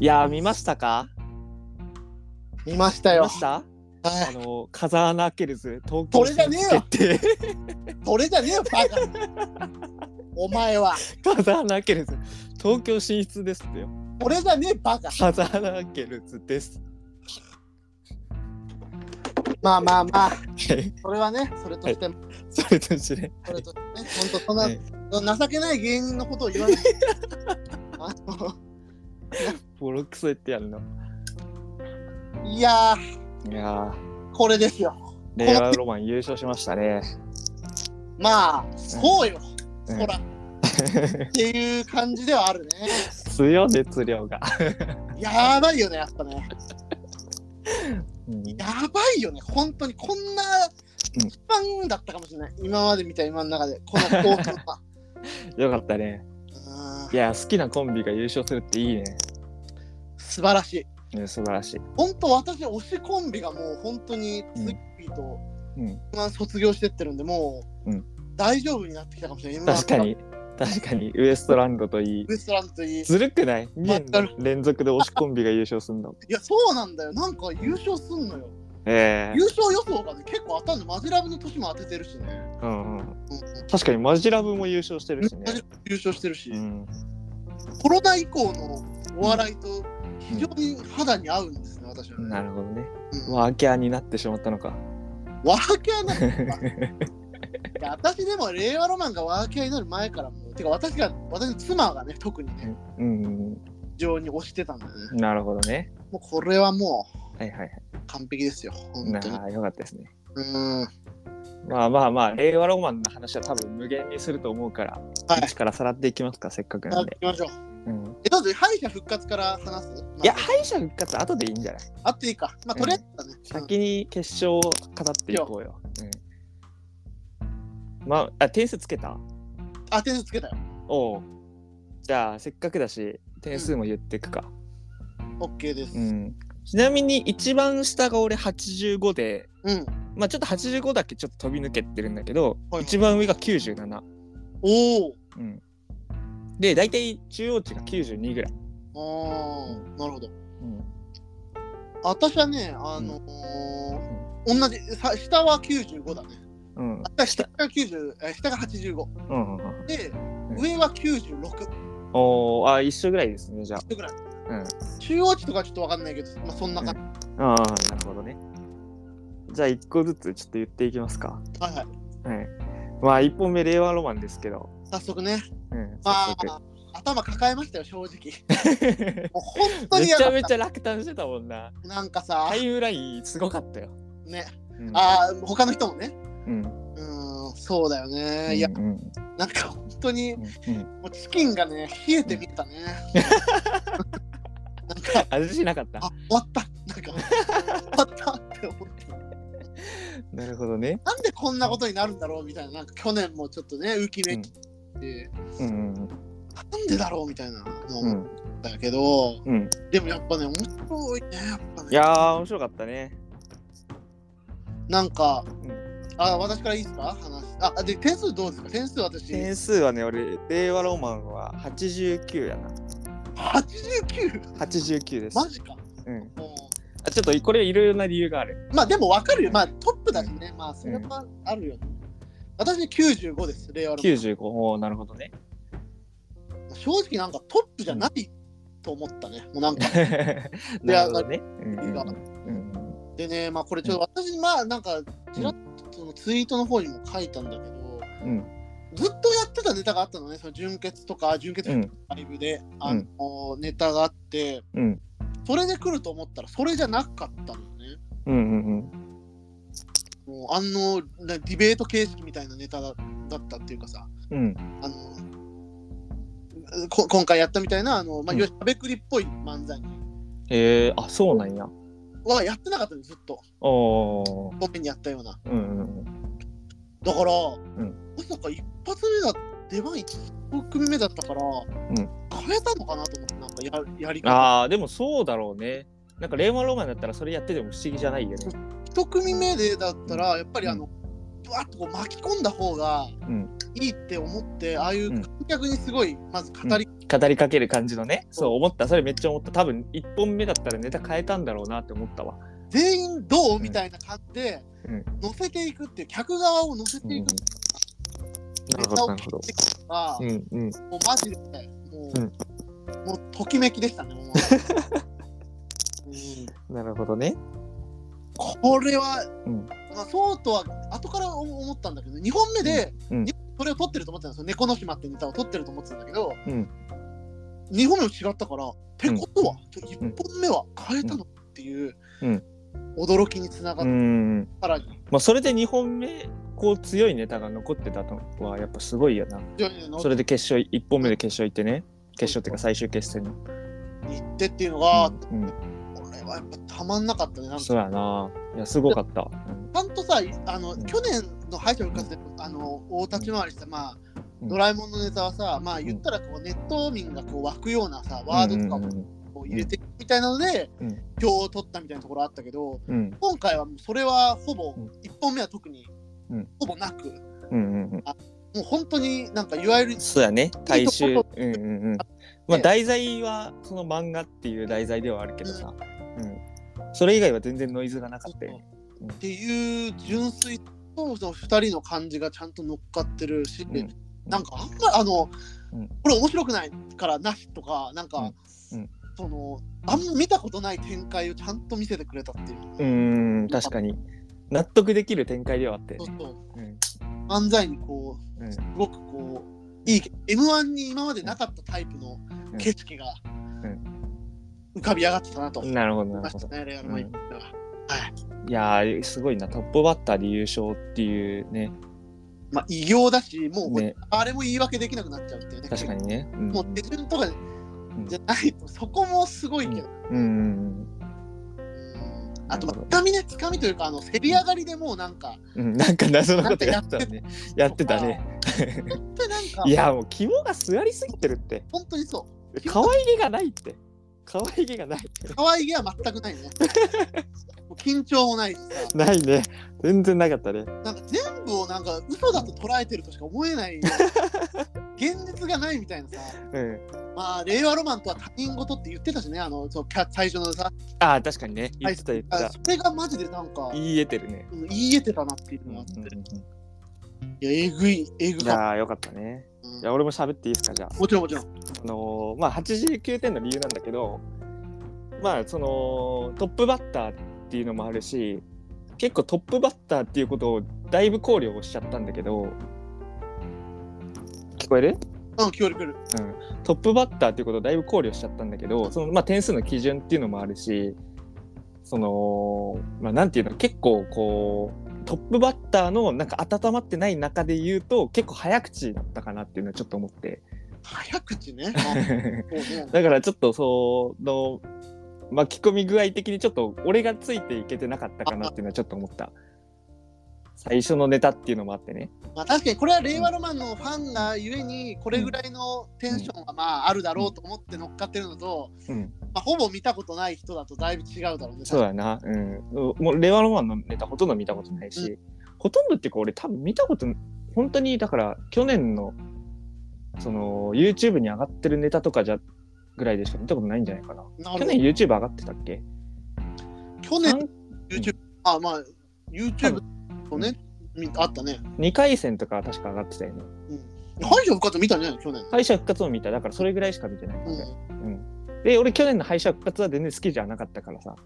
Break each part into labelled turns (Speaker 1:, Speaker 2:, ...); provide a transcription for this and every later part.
Speaker 1: いやー見ましたか
Speaker 2: 見ました
Speaker 1: 見
Speaker 2: よ
Speaker 1: ま。した
Speaker 2: は
Speaker 1: あのカザーナ・アケルズ東
Speaker 2: そ
Speaker 1: 京
Speaker 2: れじゃねえよ
Speaker 1: 決定
Speaker 2: い。それじゃねえよ、バカ。 お前は。
Speaker 1: カザーナ・アケルズ東京進出ですってよ
Speaker 2: それじゃねえ、バカ。
Speaker 1: カザーナ・アケルズです
Speaker 2: まあまあまあ、
Speaker 1: はい
Speaker 2: それはね、それとしても、
Speaker 1: それとしてね
Speaker 2: それとしてね、本当そんな、
Speaker 1: はい
Speaker 2: 情けない芸人のことを言わない。あ
Speaker 1: ボロクソ言ってやるの
Speaker 2: のいやー、
Speaker 1: いや
Speaker 2: これですよ。
Speaker 1: ー令和ロマン優勝しましたね
Speaker 2: まあ、そうよ。
Speaker 1: うん
Speaker 2: ほら。っていう感じではあるね。
Speaker 1: 強熱量が、
Speaker 2: やばいよね、やっぱね。
Speaker 1: うん
Speaker 2: やばいよね、本当に。こんな
Speaker 1: うん
Speaker 2: 一般だったかもしれない。今まで見た今の中で、この興奮 は。
Speaker 1: よかったね
Speaker 2: う
Speaker 1: い
Speaker 2: ん
Speaker 1: やー好きなコンビが優勝するっていいね
Speaker 2: 素晴らしい。
Speaker 1: ね素晴らしい
Speaker 2: 本当私推しコンビがもう本当に次々と
Speaker 1: うん、
Speaker 2: M1 卒業してってるんでもう、
Speaker 1: うん
Speaker 2: 大丈夫になってきたかもしれない。
Speaker 1: 確かに確かにウエストランドといい
Speaker 2: ウエストランドといい。い
Speaker 1: ずるくない
Speaker 2: 全
Speaker 1: ?2 年連続で推しコンビが優勝すんの。
Speaker 2: や、そうなんだよ。なんか優勝すんのよ。
Speaker 1: ええ
Speaker 2: 優勝予想がね、結構当たるの。マジラブの年も当ててるしね。
Speaker 1: うんうん、
Speaker 2: うん
Speaker 1: 確かにマジラブも優勝してるしね
Speaker 2: マジ。ラブ優勝してるし、
Speaker 1: うん、
Speaker 2: コロナ以降のお笑いと非常に肌に合うんですね、私はね。
Speaker 1: なるほどね。
Speaker 2: うん
Speaker 1: ワーキャーになってしまったのか。
Speaker 2: ワーキャーなんだいや私でも令和ロマンがワーキャーになる前からもうてか私が私の妻がね特にね
Speaker 1: うん、う
Speaker 2: 非常に推してたんだよ
Speaker 1: ん
Speaker 2: ね
Speaker 1: なるほどね。
Speaker 2: もうこれはも
Speaker 1: はいはいはい。
Speaker 2: う完璧ですよ本当に
Speaker 1: なあ、よかったですね。
Speaker 2: うーん
Speaker 1: まあまあまあ、令和ロマンの話は多分無限にすると思うから、
Speaker 2: はい
Speaker 1: 一からさらっていきますか、せっかくな
Speaker 2: 行
Speaker 1: んで。
Speaker 2: きましょう
Speaker 1: うん、
Speaker 2: えどうぞ敗者復活から話す
Speaker 1: いや、
Speaker 2: まず
Speaker 1: 敗者復活後でいいんじゃない
Speaker 2: あっていいかまあとりあえずだね、うん
Speaker 1: 先に決勝を語っていこうよ。うん、まあ、あ点数つけた
Speaker 2: あ点数つけたよ
Speaker 1: おうじゃあせっかくだし点数も言ってくか、
Speaker 2: OK です
Speaker 1: うんちなみに一番下が俺85で
Speaker 2: うん
Speaker 1: まあちょっと85だけちょっと飛び抜けてるんだけど、
Speaker 2: はいはい
Speaker 1: 一番上が97、
Speaker 2: お
Speaker 1: うん、で大体中央値が92ぐらい、
Speaker 2: おあーなるほど
Speaker 1: うん
Speaker 2: 私はねあのー同じさ下は95だね
Speaker 1: うん
Speaker 2: あ下が90え下が85
Speaker 1: うんうん
Speaker 2: で、
Speaker 1: ん
Speaker 2: 上は96
Speaker 1: おーあ一緒ぐらいですねじゃあ
Speaker 2: ぐらい。
Speaker 1: うん
Speaker 2: 中央値とかちょっとわかんないけど、まあ、そんな感じ。
Speaker 1: ああなるほどねじゃあ1個ずつちょっと言っていきますか
Speaker 2: はいはい。
Speaker 1: はいまあ1本目令和ロマンですけど、
Speaker 2: 早速ね、
Speaker 1: うん、
Speaker 2: ま
Speaker 1: 早速、
Speaker 2: あ、頭抱えましたよ、正 直。もう本当
Speaker 1: め
Speaker 2: に
Speaker 1: ち
Speaker 2: や
Speaker 1: ゃ
Speaker 2: ば
Speaker 1: めち
Speaker 2: か
Speaker 1: ゃ
Speaker 2: っ
Speaker 1: 落胆してたもんな
Speaker 2: た。なんかさ
Speaker 1: タ、イムラインすごかったよ。
Speaker 2: ね、
Speaker 1: うん、
Speaker 2: あー他の人もね。
Speaker 1: うん、
Speaker 2: うーん、そうだよね。いや、
Speaker 1: うんうん
Speaker 2: なんか本当に、
Speaker 1: うん、
Speaker 2: もうチキンがね、冷えて見えたね。なんか、
Speaker 1: 味しなかった
Speaker 2: あ。、終わった。なんか、終わったって思って。
Speaker 1: なるほどね。
Speaker 2: なんでこんなことになるんだろうみたいな、なんか去年もちょっとね、ウキめきって、
Speaker 1: うん、
Speaker 2: なんでだろうみたいなのを
Speaker 1: う
Speaker 2: 思っ
Speaker 1: ん、
Speaker 2: たけど、
Speaker 1: うん。
Speaker 2: でもやっぱね、面白いね、やっぱね。
Speaker 1: いやー、面白かったね。
Speaker 2: なんか、
Speaker 1: ん
Speaker 2: あ、私からいいですか話。あ、で、点数どうですか点数私、
Speaker 1: 点数はね、俺、令和ロマンは89やな。
Speaker 2: 89?
Speaker 1: 89です。
Speaker 2: マジか。
Speaker 1: うん。
Speaker 2: も
Speaker 1: あ、ちょっと、これいろいろな理由がある。
Speaker 2: うまあでも分かるよ。まあトップだしね。まあそれはあるよね。私95です、令和の。
Speaker 1: 95おーなるほど ね。
Speaker 2: 正直なんかトップじゃないと思ったね。もうなんか。
Speaker 1: なるほどね。うん、
Speaker 2: 理由がある
Speaker 1: うん、
Speaker 2: でね、まあこれちょっと私、まあなんか、ちらっとそのツイートの方にも書いたんだけど、
Speaker 1: うん、
Speaker 2: ずっとやってたネタがあったのね。その純潔とか、純潔
Speaker 1: う
Speaker 2: の
Speaker 1: ん、
Speaker 2: ライブで、あの、ネタがあって、
Speaker 1: うん、
Speaker 2: それで来ると思ったらそれじゃなかったのね。
Speaker 1: うん、うん、
Speaker 2: もうあのなディベート形式みたいなネタだだったっていうかさ、
Speaker 1: うん、うん、
Speaker 2: あのこ今回やったみたいなあの、まあ、
Speaker 1: うん
Speaker 2: よしゃべくりっぽい漫才
Speaker 1: えー、あ、そうなんや。
Speaker 2: はやってなかったのずっと
Speaker 1: おお、
Speaker 2: ごめんにやったような。
Speaker 1: うん、うん、
Speaker 2: だから、
Speaker 1: ん
Speaker 2: まさか一発目だ出番1組目だったから、変えたのかなと思ってなんかややり方
Speaker 1: ああ、でも、そうだろうね。なんか、令和ロマンだったら、それやってても不思議じゃないよね。
Speaker 2: 1組目でだったらやっぱりあの、ぶわっとこう巻き込んだ方が
Speaker 1: うん
Speaker 2: いいって思って、ああいう
Speaker 1: うん
Speaker 2: 観客にすごいまず語り、
Speaker 1: 語りかける感じのねそう思ったそれめっちゃ思った多分1本目だったらネタ変えたんだろうなって思ったわ
Speaker 2: 全員どう
Speaker 1: うん
Speaker 2: みたいな感じで
Speaker 1: うん
Speaker 2: 乗せていくっていう客側を乗せていく
Speaker 1: なるほどなるほど
Speaker 2: が、
Speaker 1: うんうん
Speaker 2: もうマジでもう、
Speaker 1: うん
Speaker 2: もうときめきでしたね もう、うん
Speaker 1: なるほどね
Speaker 2: これは、
Speaker 1: うん
Speaker 2: まあ、そうとは後から思ったんだけど2本目で、
Speaker 1: うんうん
Speaker 2: にそれを撮ってると思ってたんですよ「猫の島」ってネタを撮ってると思ってたんだけど、
Speaker 1: うん
Speaker 2: 2本目も違ったからってことは、1本目は変えたのっていう、
Speaker 1: うん
Speaker 2: 驚きにつなが
Speaker 1: う
Speaker 2: っ
Speaker 1: ん
Speaker 2: たから、非
Speaker 1: まあそれで2本目こう強いネタが残ってたのはやっぱすごいよな
Speaker 2: 常にの
Speaker 1: それで決勝1本目で決勝行ってね決勝っていうか最終決戦の
Speaker 2: 行ってっていうのが、
Speaker 1: うん
Speaker 2: これはやっぱたまんなかったねなんかち
Speaker 1: そうやないやすごかった、うん
Speaker 2: ゃんとさあの、
Speaker 1: うん
Speaker 2: 去年の敗者復活であの大立ち回りした、まあ
Speaker 1: うん
Speaker 2: ドラえもんのネタはさ、まあ言ったらこうネット民がこう湧くようなさワードとか
Speaker 1: う
Speaker 2: も
Speaker 1: んうん
Speaker 2: こう入れていくみたいなので、
Speaker 1: うん
Speaker 2: 票を取ったみたいなところあったけど
Speaker 1: うん
Speaker 2: 今回はもうそれはほぼ
Speaker 1: うん
Speaker 2: 1本目は特に
Speaker 1: うん
Speaker 2: ほぼなく、
Speaker 1: うんうんうん
Speaker 2: もう本当になんかいわゆる
Speaker 1: そうやね大衆
Speaker 2: いういと
Speaker 1: んうんうんまあ題材はその漫画っていう題材ではあるけどさ、うん、それ以外は全然ノイズがなかったよね
Speaker 2: っていう純粋とその2人の感じがちゃんと乗っかってるし、
Speaker 1: うん
Speaker 2: なんかあんまりあの、
Speaker 1: うん
Speaker 2: これ面白くないからなしとかなんか、
Speaker 1: うんうん
Speaker 2: そのあんま見たことない展開をちゃんと見せてくれたっていう。
Speaker 1: うんうん確かに納得できる展開ではあったよ
Speaker 2: そう
Speaker 1: ね
Speaker 2: そう
Speaker 1: うん
Speaker 2: 漫才にこう
Speaker 1: うん
Speaker 2: すごくこういい m 1に今までなかったタイプの
Speaker 1: うん
Speaker 2: 景色が
Speaker 1: うん
Speaker 2: 浮かび上がってたなと思い
Speaker 1: なるほどな
Speaker 2: ま
Speaker 1: る
Speaker 2: し
Speaker 1: ほ
Speaker 2: た
Speaker 1: ど
Speaker 2: ね、レアルマインは。はい。
Speaker 1: いやーすごいなトップバッターで優勝っていうね
Speaker 2: まあ、偉業だし、もうこれ、
Speaker 1: ね
Speaker 2: あれも言い訳できなくなっちゃうっていうね。
Speaker 1: 確かにね、う
Speaker 2: 結
Speaker 1: ん、
Speaker 2: 構。もう手順とかじゃないと、そこもすごいけど。
Speaker 1: うんうん
Speaker 2: うんあと、ま
Speaker 1: なるほど
Speaker 2: あつかみね、つかみというか、あの、せり上がりでもうなんか、
Speaker 1: うんうんなんか謎のことやってたねやってたね
Speaker 2: 本当になんか、
Speaker 1: いやもう肝が据わりすぎてるって
Speaker 2: 本当にそう。
Speaker 1: 可愛げがないって可愛げがない
Speaker 2: 可愛げは全くな いね。もう緊張もないしさ。
Speaker 1: ないね全然なかったね
Speaker 2: なんか全部をなんか嘘だと捉えてるとしか思 えない現実がないみたいなさ
Speaker 1: うん
Speaker 2: まあ令和ロマンとは他人事って言ってたしねあのそうキャ最初のさ
Speaker 1: ああ確かにね言ってた言って
Speaker 2: あ
Speaker 1: た
Speaker 2: それがマジでなんか
Speaker 1: 言い得てるね
Speaker 2: うん言い得てたなっていうのがあって、いやえぐいえぐ
Speaker 1: い
Speaker 2: かっ
Speaker 1: やーよかったね
Speaker 2: た、うん
Speaker 1: いや俺も喋っていいですかじゃあ
Speaker 2: もちろんもちろん
Speaker 1: あのーまあ89点の理由なんだけどまあそのトップバッターっていうのもあるし結構トップバッターっていうことをだいぶ考慮をしちゃったんだけど聞こえる、
Speaker 2: うん協力る
Speaker 1: うん、トップバッターっていうことをだいぶ考慮しちゃったんだけどその、まあ、点数の基準っていうのもあるしその、まあ、なんていうの結構こうトップバッターのなんか温まってない中で言うと結構早口だったかなっていうのはちょっと思って。
Speaker 2: 早 口ねあそうね
Speaker 1: だからちょっとその巻き込み具合的にちょっと俺がついていけてなかったかなっていうのはちょっと思った最初のネタっていうのもあってね
Speaker 2: まあ確かにこれは令和ロマンのファンがゆえにこれぐらいのテンションはまああるだろうと思って乗っかってるのと、
Speaker 1: うん
Speaker 2: まあ、ほぼ見たことない人だとだいぶ違うだろうね
Speaker 1: そうだなうんもう令和ロマンのネタほとんど見たことないし、ほとんどっていうか俺多分見たこと本当にだから去年のその YouTube に上がってるネタとかじゃぐらいでしか見たことないんじゃないかな
Speaker 2: なるほ
Speaker 1: 去
Speaker 2: ど
Speaker 1: 年 YouTube 上がってたっけ
Speaker 2: 去年 YouTube、あまあ YouTube とね、みあったね。
Speaker 1: 2回戦とかは確か上がってたよね
Speaker 2: うん。敗者復活見たんじゃないの去年。
Speaker 1: 敗者復活を見ただからそれぐらいしか見てないから、
Speaker 2: う
Speaker 1: うん、で俺去年の敗者復活は全然好きじゃなかったからさ
Speaker 2: ん。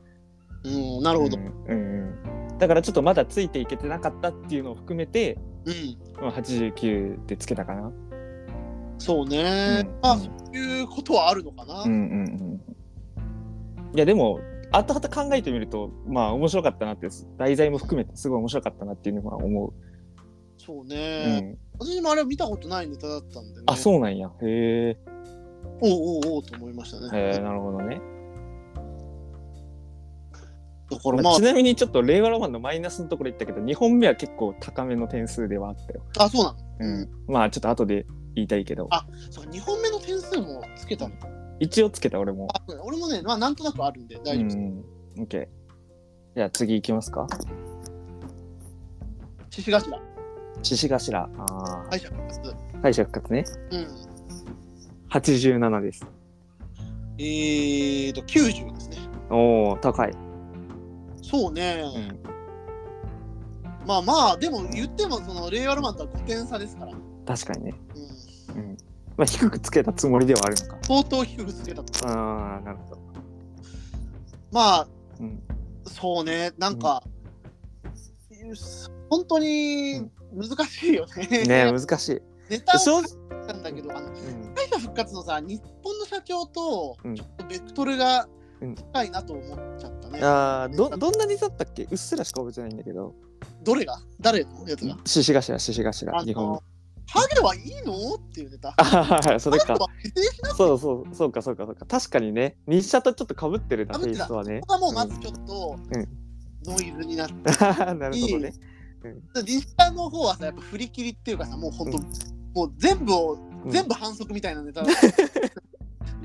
Speaker 2: うん、なるほど。
Speaker 1: うんうんうんだからちょっとまだついていけてなかったっていうのを含めて、
Speaker 2: うん。
Speaker 1: まあ、89でつけたかな、
Speaker 2: そうね。
Speaker 1: うん
Speaker 2: まあ、そういうことはあるのかな。
Speaker 1: うんうんうんいやでも後々考えてみるとまあ面白かったなって題材も含めてすごい面白かったなっていうのは思う、
Speaker 2: そう
Speaker 1: う
Speaker 2: ね、
Speaker 1: ん、
Speaker 2: 私もあれは見たことないネタだったんでね。
Speaker 1: あそうなんやへえ
Speaker 2: おうおうおうと思いました
Speaker 1: へえ
Speaker 2: ね。
Speaker 1: なるほどね、
Speaker 2: だから
Speaker 1: ま
Speaker 2: ま
Speaker 1: あちなみにちょっと令和ロマンのマイナスのところ言ったけど2本目は結構高めの点数ではあったよ、
Speaker 2: あ、あ、そうなの。
Speaker 1: うん、まあちょっと後で言いたいけど
Speaker 2: あそうか、2本目の点数もつけたのか。
Speaker 1: 一応つけた俺も
Speaker 2: あそうだ俺もね、まあ、なんとなくあるんで大丈夫です。
Speaker 1: うん、OK。じゃあ次行きますか。
Speaker 2: 獅子頭。
Speaker 1: 獅子頭。ああ。
Speaker 2: 敗者復活。
Speaker 1: 敗者復活ね。
Speaker 2: うん。
Speaker 1: 87です。
Speaker 2: えーと、90ですね。
Speaker 1: おお、高い。
Speaker 2: そうね。
Speaker 1: うん。
Speaker 2: まあまあ、でも言っても、その、令和ロマンとは5点差ですから。うん。
Speaker 1: 確かにね。うん。まあ、低くつけたつもりではあるの
Speaker 2: 相当低くつけたと。
Speaker 1: か。ああ、なるほど。
Speaker 2: まあ、
Speaker 1: うん。
Speaker 2: そうね。なんか、本当に難しいよね。
Speaker 1: ね難しい。
Speaker 2: ネタを
Speaker 1: 正
Speaker 2: 書い
Speaker 1: 直
Speaker 2: たんだけど、あの、
Speaker 1: うん
Speaker 2: 敗者復活のさ、日本の社長と、
Speaker 1: うん
Speaker 2: ちょっとベクトルが
Speaker 1: うん
Speaker 2: 近いなと思っちゃったね。
Speaker 1: ああ、ど、どんなにだったっけうっすらしか覚えてないんだけど。
Speaker 2: どれが誰のやつが、
Speaker 1: 獅子頭、獅子頭、
Speaker 2: あ
Speaker 1: 日本
Speaker 2: の。、ハゲはいいのっていうネタ。
Speaker 1: あははそれか
Speaker 2: あの人。は否定しなく
Speaker 1: そうそう、そうか、そうか、そうか。確かにね、日射とちょっと被ってるな、
Speaker 2: 被っ
Speaker 1: フ
Speaker 2: て
Speaker 1: ェ
Speaker 2: た
Speaker 1: イスはね
Speaker 2: こ。こがもうまずちょっと
Speaker 1: うん
Speaker 2: ノイズになって、
Speaker 1: なるほどね。
Speaker 2: 実際の方はさ、やっぱ振り切りっていうかさ、もう本当、
Speaker 1: う
Speaker 2: もう全部を、
Speaker 1: うん
Speaker 2: 全部反則みたいな ネタだ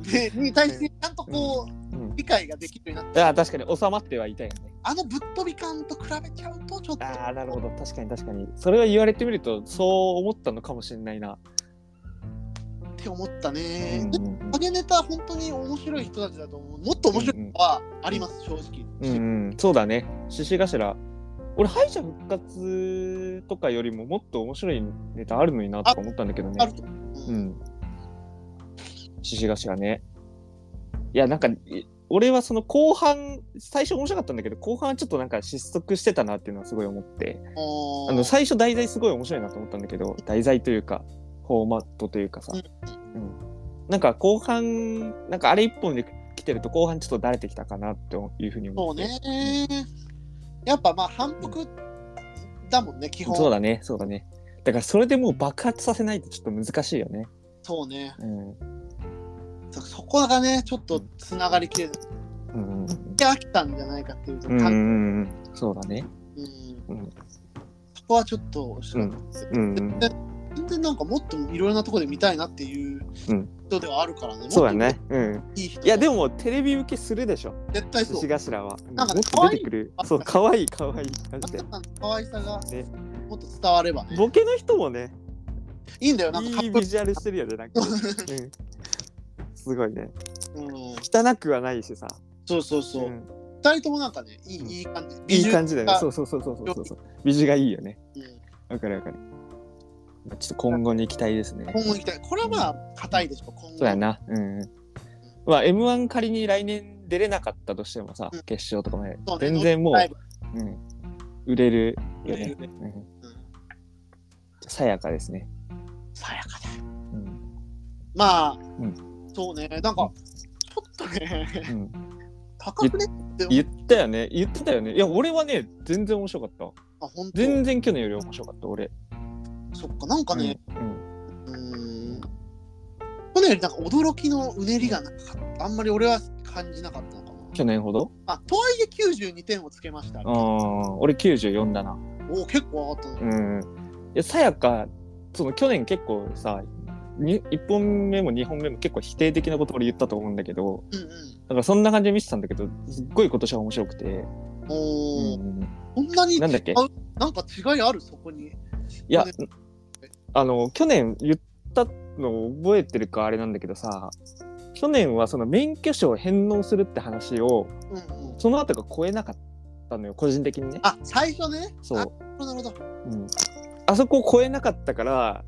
Speaker 2: でに対してちゃんとこう
Speaker 1: うん
Speaker 2: 理解ができるようになって
Speaker 1: ああ、確かに収まってはいたよね。
Speaker 2: あのぶっ飛び感と比べちゃうとちょっと
Speaker 1: ああ、なるほど。確かに確かに。それは言われてみると、そう思ったのかもしれないな。
Speaker 2: って思ったね、
Speaker 1: うん
Speaker 2: で影ネタ本当に面白い人たちだと思うもっと面白いのはあります、正直、
Speaker 1: うんうん、うんそうだね。獅子頭。俺、敗者復活とかよりももっと面白いネタあるのになとか思ったんだけどね。
Speaker 2: あると、
Speaker 1: う
Speaker 2: うん
Speaker 1: ん。獅子頭ね。いや、なんか、い俺はその後半、最初面白かったんだけど、後半はちょっとなんか失速してたなっていうのはすごい思って、
Speaker 2: おー
Speaker 1: あの、最初題材すごい面白いなと思ったんだけど、題材というか、フォーマットというかさ、うん。なんか後半、なんかあれ一本で来てると後半ちょっとだれてきたかなというふうに
Speaker 2: そ
Speaker 1: 思
Speaker 2: う
Speaker 1: って。
Speaker 2: ねやっぱまあ反復だもんね基本
Speaker 1: そうだね、そうだね。だからそれでもう爆発させないとちょっと難しいよね。
Speaker 2: そうね
Speaker 1: うん。
Speaker 2: そそこがねちょっとつながりきれず
Speaker 1: うん。
Speaker 2: で飽きたんじゃないかっていうと、
Speaker 1: うんうんうんうん。そうだね。
Speaker 2: うん
Speaker 1: うん
Speaker 2: そこはちょっと面白かったですよ
Speaker 1: うんうんうん
Speaker 2: 全然全然なんかもっといろいろなとこで見たいなっていう
Speaker 1: うん
Speaker 2: 人ではあるからね、もっと
Speaker 1: そうだね。うん。
Speaker 2: いい人
Speaker 1: いやでもテレビ受けするでしょ
Speaker 2: 絶対そう
Speaker 1: 獅子頭は
Speaker 2: なんか
Speaker 1: も
Speaker 2: ね
Speaker 1: っと出てくる
Speaker 2: 可愛い
Speaker 1: そう可愛い可愛い感じで
Speaker 2: なんか可愛さが
Speaker 1: ね
Speaker 2: もっと伝わればね
Speaker 1: ボケの人もね
Speaker 2: いいんだよなんかか
Speaker 1: い
Speaker 2: っ
Speaker 1: い
Speaker 2: こ
Speaker 1: ビ
Speaker 2: いい、
Speaker 1: ジュアルしてるよねなんか、うん、すごいね
Speaker 2: うん、
Speaker 1: 汚くはないしさ、
Speaker 2: そうそうそううん二、人ともなんかねいい,、
Speaker 1: うん
Speaker 2: いい感じ
Speaker 1: いい感じだよね
Speaker 2: 美
Speaker 1: そうそうそうそうそうそうビジュがいいよね
Speaker 2: 術うん
Speaker 1: わかるわかるちょっと今後に期待ですね
Speaker 2: 今後行きたい。これはまあ、硬いでしょ、今後。
Speaker 1: そうやなうんまあ m 1仮に来年出れなかったとしてもさ
Speaker 2: うん
Speaker 1: 決勝とかまで
Speaker 2: そうね
Speaker 1: 全然もう
Speaker 2: ライブ
Speaker 1: うん売れるよね
Speaker 2: 売れる
Speaker 1: うん
Speaker 2: うん
Speaker 1: さやかですね
Speaker 2: さやかだ。
Speaker 1: うん
Speaker 2: まあ、
Speaker 1: ん
Speaker 2: そうね、なんか、ちょっとね、
Speaker 1: うん
Speaker 2: 高くね
Speaker 1: 言ったよね言ってたよねいや俺はね全然面白かった
Speaker 2: あ、本当
Speaker 1: 全然去年より面白かった俺
Speaker 2: そっか、なんかね、
Speaker 1: うん
Speaker 2: うーん。去年よりなんか驚きのうねりがなかった。あんまり俺は感じなかったのかな。
Speaker 1: 去年ほど
Speaker 2: あ、とはいえ92点をつけました。
Speaker 1: あー
Speaker 2: お
Speaker 1: 俺94だな
Speaker 2: お、結構上がったな。
Speaker 1: うんいやさやかその去年結構さに1本目も2本目も結構否定的なこと俺言ったと思うんだけど
Speaker 2: うんうん。
Speaker 1: だからそんな感じで見てたんだけどすっごい今年は面白くて、う
Speaker 2: おお、
Speaker 1: ん、
Speaker 2: こんなに違う
Speaker 1: なんだっけ
Speaker 2: なんか違いある、そこに。
Speaker 1: いや
Speaker 2: 去
Speaker 1: あの去年言ったの覚えてるかあれなんだけどさ去年はその免許証を返納するって話を
Speaker 2: うんうん。
Speaker 1: その後が超えなかったのよ個人的にね
Speaker 2: あ、最初ね。
Speaker 1: そう
Speaker 2: あ。なるほど。
Speaker 1: うんあそこを超えなかったから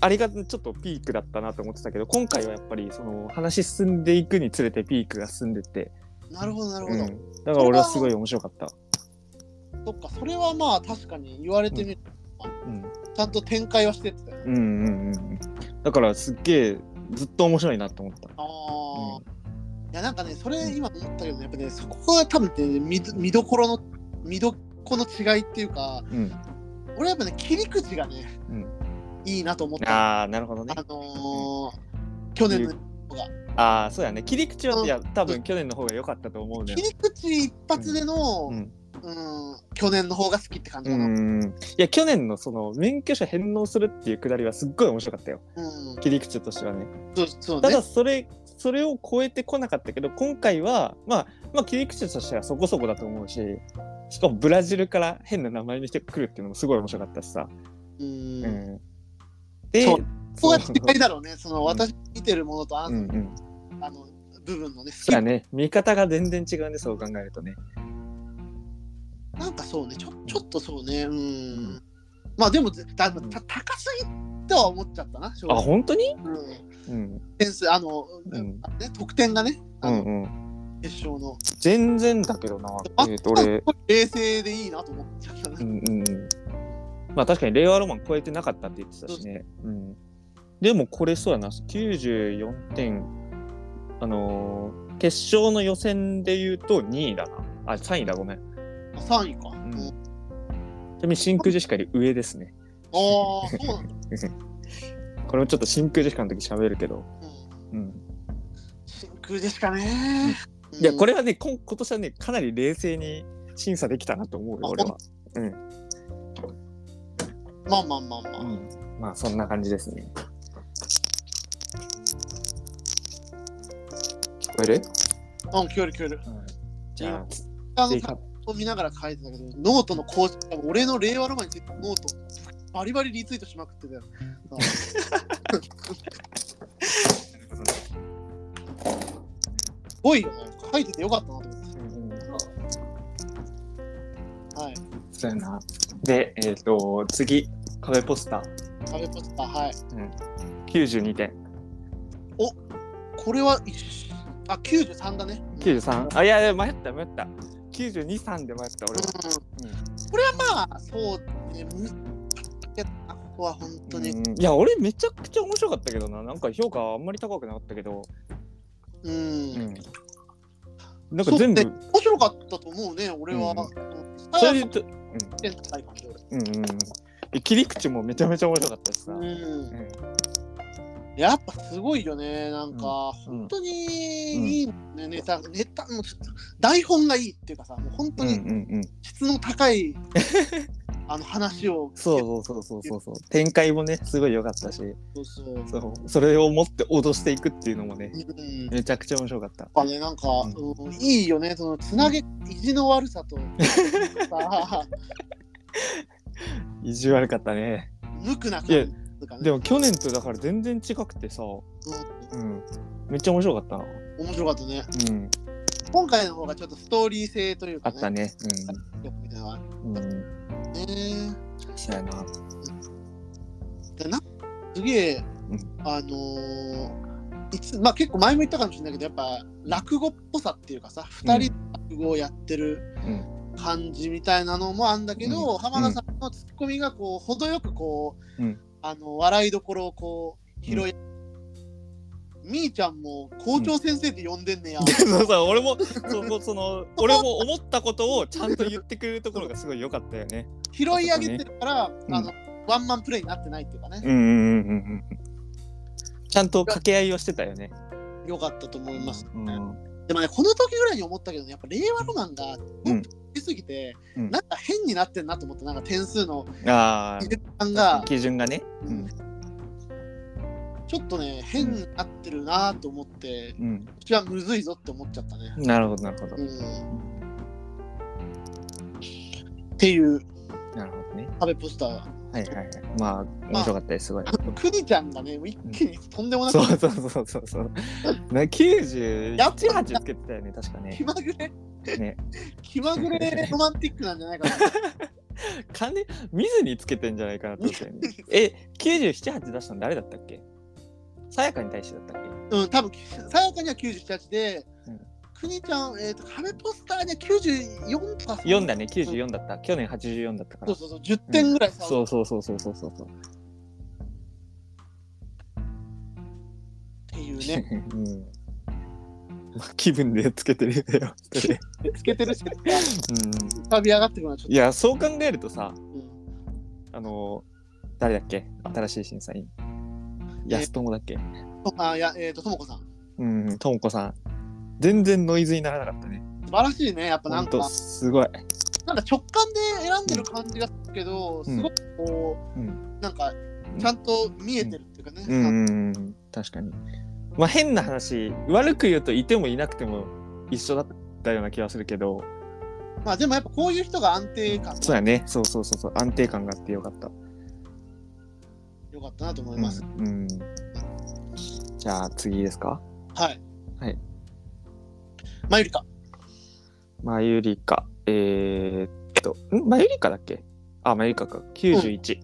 Speaker 1: あれがちょっとピークだったなと思ってたけど今回はやっぱりその話進んでいくにつれてピークが進んでって、
Speaker 2: なるほど、なるほ
Speaker 1: う
Speaker 2: ど。
Speaker 1: ん、だから俺はすごい面白かった、
Speaker 2: そっか、それはまあ確かに言われてみる、
Speaker 1: うん、
Speaker 2: ちゃんと展開はしてってたよね。
Speaker 1: うんうんうんうんだからすっげえずっと面白いなと思った、
Speaker 2: ああ、
Speaker 1: うん
Speaker 2: いやなんかね、それ今思ったけど、やっぱね、そこが多分ね、見ど見どころの、見どこの違いっていうか、
Speaker 1: うん、
Speaker 2: 俺やっぱね、切り口がね、
Speaker 1: うん
Speaker 2: いいなと思った。あ、
Speaker 1: ああなるほどね
Speaker 2: のー、去年の
Speaker 1: ああそうやね切り口
Speaker 2: う
Speaker 1: は
Speaker 2: ん
Speaker 1: いや多分去年の方が良かったと思うね
Speaker 2: 切り口一発での、
Speaker 1: う
Speaker 2: うん
Speaker 1: ん、
Speaker 2: 去年の方が好きって感じ
Speaker 1: う
Speaker 2: かな。うん
Speaker 1: ん、いや去年のその免許証返納するっていうくだりはすっごい面白かったよ切り口としてはね
Speaker 2: そうそう
Speaker 1: た
Speaker 2: ね
Speaker 1: だ。それそれを超えてこなかったけど今回は、まあ、まあ切り口としてはそこそこだと思うししかもブラジルから変な名前にしてくるっていうのもすごい面白かったしさ。
Speaker 2: う。
Speaker 1: うんん、で、
Speaker 2: そうここ
Speaker 1: そ
Speaker 2: が違いだろうね。その私見てるものとあ
Speaker 1: ううんんうん。
Speaker 2: あの部分のね。
Speaker 1: そうやね、見方が全然違うんで、そう考えるとね。
Speaker 2: なんかそうね、ちょちょっとそうね、うん。まあでも、だた高すぎとは思っちゃったな、正
Speaker 1: あ、
Speaker 2: 直。
Speaker 1: 本当に
Speaker 2: うん
Speaker 1: うん。
Speaker 2: 点数、あの、
Speaker 1: ん
Speaker 2: あね、得点がね、
Speaker 1: う
Speaker 2: あの
Speaker 1: んうん。
Speaker 2: 決勝の。
Speaker 1: 全然だけどな。
Speaker 2: あ
Speaker 1: えっ、と、俺、
Speaker 2: 冷静でいいなと思っちゃった
Speaker 1: う
Speaker 2: ね。
Speaker 1: んうんうん。まあ確かに令和ロマン超えてなかったって言ってたしね。うん。でもこれそうやな、94点。あのー決勝の予選で言うと2位だな。あ、3位だ、ごめん。
Speaker 2: 3位か。
Speaker 1: ん
Speaker 2: うん
Speaker 1: ちなみに真空ジェシカより上ですね。
Speaker 2: ああ、そうなんだ。
Speaker 1: これもちょっと真空ジェシカの時喋るけど。
Speaker 2: うん
Speaker 1: うん。
Speaker 2: 真空でしかね。
Speaker 1: いや、こ
Speaker 2: れ、
Speaker 1: れはね、今今年はね、かなり冷静に審査できたなと思うよ、
Speaker 2: あ
Speaker 1: 俺は。
Speaker 2: まあまあまあまあ。
Speaker 1: うん、まあ、そんな感じですね。聞こえる、
Speaker 2: うん、聞こえる聞こえる。
Speaker 1: じゃあ、
Speaker 2: あの、
Speaker 1: 追
Speaker 2: チ
Speaker 1: 加
Speaker 2: ャット見ながら書いてたけど、ノートの構成、俺の令和ロマンについてノート、バリバリリツイートしまくってたよ。 すごいよね。書いててよかったなと思って。はい。
Speaker 1: そうやな。で、えっ、と、次、壁ポスター、
Speaker 2: 壁ポスター、はい。
Speaker 1: 92点。
Speaker 2: これは、一あ、93だね。
Speaker 1: 93。あ、いやいや、迷った、迷った。92、3で迷った、俺は。
Speaker 2: うんこれはまあ、そうね。むやったここは本当に。
Speaker 1: うんいや、俺、めちゃくちゃ面白かったけどな。なんか評価あんまり高くなかったけど。
Speaker 2: うん。
Speaker 1: うん、なんか全部
Speaker 2: そうね面白かったと思うね、俺は。
Speaker 1: うん
Speaker 2: うん、
Speaker 1: それで言うと、
Speaker 2: 点高い感じ俺
Speaker 1: うんうんうん、え切り口もめちゃめちゃ面白かったしさ、
Speaker 2: うん
Speaker 1: うん
Speaker 2: やっぱすごいよね、なんか、
Speaker 1: うん
Speaker 2: 本当にいいね、ネタ、ネタ、もうちょっと台本がいいっていうかさ、もう本当
Speaker 1: うんう
Speaker 2: に
Speaker 1: んうん、
Speaker 2: 質の 高い、あの話を、
Speaker 1: そうそうそうそうそうそう展開もねすごい良かったし
Speaker 2: そうそう。
Speaker 1: そうそれを持って脅していくっていうのもね
Speaker 2: うん、やっ
Speaker 1: めちゃくちゃ面白かった
Speaker 2: ぱね、なんか、うんいいよね、そのつなげ、意地の 悪さと、さ、
Speaker 1: 意地悪かったね
Speaker 2: 無垢な感
Speaker 1: いや
Speaker 2: じとかね。
Speaker 1: でも去年とだから全然違くてさ、うん、めっちゃ面白かったな
Speaker 2: うん面白かったね。
Speaker 1: うん
Speaker 2: 今回の方がちょっとストーリー性という
Speaker 1: あ
Speaker 2: か、
Speaker 1: った
Speaker 2: ね。
Speaker 1: ね
Speaker 2: みたいなのがある
Speaker 1: うんうん
Speaker 2: ね。
Speaker 1: そうやな
Speaker 2: でなんかすげえ、
Speaker 1: うん
Speaker 2: あのーいつまあ、結構前も言ったかもしれないけどやっぱ落語っぽさっていうかさ2人で落語をやってる
Speaker 1: うん
Speaker 2: 感じみたいなのもあんだけど、
Speaker 1: うん
Speaker 2: 浜田さんのツッコミがこう程よくこう、
Speaker 1: うん
Speaker 2: あの笑いどころをこう拾い、みーちゃんも校長先生って呼んでんねや、
Speaker 1: そうそう俺もそこその俺も思ったことをちゃんと言ってくれるところがすごい良かったよね
Speaker 2: 拾い上げてるから、
Speaker 1: うん
Speaker 2: あのワンマンプレイになってないっていうかね、
Speaker 1: うんうんうんうんうんちゃんと掛け合いをしてたよね。
Speaker 2: よかったと思います、
Speaker 1: うん、
Speaker 2: でもね、この時ぐらいに思ったけどね、やっぱ令和ロマンが
Speaker 1: うん
Speaker 2: 出すぎて、
Speaker 1: うん
Speaker 2: なんか変になってんなと思った、なんか点数の
Speaker 1: あ
Speaker 2: 基準感
Speaker 1: あ
Speaker 2: が、
Speaker 1: 基準がね。うん
Speaker 2: ちょっとね、変になってるなと思って、こ
Speaker 1: うん、
Speaker 2: っちはむずいぞって思っちゃったね。
Speaker 1: なるほどなるほど
Speaker 2: う。ん、っていう
Speaker 1: なるほどね。
Speaker 2: 壁ポスターが。
Speaker 1: はいはいはい。まあ面白かったです すごい。
Speaker 2: くにちゃんがね、もう一気にとんでもなく
Speaker 1: そうそうそうそうそう。な九十
Speaker 2: やっ
Speaker 1: 八八つけてたよね確か
Speaker 2: 気
Speaker 1: ね。
Speaker 2: まぐれ、
Speaker 1: ね
Speaker 2: 気まぐれロマンティックなんじゃないかな。
Speaker 1: 金見ずにつけてんじゃないかなと思ったよ ね。え九十七八出したの誰だったっけ？さやかに対してだったっけ？
Speaker 2: うん、多分さやかには98で
Speaker 1: うん、
Speaker 2: くにちゃん、えっ、と、壁ポスターには94とか。
Speaker 1: 四だね九十四だった。去年八十四だったか
Speaker 2: そ
Speaker 1: ら
Speaker 2: う。そうそう、10点ぐらいさ、
Speaker 1: そうそうそうそうそうそうそう。
Speaker 2: っていうね、
Speaker 1: うんまあ気分でつけてるよ。そ れ
Speaker 2: つけてるし、
Speaker 1: う
Speaker 2: 浮かび上がってくるのはちょ
Speaker 1: ん、
Speaker 2: っ
Speaker 1: いやそう考えるとさ
Speaker 2: とうん。
Speaker 1: あの誰だっけ新しい審査員安友だっけ
Speaker 2: とあ、いや、えっ、と、ともこさん。
Speaker 1: うんともこさん全然ノイズにならなかったね
Speaker 2: 素晴らしいね、やっぱ
Speaker 1: ほ
Speaker 2: なん
Speaker 1: ん
Speaker 2: か、
Speaker 1: とすごい、
Speaker 2: なんか直感で選んでる感じがするけど、すごくこ
Speaker 1: う
Speaker 2: う、
Speaker 1: ん、
Speaker 2: なんか、ちゃんと見えてるっていうかね、
Speaker 1: うんうんうん確かにまあ変な話悪く言うといてもいなくても一緒だったような気はするけど
Speaker 2: まあでもやっぱこういう人が安定感
Speaker 1: そう
Speaker 2: が
Speaker 1: やね。そうそうそうそう。安定感があってよかった。
Speaker 2: 良かったなと思い
Speaker 1: うん。
Speaker 2: ます。
Speaker 1: うん、じゃあ次ですか。
Speaker 2: はい。
Speaker 1: はい。
Speaker 2: マユリカ。
Speaker 1: マユリカ。えー、っと、んマユリカだっけあ、マユリカか。91。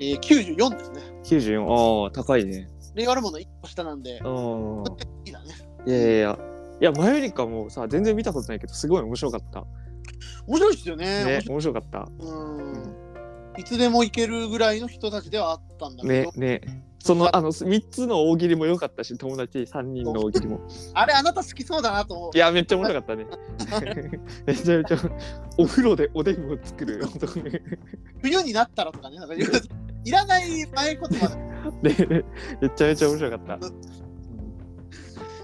Speaker 2: えー、94ですね。
Speaker 1: 94。ああ、高いね。
Speaker 2: 令和ロマンの1個下なんで、
Speaker 1: うん。
Speaker 2: いいだね。
Speaker 1: いやいやいや。いや、マユリカもさ、全然見たことないけど、すごい面白かった。
Speaker 2: 面白いですよね。
Speaker 1: ね
Speaker 2: 面、白
Speaker 1: 面白かった。
Speaker 2: いうん。いつでも行けるぐらいの人たちではあったんだけ
Speaker 1: ね
Speaker 2: ど、、
Speaker 1: ね。その、あの、3つの大喜利も良かったし、友達3人の大喜 利も。
Speaker 2: あれあなた好きそうだなと思う
Speaker 1: い。や、めっちゃ面白かったね。 めちゃめちゃ、お風呂でおでんを作る。
Speaker 2: 冬になったらとかね、なんか言ういらない前言葉だ
Speaker 1: でめちゃめちゃ面白かった。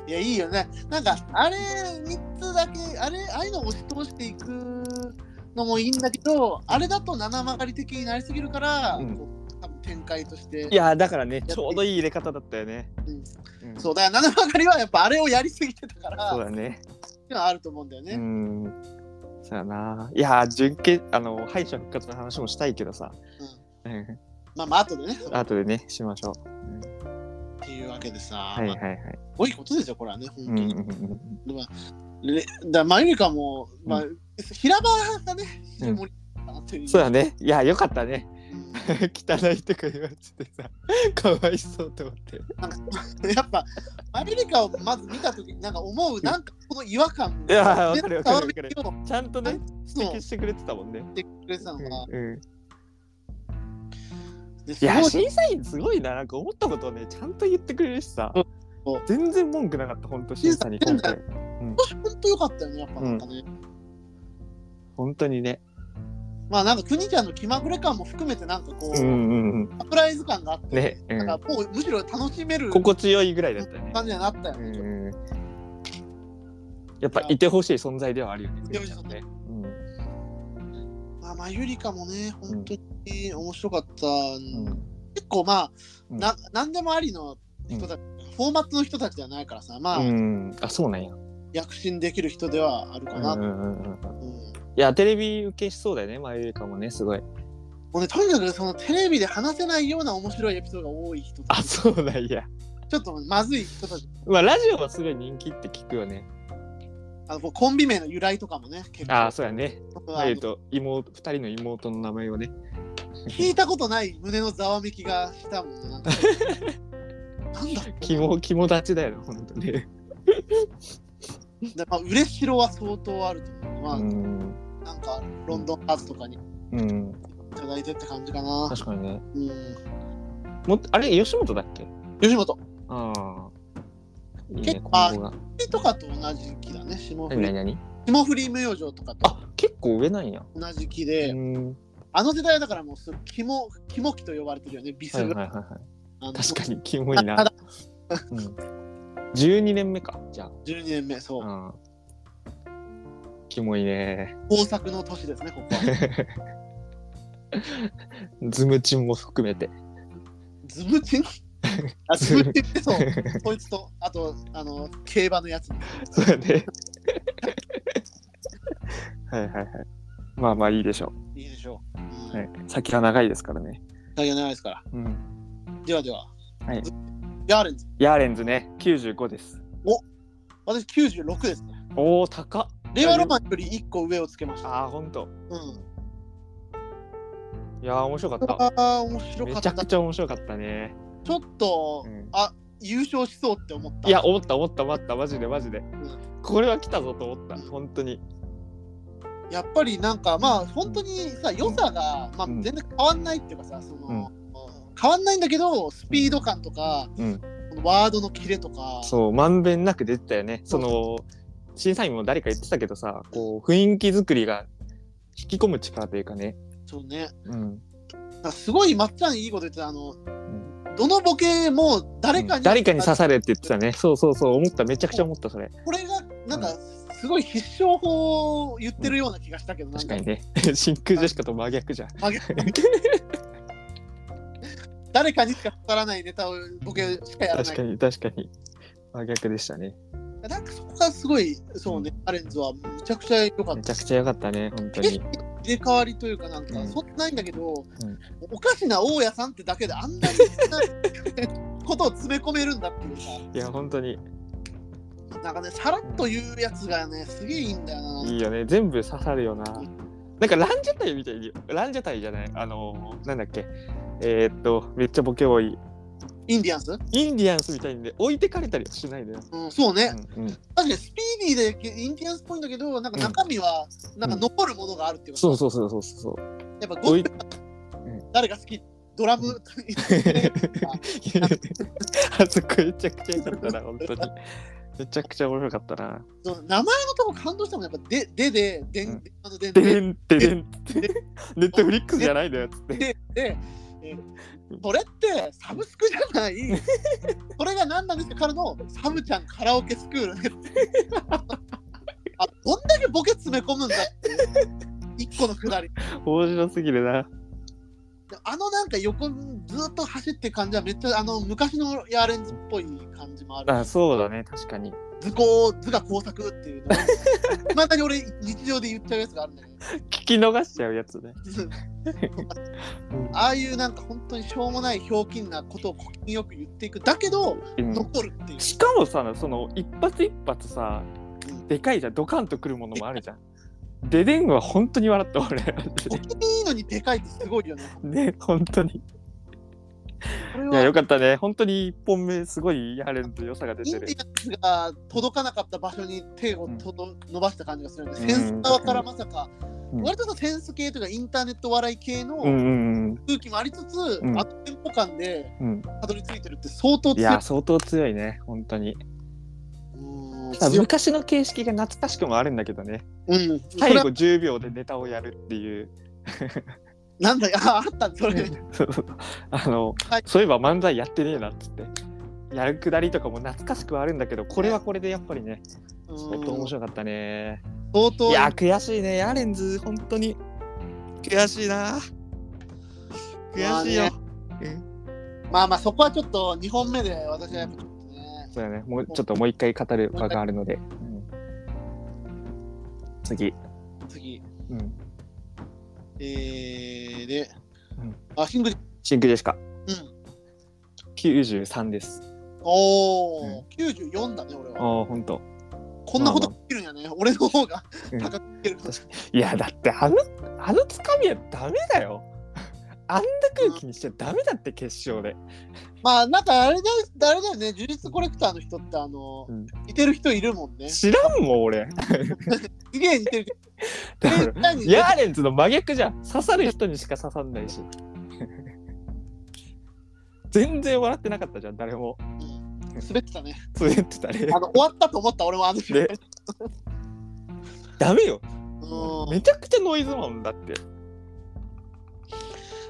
Speaker 2: いや、いいよね。なんか、あれ3つだけ、あれ、ああいうのを押し通していくのもいいんだけど、あれだと七曲がり的になりすぎるから、
Speaker 1: うん
Speaker 2: こう多分展開として。
Speaker 1: いや、だからね、ちょうどいい入れ方だったよね。
Speaker 2: うん
Speaker 1: うん
Speaker 2: そうだよ、七曲がりはやっぱあれをやりすぎてたから、
Speaker 1: そうだね。
Speaker 2: っていうのはあると思うんだよね。
Speaker 1: うん。そうやな。いやー、準決、あの、敗者復活の話もしたいけどさ。うん。
Speaker 2: まあまあ、後でね、っ
Speaker 1: 後でね、しましょう。
Speaker 2: ていうわけでさ、
Speaker 1: はい
Speaker 2: ま
Speaker 1: は
Speaker 2: あ
Speaker 1: いはい。
Speaker 2: すごいことですよ、これはね、本当
Speaker 1: うんうん
Speaker 2: に。
Speaker 1: うん
Speaker 2: まあ、れだマユリカも、まあ
Speaker 1: う。
Speaker 2: 平場がね、非常に盛り上がったなといううん
Speaker 1: そうだね。いや、よかったね。
Speaker 2: うん
Speaker 1: 汚いとか言われててさ、 かわいそうと思って。
Speaker 2: やっぱマユリカをまず見たときになんか思うなんかこの違和感
Speaker 1: いやわかるわかるわかる
Speaker 2: 伝わ
Speaker 1: ちゃんとね、
Speaker 2: るよ
Speaker 1: 指摘してくれてたもんね。
Speaker 2: うしてくれてたのが、
Speaker 1: うんうん
Speaker 2: で
Speaker 1: い
Speaker 2: す
Speaker 1: や
Speaker 2: ごい
Speaker 1: 審査員すごいななんか思ったことをねちゃんと言ってくれるしさ
Speaker 2: うんそう
Speaker 1: 全然文句なかった本当審査に今回
Speaker 2: 本当良かったよねやっぱなんかね、
Speaker 1: 本当にね
Speaker 2: まあなんか国ちゃんの気まぐれ感も含めてなんかこう、
Speaker 1: うんうんうん
Speaker 2: サプライズ感があって、
Speaker 1: ね、う
Speaker 2: なん
Speaker 1: ん、
Speaker 2: かもうむしろ楽しめる
Speaker 1: 心地よいぐらいだったね、
Speaker 2: 感じにはなったよ
Speaker 1: う
Speaker 2: ね、
Speaker 1: ん、やっぱいてほしい存在ではあるよね
Speaker 2: いてほしい存在
Speaker 1: うん
Speaker 2: まあマユリカもね本当に面白かった、
Speaker 1: うん
Speaker 2: 結構まあ、
Speaker 1: うん
Speaker 2: な何でもありの人たち、フォーマットの人たちではないからさまあ、
Speaker 1: うん、あそうなんや、う
Speaker 2: 躍進できる人ではあるか
Speaker 1: んう
Speaker 2: な、
Speaker 1: んうんうん、
Speaker 2: うん
Speaker 1: いやテレビ受けしそうだよねマユリカもねすごい
Speaker 2: もうね、とにかくそのテレビで話せないような面白いエピソードが多い人た
Speaker 1: あ
Speaker 2: ち、
Speaker 1: そうなんや
Speaker 2: ちょっとまずい人たち、
Speaker 1: まあラジオはすごい人気って聞くよね
Speaker 2: あのこうコンビ名の由来とかもね、結構
Speaker 1: あそうやね
Speaker 2: あ
Speaker 1: マ
Speaker 2: の
Speaker 1: ユと妹2人の妹の名前をね
Speaker 2: 聞いたことない胸のざわめきがしたもんね。 なんかなんだっけ
Speaker 1: 肝肝立ちだよね本当に
Speaker 2: だまあ、嬉しろは相当あると思う。まあ、
Speaker 1: うん
Speaker 2: なんかロンドンハーツとかにい
Speaker 1: うん、
Speaker 2: ただいてって感じかな。
Speaker 1: 確かにね。
Speaker 2: うん、
Speaker 1: もっとあれ、吉本だっけ
Speaker 2: 吉本
Speaker 1: ああ。いいね、
Speaker 2: 結
Speaker 1: 今
Speaker 2: 構
Speaker 1: 後が。
Speaker 2: とかと同じ期だね。霜降
Speaker 1: 何
Speaker 2: り
Speaker 1: 何何
Speaker 2: 霜降り明星とかと
Speaker 1: あ、結構上なんや。
Speaker 2: 同じ期
Speaker 1: う
Speaker 2: で、
Speaker 1: ん。は
Speaker 2: あの世代はだからもうすぐ肝肝期と呼ばれてるよね、ビス
Speaker 1: いはい
Speaker 2: ブ。
Speaker 1: はいはい。
Speaker 2: あの
Speaker 1: 確かに、キモいな
Speaker 2: た。
Speaker 1: うん、12年目か、じゃ
Speaker 2: 12年目、そう。
Speaker 1: あ。うん。キモいね。
Speaker 2: 豊作の年ですね、ここは。
Speaker 1: ズムチンも含めて。
Speaker 2: ズムチンあ、ズムチンっ てそう。こいつと、あと、あの、競馬のやつ。
Speaker 1: そうだね。はいはいはい。まあまあいいでしょ
Speaker 2: いいでしょう。
Speaker 1: う。
Speaker 2: う
Speaker 1: は
Speaker 2: ん。
Speaker 1: い、先は長いですからね。
Speaker 2: 大変ないですから。
Speaker 1: うん。
Speaker 2: ではでは。
Speaker 1: はい。
Speaker 2: ヤーレンズ、
Speaker 1: ヤーレンズね、95です。
Speaker 2: 私96ですね。
Speaker 1: おお、高っ。
Speaker 2: 令和ロマンより1個上をつけました。
Speaker 1: ああ、ほんと。
Speaker 2: うん。
Speaker 1: いやー、面白かった。
Speaker 2: ああ、面白
Speaker 1: め
Speaker 2: かっ
Speaker 1: ちゃ
Speaker 2: た。
Speaker 1: く
Speaker 2: ち
Speaker 1: ちゃ面白かったね。
Speaker 2: ょっと、
Speaker 1: うん
Speaker 2: あ、優勝しそうって思った。
Speaker 1: いや、思った思った思った、マジでマジで。これは来たぞと思った、本当に。
Speaker 2: やっぱりなんか、まあ、本当にさ、良さが、まあ、
Speaker 1: うん
Speaker 2: 全然変わんないっていうかさ、その、変わんないんだけど、スピード感とか、
Speaker 1: うん、
Speaker 2: このワードのキレとか、
Speaker 1: そう、まんべんなく出てたよね。その、審査員も誰か言ってたけどさ、こう、雰囲気作りが引き込む力というかね。
Speaker 2: そうね。
Speaker 1: うん。
Speaker 2: あすごいまっちゃんいいこと言ってたあの、どのボケも誰かに,、
Speaker 1: 誰かに刺されって言ってたね。そうそうそう、思った、めちゃくちゃ思った、それ。
Speaker 2: これがなんかすごい必勝法を言ってるような気がしたけど、なん
Speaker 1: 確かにね。 真空ジェシカと真逆じゃん。
Speaker 2: 曲げ誰かにしか刺さらないネタをボケしかやら
Speaker 1: 確
Speaker 2: ない
Speaker 1: かに、確かに。真逆でしたね。
Speaker 2: なんかそこがすごい、そうね、アレンズはむちゃくちゃ良かっ
Speaker 1: めち
Speaker 2: た
Speaker 1: ゃ。くちゃ良かったね、本当
Speaker 2: 景色
Speaker 1: に
Speaker 2: の。入れ替わりというか、なんか、
Speaker 1: うん
Speaker 2: そんなないんだけど、
Speaker 1: ん
Speaker 2: おかしな大家さんってだけであんなにことを詰め込めるんだっていう
Speaker 1: いや、本当に
Speaker 2: さ、なんかね、さらっと言うやつがね、すげえいいんだよな。
Speaker 1: いいよね。全部刺さるよな。なんかランジャタイみたいに、ランジャタイじゃない、あのー、なんだっけ。えーっと、めっちゃボケ多い。
Speaker 2: インディアンス、
Speaker 1: インディアンスみたいにね、置いてかれたりはしないで。
Speaker 2: うん、そうね、
Speaker 1: うんうん
Speaker 2: 確かにスピーディーでインディアンスっぽいんだけど、なんか中身は、なんか残るものがあるっていうか、
Speaker 1: そうそうそうそうそう。
Speaker 2: やっぱゴ
Speaker 1: お
Speaker 2: ッ
Speaker 1: い
Speaker 2: ド誰が好きドラム
Speaker 1: あそこめちゃくちゃ良かったな、本当に。めちゃくちゃ面白かったな。
Speaker 2: その名前のとこ感動したもんやっぱでででで
Speaker 1: うんん
Speaker 2: あので
Speaker 1: で
Speaker 2: で
Speaker 1: んってでんって。ネットフリックスじゃないのよ、つって。
Speaker 2: ででえーそれってサブスクじゃ ないそれが何なんですかからのサブちゃんカラオケスクールねあどんだけボケ詰め込むんだっていう一個のくだり
Speaker 1: 面白すぎるな。
Speaker 2: であのなんか横にずっと走ってる感じはめっちゃあの昔のヤーレンズっぽい感じもある
Speaker 1: あ、そうだね、確かに。
Speaker 2: 図工図が工作っていうのまだに俺日常で言っちゃうやつがあるんだけど
Speaker 1: 聞き逃しちゃうやつね。
Speaker 2: ああ いうなんか本当にしょうもないひょうきんなことをこによく言っていくだけど
Speaker 1: うん
Speaker 2: 残るっていう、
Speaker 1: しかもさ、その一発一発さ
Speaker 2: うん、
Speaker 1: でかいじゃん、ドカンとくるものもあるじゃん。ででんは本当に笑った俺。
Speaker 2: お気に入りのにでかいってすごいよね。
Speaker 1: ね、本当に。い
Speaker 2: これ
Speaker 1: や、
Speaker 2: は
Speaker 1: よかったね。本当に一本目、すごいやれると良さが出
Speaker 2: イ
Speaker 1: て
Speaker 2: ンデ
Speaker 1: る。
Speaker 2: ィアンスが届かなかった場所に手をとど伸ばした感じがするんで、
Speaker 1: うん
Speaker 2: センス側からまさか、
Speaker 1: うん
Speaker 2: 割とそのセンス系というかインターネット笑い系の
Speaker 1: うんうん
Speaker 2: 空気もありつつ、
Speaker 1: うん
Speaker 2: あとテンポ感で
Speaker 1: うん。
Speaker 2: たどり着いてるって相当
Speaker 1: い
Speaker 2: 強い
Speaker 1: や、相当強いね、本当に。
Speaker 2: うーん
Speaker 1: まあ
Speaker 2: 強い。
Speaker 1: 昔の形式が懐かしくもあるんだけどね。
Speaker 2: うん、そ
Speaker 1: 最
Speaker 2: れ
Speaker 1: 後
Speaker 2: は
Speaker 1: 10秒でネタをやるっていう。
Speaker 2: なんだああったそれ。
Speaker 1: あの、
Speaker 2: はい
Speaker 1: そういえば漫才やってねえなっつって。やるくだりとかも懐かしくはあるんだけど、これはこれでやっぱりね、
Speaker 2: うん
Speaker 1: 相当面白かったね。
Speaker 2: 相当
Speaker 1: いや、悔しいね、ヤーレンズ、本当に。悔しいな。
Speaker 2: まあ
Speaker 1: 悔しいよ。
Speaker 2: ねまあまあそこはちょっと2本目で私はやっぱちょっとね。
Speaker 1: そうだね、もうちょっともう一回語る場があるので。うん次。
Speaker 2: 次。
Speaker 1: うん。
Speaker 2: えー、で、
Speaker 1: うん
Speaker 2: あ、シングル、
Speaker 1: 真空ジェシカ、
Speaker 2: うん。
Speaker 1: 93です。
Speaker 2: おー、
Speaker 1: う
Speaker 2: 94だね、俺は。
Speaker 1: ああ、本当。
Speaker 2: こんなことできるんやね。俺の方が
Speaker 1: うん
Speaker 2: 高くいける。
Speaker 1: いや、だってあの、あのつかみはダメだよ。 あんな空気にしちゃダメだって、決勝で。
Speaker 2: まあ、なんかあれだあれだよね、呪術コレクターの人って、あの、
Speaker 1: うん
Speaker 2: 似てる人いるもんね。す
Speaker 1: 知らんもん、俺。
Speaker 2: げえ似てる。
Speaker 1: だから
Speaker 2: え何
Speaker 1: ヤーレンズの真逆じゃん。刺さる人にしか刺さんないし。 全然笑ってなかったじゃん、誰も。
Speaker 2: 滑ってたね。
Speaker 1: そう言ってたね。
Speaker 2: あの、終わったと思った俺もあの人。
Speaker 1: ねダメよ。
Speaker 2: うん
Speaker 1: めちゃくちゃノイズマンだって。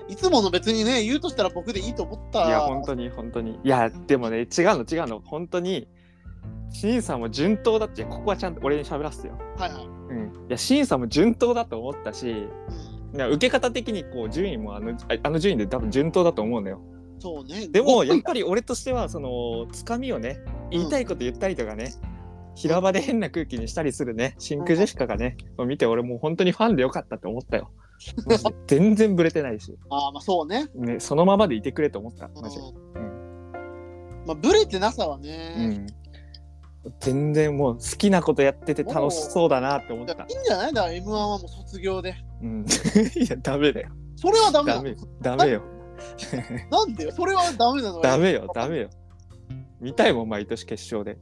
Speaker 2: いつもの別にね、言うとしたら僕でいいと思った。
Speaker 1: いや、本当に、本当に。いや、でもね、違うの、違うの。本当に、シンさんも順当だって、ここはちゃんと俺に喋らせてよ。
Speaker 2: はいはい。
Speaker 1: うん。いや、シンさんも順当だと思ったし、
Speaker 2: うん
Speaker 1: いや受け方的にこう順位もあのああの順位で多分順当だと思うのよ
Speaker 2: そうね。
Speaker 1: でもや
Speaker 2: う
Speaker 1: っ
Speaker 2: ん
Speaker 1: ぱり俺としてはそのつかみをね言いたいこと言ったりとかね、平場で変な空気にしたりするね真空ジェシカがね、見て俺もう本当にファンでよかったって思ったよマジで全然ブレてないし、
Speaker 2: あーまあそうね。
Speaker 1: ね、そのままでいてくれと思ったマジで、
Speaker 2: うんまあ、ブレてなさは
Speaker 1: う
Speaker 2: ね、
Speaker 1: ん、全然もう好きなことやってて楽しそうだなって思っ
Speaker 2: だから
Speaker 1: た
Speaker 2: いいんじゃないだから M1 はもう卒業で。
Speaker 1: うん いやダメだよ
Speaker 2: それはダメ
Speaker 1: ダ
Speaker 2: だ。
Speaker 1: メダメよ
Speaker 2: なんでよ、それはダメなのよ
Speaker 1: ダメよダメよ見たいもん毎年決勝で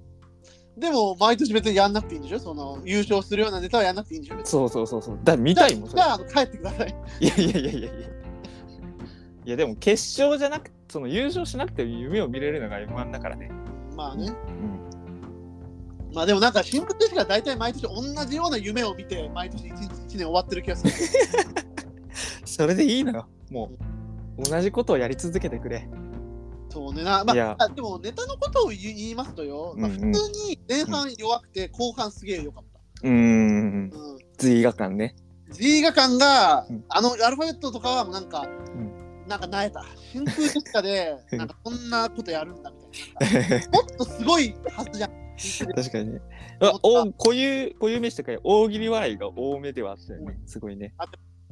Speaker 2: でも、毎年別にやんなくていいんでしょその優勝するようなネタはやんなくていいんでしょ別に
Speaker 1: そうそうそうそう。だ見たいもん。そ
Speaker 2: じ
Speaker 1: れ
Speaker 2: ゃあ、帰ってください。
Speaker 1: いやいやいやいやいや。いやでも決勝じゃなくその優勝しなくても夢を見れるのが M1 だからね。
Speaker 2: まあね。
Speaker 1: うん。
Speaker 2: まあでもなんか、新聞ですが大体毎年同じような夢を見て、毎年一日一年終わってる気 がする。
Speaker 1: それでいいのよ。もう同じことをやり続けてくれ。
Speaker 2: そうねな。ま
Speaker 1: いや
Speaker 2: あ、でもネタのことを言い言いますとよ、まあ、
Speaker 1: う
Speaker 2: 普
Speaker 1: ん
Speaker 2: 通
Speaker 1: うん
Speaker 2: に前半弱くて、後半すげえ良かっ
Speaker 1: うーん
Speaker 2: た。。うん
Speaker 1: 映画館 ね。
Speaker 2: G 画館が、
Speaker 1: うん
Speaker 2: あのアルファベットとかはもうなんか、なんかなえた真空ジェシカでなんかこんなことやるんだみたいななんかもっとすごいはずじゃん
Speaker 1: 確かにね。うわお固有固有名詞とか大喜利笑いが多めではあったよね。すごいね。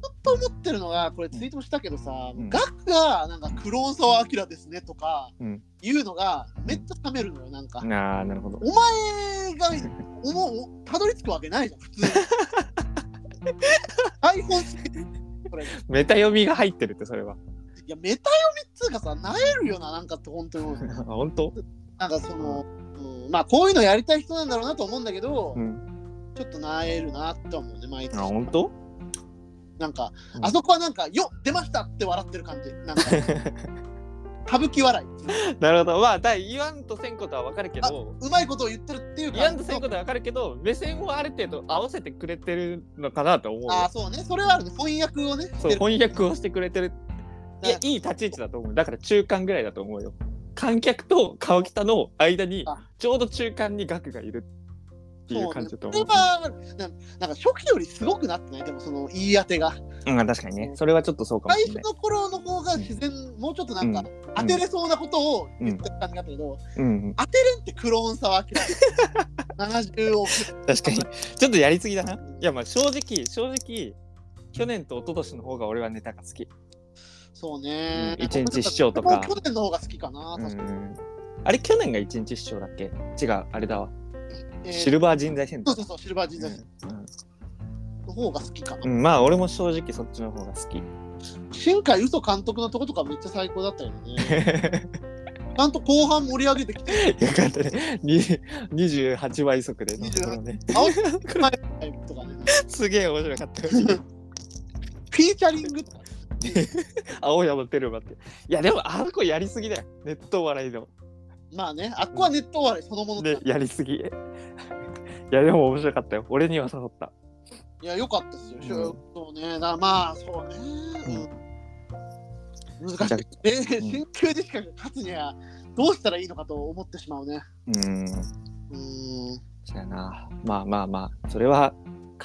Speaker 2: ずっと思ってるのが、これツイートもしたけどさ、
Speaker 1: うん
Speaker 2: ガクがなんか黒沢明ですねとか
Speaker 1: うん
Speaker 2: 言うのがめっちゃ冷めるのよ、なんか。
Speaker 1: ああなるほど。
Speaker 2: お前が思う、たどり着くわけないじゃん、普通に。iPhone これ、い
Speaker 1: メタ読みが入ってるってそれは。
Speaker 2: や、メタ読みっつうかさ、なえるよな、なんかって本当に思う。
Speaker 1: あ本当？
Speaker 2: なんかその、うんまあこういうのやりたい人なんだろうなと思うんだけど、
Speaker 1: うん。
Speaker 2: ちょっとなえるなって思うね、毎
Speaker 1: あ
Speaker 2: 日。
Speaker 1: 本当？
Speaker 2: なんか、
Speaker 1: うん
Speaker 2: あそこはなんか、よっ出ましたって笑ってる感じ。なん か、歌舞伎笑い。
Speaker 1: なるほど。まあだい言わんとせんことはわかるけど。
Speaker 2: うまいことを言ってるっていう
Speaker 1: 言わん
Speaker 2: 感
Speaker 1: と
Speaker 2: じ
Speaker 1: せんことはわかるけど目線をある程度合わせてくれてるのかなと思うよ。
Speaker 2: ああ、そうね。それはあるね。翻訳をね、し
Speaker 1: そ
Speaker 2: て
Speaker 1: う
Speaker 2: る。
Speaker 1: 翻訳をしてくれてるいや
Speaker 2: だから
Speaker 1: いい立ち位置だと思うだから中間ぐらいだと思うよ観客と川北の間に
Speaker 2: あ
Speaker 1: ちょうど中間に額がいるっていう感じだと
Speaker 2: そ
Speaker 1: 思
Speaker 2: うね
Speaker 1: う
Speaker 2: それはあるなんなんか初期よりすごくなってないでもその言い当てが
Speaker 1: うん確かにねそれはちょっとそうかも
Speaker 2: 最
Speaker 1: しれな
Speaker 2: 初
Speaker 1: い
Speaker 2: の頃の方が自然、もうちょっとなんか
Speaker 1: う
Speaker 2: 当てれそうなことを言ってる感じだったけど、
Speaker 1: うん
Speaker 2: 当てれんってクローンさは明らかに70億
Speaker 1: 確 かにちょっとやりすぎだないやまあ正直正直去年と一昨年の方が俺はネタが好き
Speaker 2: そうね、
Speaker 1: うん一日視聴とか
Speaker 2: 僕も去年の方が好きかな、
Speaker 1: う
Speaker 2: 確かに
Speaker 1: んあれ去年が一日視聴だっけ違うあれだわ
Speaker 2: えー
Speaker 1: シルバー人材センタ
Speaker 2: そう
Speaker 1: ー
Speaker 2: そうそう、シルバー人材の方が好きかな。
Speaker 1: うんうんまあ俺も正直そっちの方が好き
Speaker 2: 新海嘘監督のとことかめっちゃ最高だったよね。 ちゃんと後半盛り上げてきて、
Speaker 1: よかったね。に28倍速でのところね。
Speaker 2: 青木舞とかね、
Speaker 1: すげえ面白かった。
Speaker 2: フィーチャリングとか、
Speaker 1: 青山テルマって。いや、でもあの子やりすぎだよ。ネットお笑いの。
Speaker 2: まあね、あっこはネット笑いそのものだ
Speaker 1: で、やりすぎ。いや、でも面白かったよ。俺には誘った。
Speaker 2: いや、良かったですよ。
Speaker 1: うん
Speaker 2: そうね、だからまあ、そうね。うん難しい。えー、
Speaker 1: うん
Speaker 2: 新旧でしか勝つにはどうしたらいいのかと思ってしまうね。
Speaker 1: うん。
Speaker 2: うーん。
Speaker 1: そうやな。まあまあまあ、それは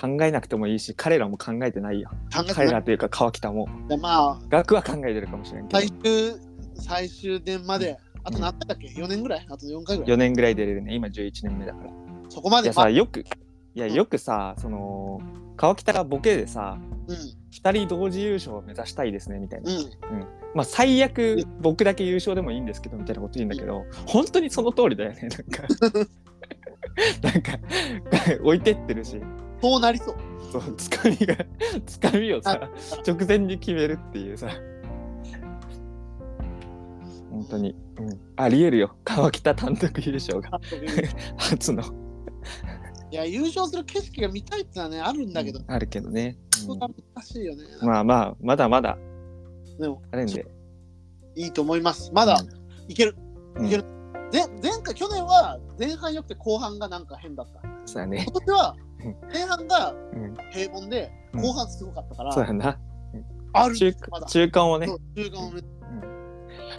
Speaker 1: 考えなくてもいいし、彼らも考えてないよ。
Speaker 2: 考えて
Speaker 1: 彼
Speaker 2: な
Speaker 1: ら
Speaker 2: い
Speaker 1: というか川北も。
Speaker 2: でまあ、
Speaker 1: 学は考えてるかもしれんけ
Speaker 2: 最
Speaker 1: ど。
Speaker 2: 終、最終年まで、あと何回だっけ ?4 年ぐらいあと4回ぐら
Speaker 1: 4
Speaker 2: い
Speaker 1: 年ぐらい出れるね。今11年目だから。
Speaker 2: そこま
Speaker 1: い
Speaker 2: で
Speaker 1: や
Speaker 2: まあ
Speaker 1: さ、よく、いや、よくさ、その、川北がボケでさ、
Speaker 2: うん、
Speaker 1: 2人同時優勝を目指したいですねみたいな、
Speaker 2: うん。
Speaker 1: まあ最悪僕だけ優勝でもいいんですけどみたいなこと言うんだけど、本当にその通りだよねなんかな んか置いてってるし
Speaker 2: そうなりそう。
Speaker 1: そうつかみがつかみをさ直前に決めるっていうさ本当に、うん、ありえるよ川北単独優勝が初の
Speaker 2: いや、優勝する景色が見たいってのはね、あるんだけど、
Speaker 1: あるけどね、
Speaker 2: そこ
Speaker 1: う
Speaker 2: が難しいよね。
Speaker 1: んまあまあまだまだ
Speaker 2: でも、
Speaker 1: あるんで
Speaker 2: いいと思います。まだいける。
Speaker 1: うん
Speaker 2: いける。ぜ前回、去年は前半良くて後半がなんか変だった。
Speaker 1: そうだね
Speaker 2: 今年は
Speaker 1: うん
Speaker 2: 前半が
Speaker 1: うん
Speaker 2: 平凡で、
Speaker 1: うん
Speaker 2: 後半すごかったから、
Speaker 1: そうだな
Speaker 2: あるんで
Speaker 1: 中
Speaker 2: すまだ。
Speaker 1: 中間をね
Speaker 2: そう中間をめ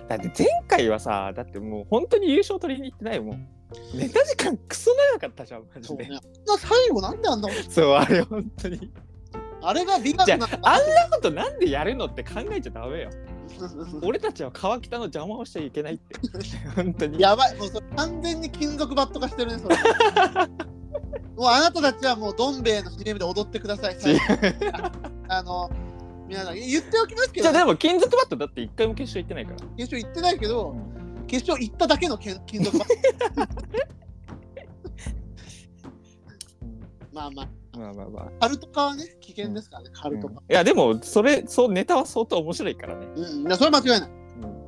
Speaker 1: だって前回はさだってもう本当に優勝取りに行ってないもんネタ時間クソ長かったじゃんマ
Speaker 2: そ
Speaker 1: ジ
Speaker 2: うね
Speaker 1: で。
Speaker 2: あんな最後なんであんなこと
Speaker 1: そうあれ本当に
Speaker 2: あれが美学
Speaker 1: じ
Speaker 2: な
Speaker 1: ゃ
Speaker 2: ん
Speaker 1: あ
Speaker 2: だ。
Speaker 1: あんなことなんでやるのって考えちゃダメよ俺たちは川北の邪魔をしちゃいけないって 本当に
Speaker 2: やばい、もうそれ完全に金属バット化してる ね、それ。もうあなたたちはもうどん兵衛の CM で踊ってく ださい。
Speaker 1: 違う
Speaker 2: あの、皆さん、言っておきますけ
Speaker 1: じゃ
Speaker 2: ど、
Speaker 1: あでも金属バットだって一回も決勝行ってないから
Speaker 2: 決勝行ってないけど、
Speaker 1: う
Speaker 2: 決勝行っただけの金金属バット。まあまあ、
Speaker 1: まあまあまあ、
Speaker 2: カルト化はね、危険ですからね、カルト
Speaker 1: うんい
Speaker 2: 化。
Speaker 1: やでもそれそうネタは相当面白いからね、
Speaker 2: うん、いや、それは間違いない。
Speaker 1: うん
Speaker 2: 間違い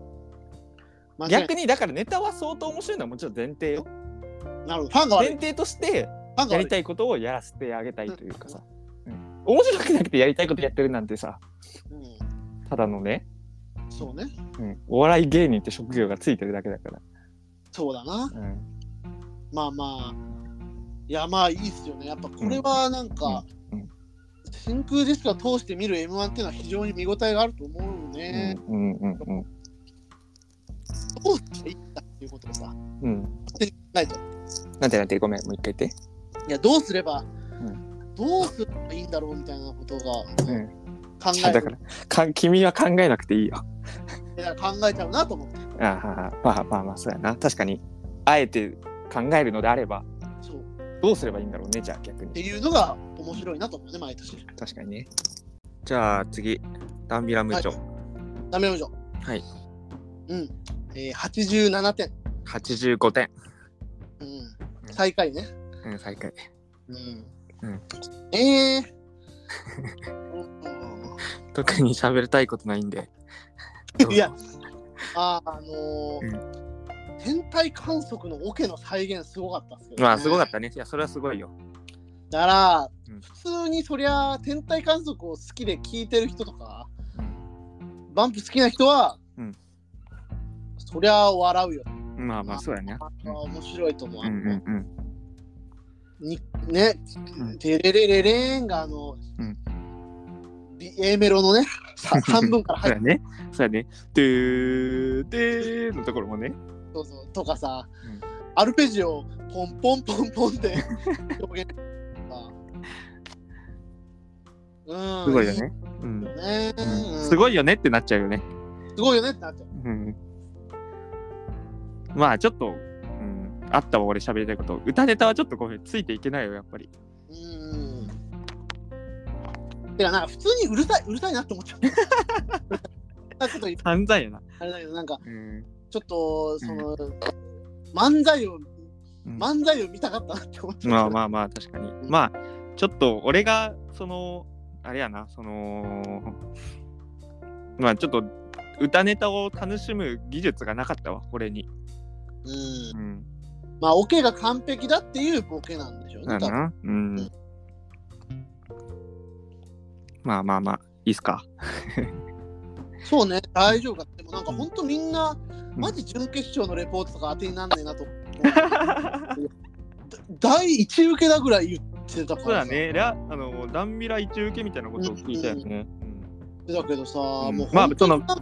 Speaker 2: ない。
Speaker 1: 逆にだからネタは相当面白いのはもちろん前提よ
Speaker 2: なるほど。ファンが悪い。
Speaker 1: 前提として
Speaker 2: ファ
Speaker 1: や
Speaker 2: ンが
Speaker 1: り
Speaker 2: 悪い。
Speaker 1: たいことをやらせてあげたいというかさ、うん面白くなくてやりたいことやってるなんてさ
Speaker 2: う
Speaker 1: ただのね、
Speaker 2: ん、そうね。
Speaker 1: うん、お笑い芸人って職業がついてるだけだから、
Speaker 2: そうだな。
Speaker 1: うん
Speaker 2: まあまあ。いや、まあいいっすよね。やっぱこれはなんか、
Speaker 1: うんうん
Speaker 2: 真空ジェシカ通して見る M1 っていうのは非常に見応えがあると思うね。
Speaker 1: うんうんうん
Speaker 2: どうしたらいいんだっていうことをさ、勝
Speaker 1: うんうん
Speaker 2: 手に考えちゃう
Speaker 1: なんてなんてごめんもう一回言って、
Speaker 2: いや、どうすれば、
Speaker 1: ん
Speaker 2: どうすればいいんだろうみたいなことが
Speaker 1: うん、
Speaker 2: 考
Speaker 1: いや
Speaker 2: え
Speaker 1: だからか君は考えなくていいよ
Speaker 2: いや考えちゃうなと思って。
Speaker 1: ああまあまあまあそうやな確かにあえて考えるのであれば
Speaker 2: そうっ
Speaker 1: どうすればいいんだろうねじゃあ逆
Speaker 2: て
Speaker 1: に
Speaker 2: いうのが面白いなと思うね毎年
Speaker 1: 確かにねじゃあ次ダンビラムーチョ、
Speaker 2: ダメよ女
Speaker 1: はい
Speaker 2: うん、えー、87点、
Speaker 1: 85点、
Speaker 2: うん、最下位ね
Speaker 1: うん、最下位
Speaker 2: うん、
Speaker 1: うん
Speaker 2: えー うん
Speaker 1: 特に喋りたいことないん で
Speaker 2: いやあーあのー
Speaker 1: う
Speaker 2: 天体観測の桶の再現すごかったっすけど、
Speaker 1: まあすごかったねいやそれはすごいよ
Speaker 2: だから、
Speaker 1: うん
Speaker 2: 普通にそりゃ天体観測を好きで聞いてる人とか、バンプ好きな人は、
Speaker 1: うん
Speaker 2: そりゃ笑うよ。
Speaker 1: まあまあそうやね
Speaker 2: あー面白いと思う。
Speaker 1: うんうんうん
Speaker 2: にね、
Speaker 1: うん
Speaker 2: テレレレレーンがあの、
Speaker 1: うん
Speaker 2: ビ A メロ のね、さ半分から
Speaker 1: そう
Speaker 2: 入
Speaker 1: や
Speaker 2: る
Speaker 1: ねそうやねでーでーのところもね
Speaker 2: そうそうとかさ、
Speaker 1: うん
Speaker 2: アルペジオをポンポンポンポンって 表現さ。うん、
Speaker 1: すごいよねうん
Speaker 2: いいよね。
Speaker 1: うん
Speaker 2: うん
Speaker 1: すごいよねってなっちゃうよね。
Speaker 2: すごいよねってなっちゃう。
Speaker 1: うん、まあちょっと、うん、あったわ俺喋りたいこと歌ネタはちょっとごめんついていけないよやっぱり。
Speaker 2: うん。てか、なんか普通にうるさい、うるさいなって思っちゃう。ちょっと
Speaker 1: 散々やな。
Speaker 2: あれだけど、なんか
Speaker 1: うん、
Speaker 2: ちょっと、その、漫才を、
Speaker 1: うん
Speaker 2: 漫才を見たかったなって思っちゃう。
Speaker 1: まあまあまあ確かに。まあちょっと俺がそのあれやなそのまあちょっと歌ネタを楽しむ技術がなかったわ俺に。
Speaker 2: うん。
Speaker 1: うん、
Speaker 2: まあ、オ、ケが完璧だっていうボケなんでしょう
Speaker 1: だ
Speaker 2: ね。多分
Speaker 1: な。うん。まあまあまあいいっすか。
Speaker 2: そうね、大丈夫か。でもなんか本当みんな、マジ準決勝のレポートとか当てになんねえなと思 う。第一受けだぐらい言ってたから
Speaker 1: そうだ
Speaker 2: さ
Speaker 1: ね。ラあのダンミラ一受けみたいなことを聞いたよね。
Speaker 2: だけどさ、
Speaker 1: うん
Speaker 2: もう
Speaker 1: まあ
Speaker 2: 本当に
Speaker 1: その
Speaker 2: なんか、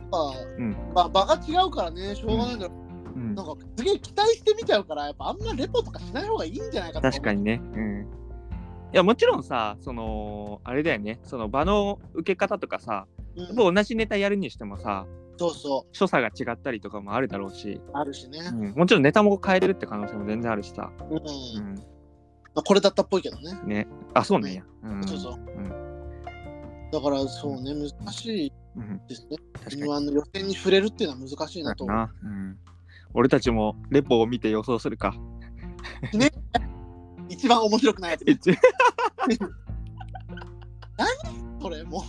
Speaker 1: ん
Speaker 2: まあ、場が違うからね、しょうがないんだろ
Speaker 1: う
Speaker 2: う
Speaker 1: ん
Speaker 2: なんかすげえ期待してみちゃうから、やっぱあんまレポとかしない方がいいんじゃないかと
Speaker 1: 確かにね。うん。いやもちろんさそのあれだよねその場の受け方とかさ
Speaker 2: に、
Speaker 1: や
Speaker 2: う
Speaker 1: っ
Speaker 2: ん
Speaker 1: ぱ同じネタやるにしてもさ
Speaker 2: そうそ
Speaker 1: 所作が違ったりとかもあるだろうし、
Speaker 2: う、あるしね。
Speaker 1: うんもちろんネタも変えれるって可能性も全然あるしさ、
Speaker 2: うん。
Speaker 1: う
Speaker 2: ま
Speaker 1: ん、
Speaker 2: あ、これだったっぽいけどね。
Speaker 1: ねあそうなんや、うん、
Speaker 2: そうそう。
Speaker 1: ん
Speaker 2: だから、そうね、難しい
Speaker 1: うん、
Speaker 2: ですね。
Speaker 1: 確かに
Speaker 2: M1 の予選に触れるっていうのは難しいなと
Speaker 1: だ
Speaker 2: 思う。
Speaker 1: な、うん、俺たちもレポを見て予想するか
Speaker 2: 一番面白くないやつ、
Speaker 1: 一
Speaker 2: それ、もう。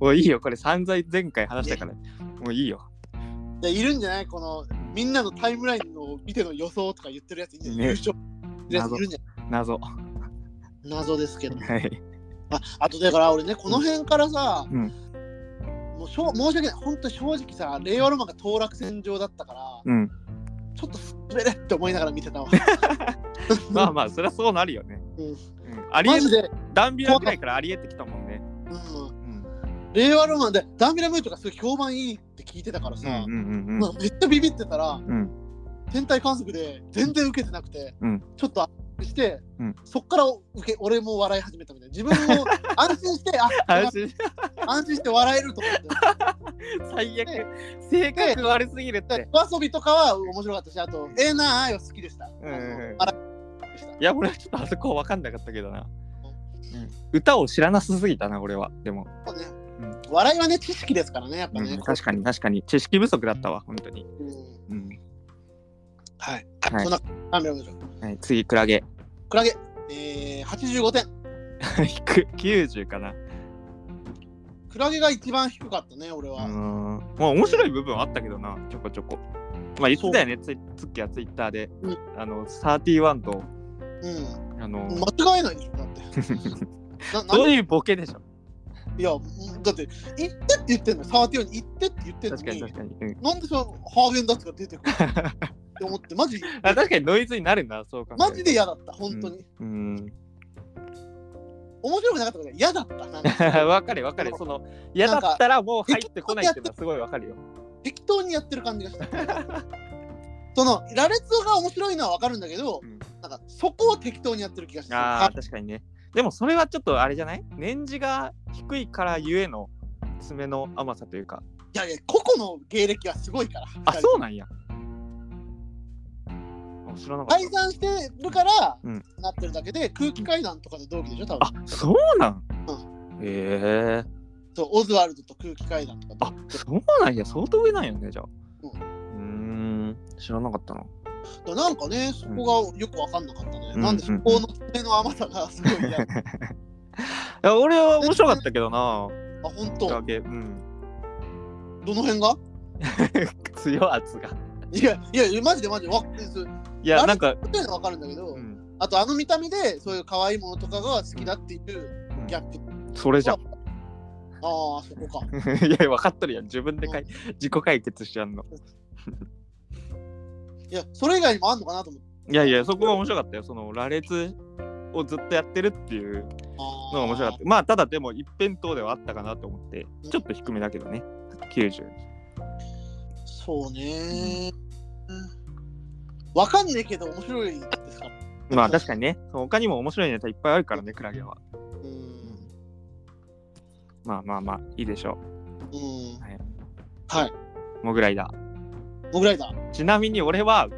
Speaker 1: もういいよこれ散々前回話したからもういいよ
Speaker 2: でいるんじゃないこの、みんなのタイムラインの見ての予想とか言ってるやついるんじゃない、
Speaker 1: ね
Speaker 2: 優勝してるやついるんじゃない
Speaker 1: 謎
Speaker 2: 謎ですけど。
Speaker 1: はい
Speaker 2: ああとだから俺ねこの辺からさ、
Speaker 1: うん
Speaker 2: もうしょう申し訳ない本当に正直さ令和ロマンが当落戦場だったから
Speaker 1: うん
Speaker 2: ちょっと滑れって思いながら見てたわ
Speaker 1: まあまあそりゃそうなるよね、
Speaker 2: うん
Speaker 1: うん、ありえ
Speaker 2: マジで、
Speaker 1: ダンビラぐらいからありえてきたもんね
Speaker 2: うん、
Speaker 1: うん
Speaker 2: 令和ロマンでダンビラムーとかすごい評判いいって聞いてたからさ、
Speaker 1: うん
Speaker 2: まあ、めっちゃビビってたら
Speaker 1: うん
Speaker 2: 天体観測で全然受けてなくて、
Speaker 1: うん
Speaker 2: ちょっと圧迫して、
Speaker 1: うん
Speaker 2: そっから受け俺も笑い始めたみたいな自分も安心してあ
Speaker 1: 安心
Speaker 2: 安心して笑えると思って。
Speaker 1: 最悪性格悪すぎるっ
Speaker 2: だ
Speaker 1: て
Speaker 2: から夜遊びとかは面白かったし、あと、ええなあよ好きでした。
Speaker 1: うん
Speaker 2: あのあらでした
Speaker 1: いや俺はちょっとあそこは分かんなかったけどな、うん、歌を知らなすすぎたな俺はでも、
Speaker 2: そうね
Speaker 1: うん
Speaker 2: 笑いはね、知識ですからね、やっぱ
Speaker 1: う
Speaker 2: ね。
Speaker 1: ん、確かに確かに知識不足だったわ本当に、
Speaker 2: うん。
Speaker 1: うん
Speaker 2: はい。
Speaker 1: はい
Speaker 2: そんな、あみろみろ。
Speaker 1: はい、次クラゲ
Speaker 2: クラゲ、えー、85点。
Speaker 1: 低90かな
Speaker 2: クラゲが一番低かったね、俺は。
Speaker 1: うんまあ面白い部分はあったけどなちょこちょこまあ言ってたよねツイツッキーはツイッターで、
Speaker 2: うん
Speaker 1: あの31と
Speaker 2: うん。
Speaker 1: あの
Speaker 2: 間違えないでしょ、だって。 ななん
Speaker 1: どう
Speaker 2: で
Speaker 1: いうボケでしょ
Speaker 2: いや、うんだって、行ってって言ってんの、触ってように行ってって言ってんの
Speaker 1: 確かに
Speaker 2: に、
Speaker 1: 確かに、うん、
Speaker 2: なんでそのハーゲンダッツが出てくるって思って、マ ジ、
Speaker 1: あ確かにノイズになるなそうか
Speaker 2: マジで嫌だった、本当に。
Speaker 1: うん
Speaker 2: 面白くなかったから嫌だった。なん か
Speaker 1: わかるわかる。その嫌だったらもう入ってこないっていうのはすごいわかるよ。
Speaker 2: 適当にやってる感じがした。その羅列が面白いのはわかるんだけど、
Speaker 1: うん
Speaker 2: なんかそこを適当にやってる気がして
Speaker 1: ああ
Speaker 2: は
Speaker 1: 確かにね。でもそれはちょっとあれじゃない年次が低いからゆえの爪の甘さというか。
Speaker 2: いやいや個々の芸歴はすごいから
Speaker 1: あそう
Speaker 2: な
Speaker 1: なんや。の知らなかっ
Speaker 2: 改ざんしてるから、
Speaker 1: うん
Speaker 2: なってるだけで空気階段とかと同期でしょ多
Speaker 1: た。あ
Speaker 2: 分
Speaker 1: そうなんへえ。
Speaker 2: そうオズワルドと空気階段とか
Speaker 1: あそうなんや、相当上なんやね、じゃあ。うーん、知らなかったな。
Speaker 2: となんかねそこがよく分かんなかったね、
Speaker 1: うん
Speaker 2: なんでそこの爪の甘さがすごい嫌 あ
Speaker 1: いや俺は面白かったけどな、
Speaker 2: 本
Speaker 1: き
Speaker 2: 当
Speaker 1: っかけ。うん。
Speaker 2: どの辺が
Speaker 1: 強圧が。
Speaker 2: いやいやいやマジでマジでわそう
Speaker 1: いや、
Speaker 2: あれ
Speaker 1: なんか、
Speaker 2: いうの分かるんだけど、
Speaker 1: うん
Speaker 2: あとあの見た目でそういう可愛いものとかが好きだっていうギャップ、
Speaker 1: それじゃん。
Speaker 2: ああそこか
Speaker 1: いや、分かっとるやん。自分でかい自己解決しちゃんの。
Speaker 2: いやそれ以外にもあんのかなと思って
Speaker 1: いやいや、そこが面白かったよ。その、羅列をずっとやってるっていう
Speaker 2: あー
Speaker 1: のが面白かった。まあ、ただでも一辺倒ではあったかなと思って、ちょっと低めだけどね。90。
Speaker 2: そうねわかんねえけど面白いですから
Speaker 1: まあ、確かにね、その他にも面白いネタいっぱいあるからね、クラゲは。
Speaker 2: うん
Speaker 1: まあまあまあ、いいでしょ
Speaker 2: うん
Speaker 1: はい
Speaker 2: はい、
Speaker 1: う。モグライダー。
Speaker 2: モグライダー
Speaker 1: ちなみに俺は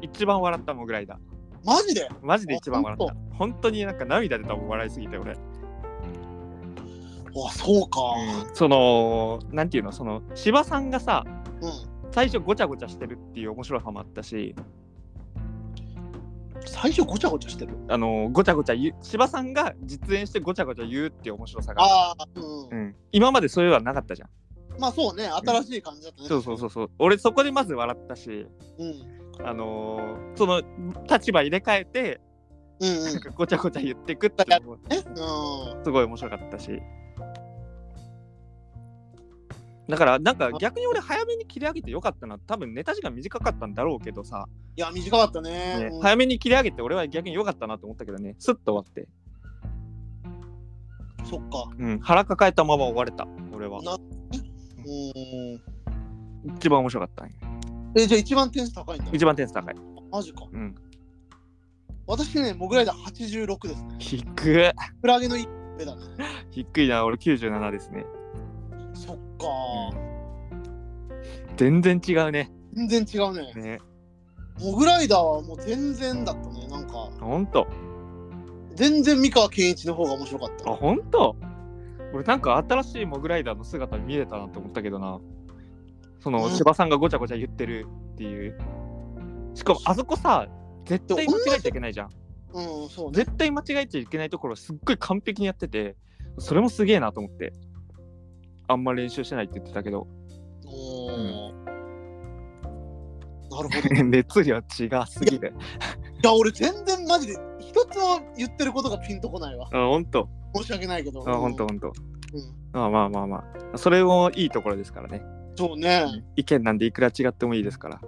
Speaker 1: 一番笑ったモグライダー。
Speaker 2: マジで
Speaker 1: マジで一番笑った。本当になんか涙出たもん笑いすぎて俺。
Speaker 2: あそうか
Speaker 1: その、なんていうの、その、芝さんがさ、
Speaker 2: うん、
Speaker 1: 最初ごちゃごちゃしてるっていう面白さもあったし、
Speaker 2: 最初ごちゃごちゃしてる
Speaker 1: あのごちゃごちゃ言う、芝さんが実演してごちゃごちゃ言うっていう面白さが。
Speaker 2: ああうん、
Speaker 1: うん、今までそういうのはなかったじゃん。
Speaker 2: まあそうね新しい感じだったね
Speaker 1: そうそうそうそう。俺そこでまず笑ったし、
Speaker 2: うん、うん
Speaker 1: あのーその立場入れ替えて、
Speaker 2: うん
Speaker 1: なんかごちゃごちゃ言ってくっていうのも
Speaker 2: えうん
Speaker 1: すごい面白かったし。だから、なんか逆に俺早めに切り上げてよかったな。多分ネタ時間短かったんだろうけどさ、
Speaker 2: いや短かったね
Speaker 1: ね
Speaker 2: うん
Speaker 1: 早めに切り上げて俺は逆によかったなと思ったけどね、スッと終わって。
Speaker 2: そっか
Speaker 1: うん、腹抱えたまま終われた、俺は。
Speaker 2: なうん
Speaker 1: 一番面白かった、ね。
Speaker 2: えじゃあ一番点数高いんだ
Speaker 1: 一番点数高い。
Speaker 2: マジか
Speaker 1: うん。
Speaker 2: 私ねモグライダー86ですね
Speaker 1: 低い。
Speaker 2: クラゲの一上だね
Speaker 1: 低いな、俺97ですね。
Speaker 2: そっか
Speaker 1: 全然違うね。
Speaker 2: 全然違うね
Speaker 1: ね、
Speaker 2: モグライダーはもう全然だったねなんか
Speaker 1: ほんと。
Speaker 2: 全然三河健一の方が面白かった
Speaker 1: あ、ほんと。俺なんか新しいモグライダーの姿見れたなと思ったけどな。その、
Speaker 2: うん
Speaker 1: 芝さんがごちゃごちゃ言ってるっていう。しかもあそこさ、絶対間違えちゃいけないじゃん。
Speaker 2: うんそうね
Speaker 1: 絶対間違えちゃいけないところをすっごい完璧にやってて、それもすげえなと思って。あんま練習してないって言ってたけど、
Speaker 2: お
Speaker 1: う
Speaker 2: ーなるほどい
Speaker 1: 熱量違すぎて。
Speaker 2: や俺全然マジで一つも言ってることがピンとこないわ
Speaker 1: あ、ほんと。
Speaker 2: 申し訳ないけど
Speaker 1: あ、ほんとほんと。
Speaker 2: うん
Speaker 1: まあまあまあまあ。それもいいところですからね。
Speaker 2: そうね
Speaker 1: 意見なんでいくら違ってもいいですから。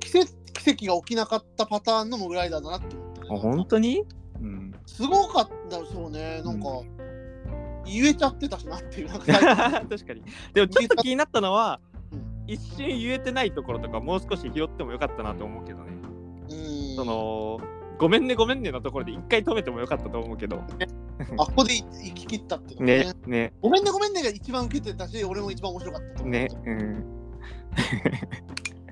Speaker 2: 奇跡奇跡が起きなかったパターンのモグライダーだなって思ったね
Speaker 1: あ、ほんとにうん。
Speaker 2: すごかったそうねなんか、言えちゃってたしなっていうな んか
Speaker 1: 確かにでもちょっと気になったのは
Speaker 2: うん
Speaker 1: 一瞬言えてないところとかもう少し拾ってもよかったなと思うけどね
Speaker 2: うん
Speaker 1: そのごめんねごめんねのところで一回止めてもよかったと思うけど
Speaker 2: あここで行き切ったっていうのが
Speaker 1: ねね
Speaker 2: ごめんねごめんねが一番受けてたし俺も一番面白かったと思う
Speaker 1: ねうん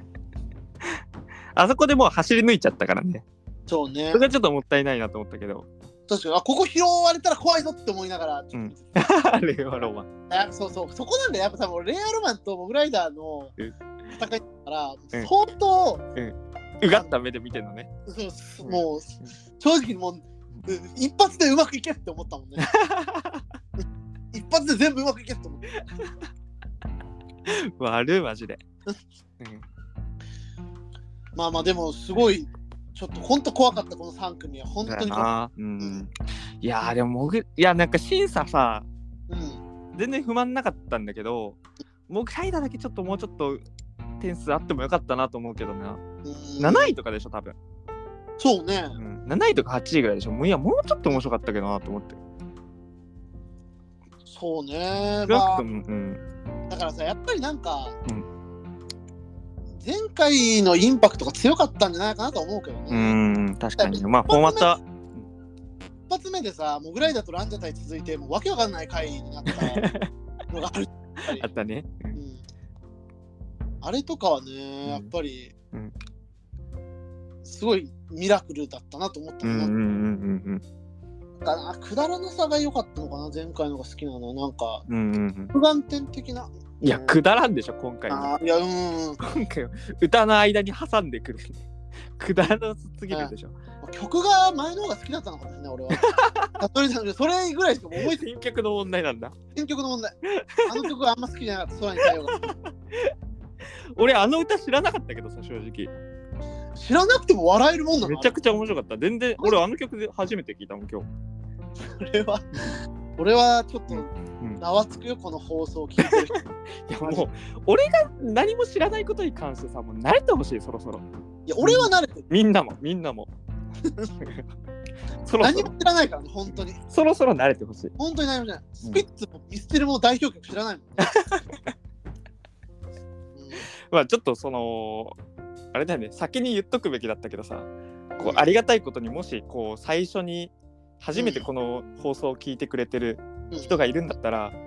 Speaker 1: あそこでもう走り抜いちゃったからね
Speaker 2: そうね
Speaker 1: それがちょっともったいないなと思ったけど
Speaker 2: 確かにあここ拾われたら怖いぞって思いながら、
Speaker 1: うん令和ロマン
Speaker 2: あそうそうそこなんだよやっぱ多分レアロマンとモグライダーの
Speaker 1: うん
Speaker 2: 戦いだから
Speaker 1: ん
Speaker 2: 相当、
Speaker 1: うがった目で見てんのね
Speaker 2: そうすもう正直もうう一発でうまくいけって思っ たもんね一発で全部うまくいけって思った
Speaker 1: 悪いマジで、うん
Speaker 2: まあまあでもすごいちょっと本当怖かったこの3組は本当に怖い、
Speaker 1: なうんいやーでももぐいやなんか審査さ
Speaker 2: うん、
Speaker 1: 全然不満なかったんだけどもうグライダーだけちょっともうちょっと点数あってもよかったなと思うけどな、
Speaker 2: うん
Speaker 1: 7位とかでしょ多分、
Speaker 2: そうね
Speaker 1: うん、7位とか8位ぐらいでしょもういやもうちょっと面白かったけどなと思って
Speaker 2: そう
Speaker 1: 少な
Speaker 2: ねま
Speaker 1: く
Speaker 2: あ
Speaker 1: ともうん
Speaker 2: だからさやっぱりなんか、
Speaker 1: う
Speaker 2: 前回のインパクトが強かったんじゃないかなと思うけどね、
Speaker 1: うん確かにまあフォーマットは
Speaker 2: 一発目でさモグライダーとランジャタイ続いてもうわけわかんない回になったのがあるやっぱ り
Speaker 1: あったね、うん
Speaker 2: うんあれとかはね、やっぱり、
Speaker 1: うん
Speaker 2: すごいミラクルだったなと思った
Speaker 1: うんうん
Speaker 2: の、
Speaker 1: うんうん
Speaker 2: だからくだらなさが良かったのかな前回のが好きなのはなんか
Speaker 1: うんうんうんうん
Speaker 2: 不眼点的な
Speaker 1: いうや
Speaker 2: ん
Speaker 1: くだらんでしょ今回は
Speaker 2: あーいやうん
Speaker 1: 今回は歌の間に挟んでくるくだらなすぎるでしょ
Speaker 2: 曲が前の方が好きだったのかもしれない 俺はそれなのでそれぐらいしかもう覚えて
Speaker 1: 選曲の問題なんだ
Speaker 2: 選曲の問題あの曲があんま好きじゃなかった空に太陽が
Speaker 1: 俺あの歌知らなかったけどさ正直
Speaker 2: 知らなくても笑えるもんなの
Speaker 1: めちゃくちゃ面白かった全然俺あの曲で初めて聞いたもん今日
Speaker 2: 俺は俺はちょっと
Speaker 1: うん
Speaker 2: ざわつくよこの放送を聞いてる人い
Speaker 1: いやもう俺が何も知らないことに関してさもう慣れてほしいそろそろ
Speaker 2: や俺は慣れてる
Speaker 1: みんなもみんな もそろそ
Speaker 2: 何
Speaker 1: ろ
Speaker 2: も知らないからね本当に
Speaker 1: そろそろ慣れてほしい
Speaker 2: 本当に何も知らないスピッツもミステルも代表曲知 らないもん、うん
Speaker 1: まあちょっとそのあれだよね先に言っとくべきだったけどさこうありがたいことにもしこう最初に初めてこの放送を聞いてくれてる
Speaker 2: うん
Speaker 1: 人がいるんだったら、も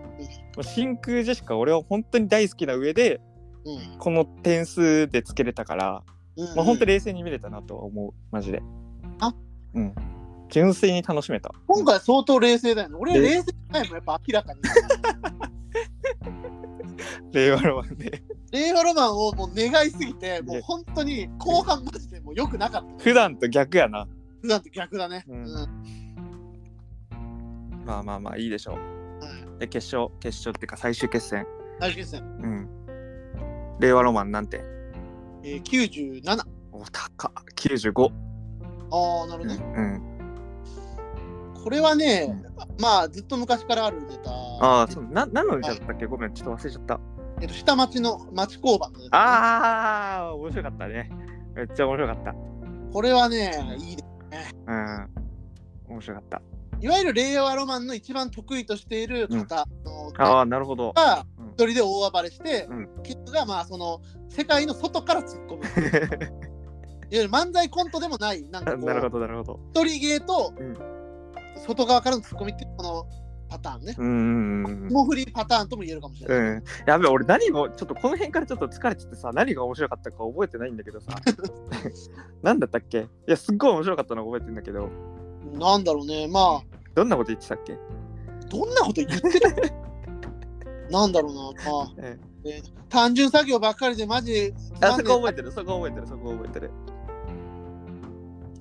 Speaker 1: う真空ジェシカ俺は本当に大好きな上で
Speaker 2: うん
Speaker 1: この点数でつけれたから、
Speaker 2: うん
Speaker 1: まあ、本当冷静に見れたなとは思うマジで
Speaker 2: あ
Speaker 1: うん純粋に楽しめた
Speaker 2: 今回相当冷静だよね俺
Speaker 1: で
Speaker 2: 冷静じゃないもんやっぱ明らかに
Speaker 1: 令和ロマンで
Speaker 2: 令和ロマンをもう願いすぎてもう本当に後半マジでもう良くなかった
Speaker 1: 普段と逆やな
Speaker 2: 普段と逆だね
Speaker 1: う
Speaker 2: うんん、
Speaker 1: まあまあまあいいでしょうで決勝決勝っていうか最終決戦
Speaker 2: 大事ですね、
Speaker 1: うん令和ロマンなんて
Speaker 2: えー、97あ
Speaker 1: お高っ95
Speaker 2: あなるほど
Speaker 1: うん、
Speaker 2: ね、
Speaker 1: うん、
Speaker 2: これはね、まあずっと昔からあるネタ
Speaker 1: ああそうな何の歌だったっけごめんちょっと忘れちゃった
Speaker 2: えっと、下町の町工場のネタ
Speaker 1: ああ面白かったねめっちゃ面白かった
Speaker 2: これはねいいね
Speaker 1: うん面白かった
Speaker 2: いわゆる令和ロマンの一番得意としている方の
Speaker 1: あ
Speaker 2: 方
Speaker 1: あなるほど
Speaker 2: が
Speaker 1: うん
Speaker 2: 一人で大暴れして、
Speaker 1: うん
Speaker 2: キッズがまあその世界の外から突 っ込むいわゆる漫才コントでもないなんか こ
Speaker 1: なるほ
Speaker 2: う
Speaker 1: どなるほど
Speaker 2: 一人芸と
Speaker 1: うん
Speaker 2: 外側からの突っ込みっていうこのパターンね
Speaker 1: うんうんうんうん
Speaker 2: もフリーパターンとも言えるかもしれない、
Speaker 1: うん、やべ俺何もちょっとこの辺からちょっと疲れちゃってさ何が面白かったか覚えてないんだけ どさ何だったっけいやすっごい面白かったの覚えてるんだけど
Speaker 2: なんだろうねまあ
Speaker 1: どんなこと言ってたっけ
Speaker 2: どんなこと言ってた なんだろうなまあ、
Speaker 1: うん
Speaker 2: えー単純作業ばっかりでマジつ
Speaker 1: あ
Speaker 2: ま
Speaker 1: そ
Speaker 2: んね
Speaker 1: こ覚えてるそこ覚えてるそこ覚えてる、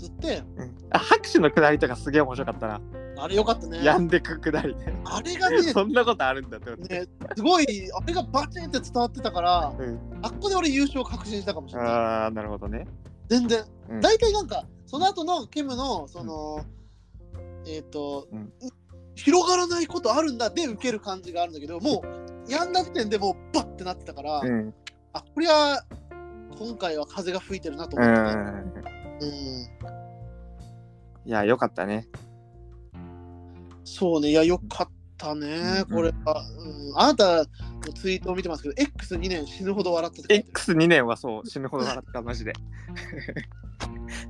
Speaker 2: えって言って
Speaker 1: うん、あ拍手のくだりとかすげえ面白かったな、
Speaker 2: あれよかったね
Speaker 1: やんでくくだりね
Speaker 2: あれがね
Speaker 1: そんなことあるんだって思って、
Speaker 2: ね、すごい、あれがバチンって伝わってたから、
Speaker 1: うん
Speaker 2: あっこで俺優勝確信したかもしれない。
Speaker 1: ああなるほどね
Speaker 2: 全然
Speaker 1: うん。
Speaker 2: 大体なんか、その後のケムの、その、えっ、と、
Speaker 1: うん
Speaker 2: う広がらないことあるんだで受ける感じがあるんだけど、もう、やんだ時点でもうバッてなってたから、
Speaker 1: うん
Speaker 2: あ、こりゃ、今回は風が吹いてるなと
Speaker 1: う
Speaker 2: 思ってね。
Speaker 1: ん
Speaker 2: うん。
Speaker 1: いやよかったね
Speaker 2: そうね、いや、よかったね、
Speaker 1: うん
Speaker 2: これは、うん。あなたのツイートを見てますけど、X2 年死ぬほど笑ったって書いてる
Speaker 1: X2 年はそう死ぬほど笑ったマジ で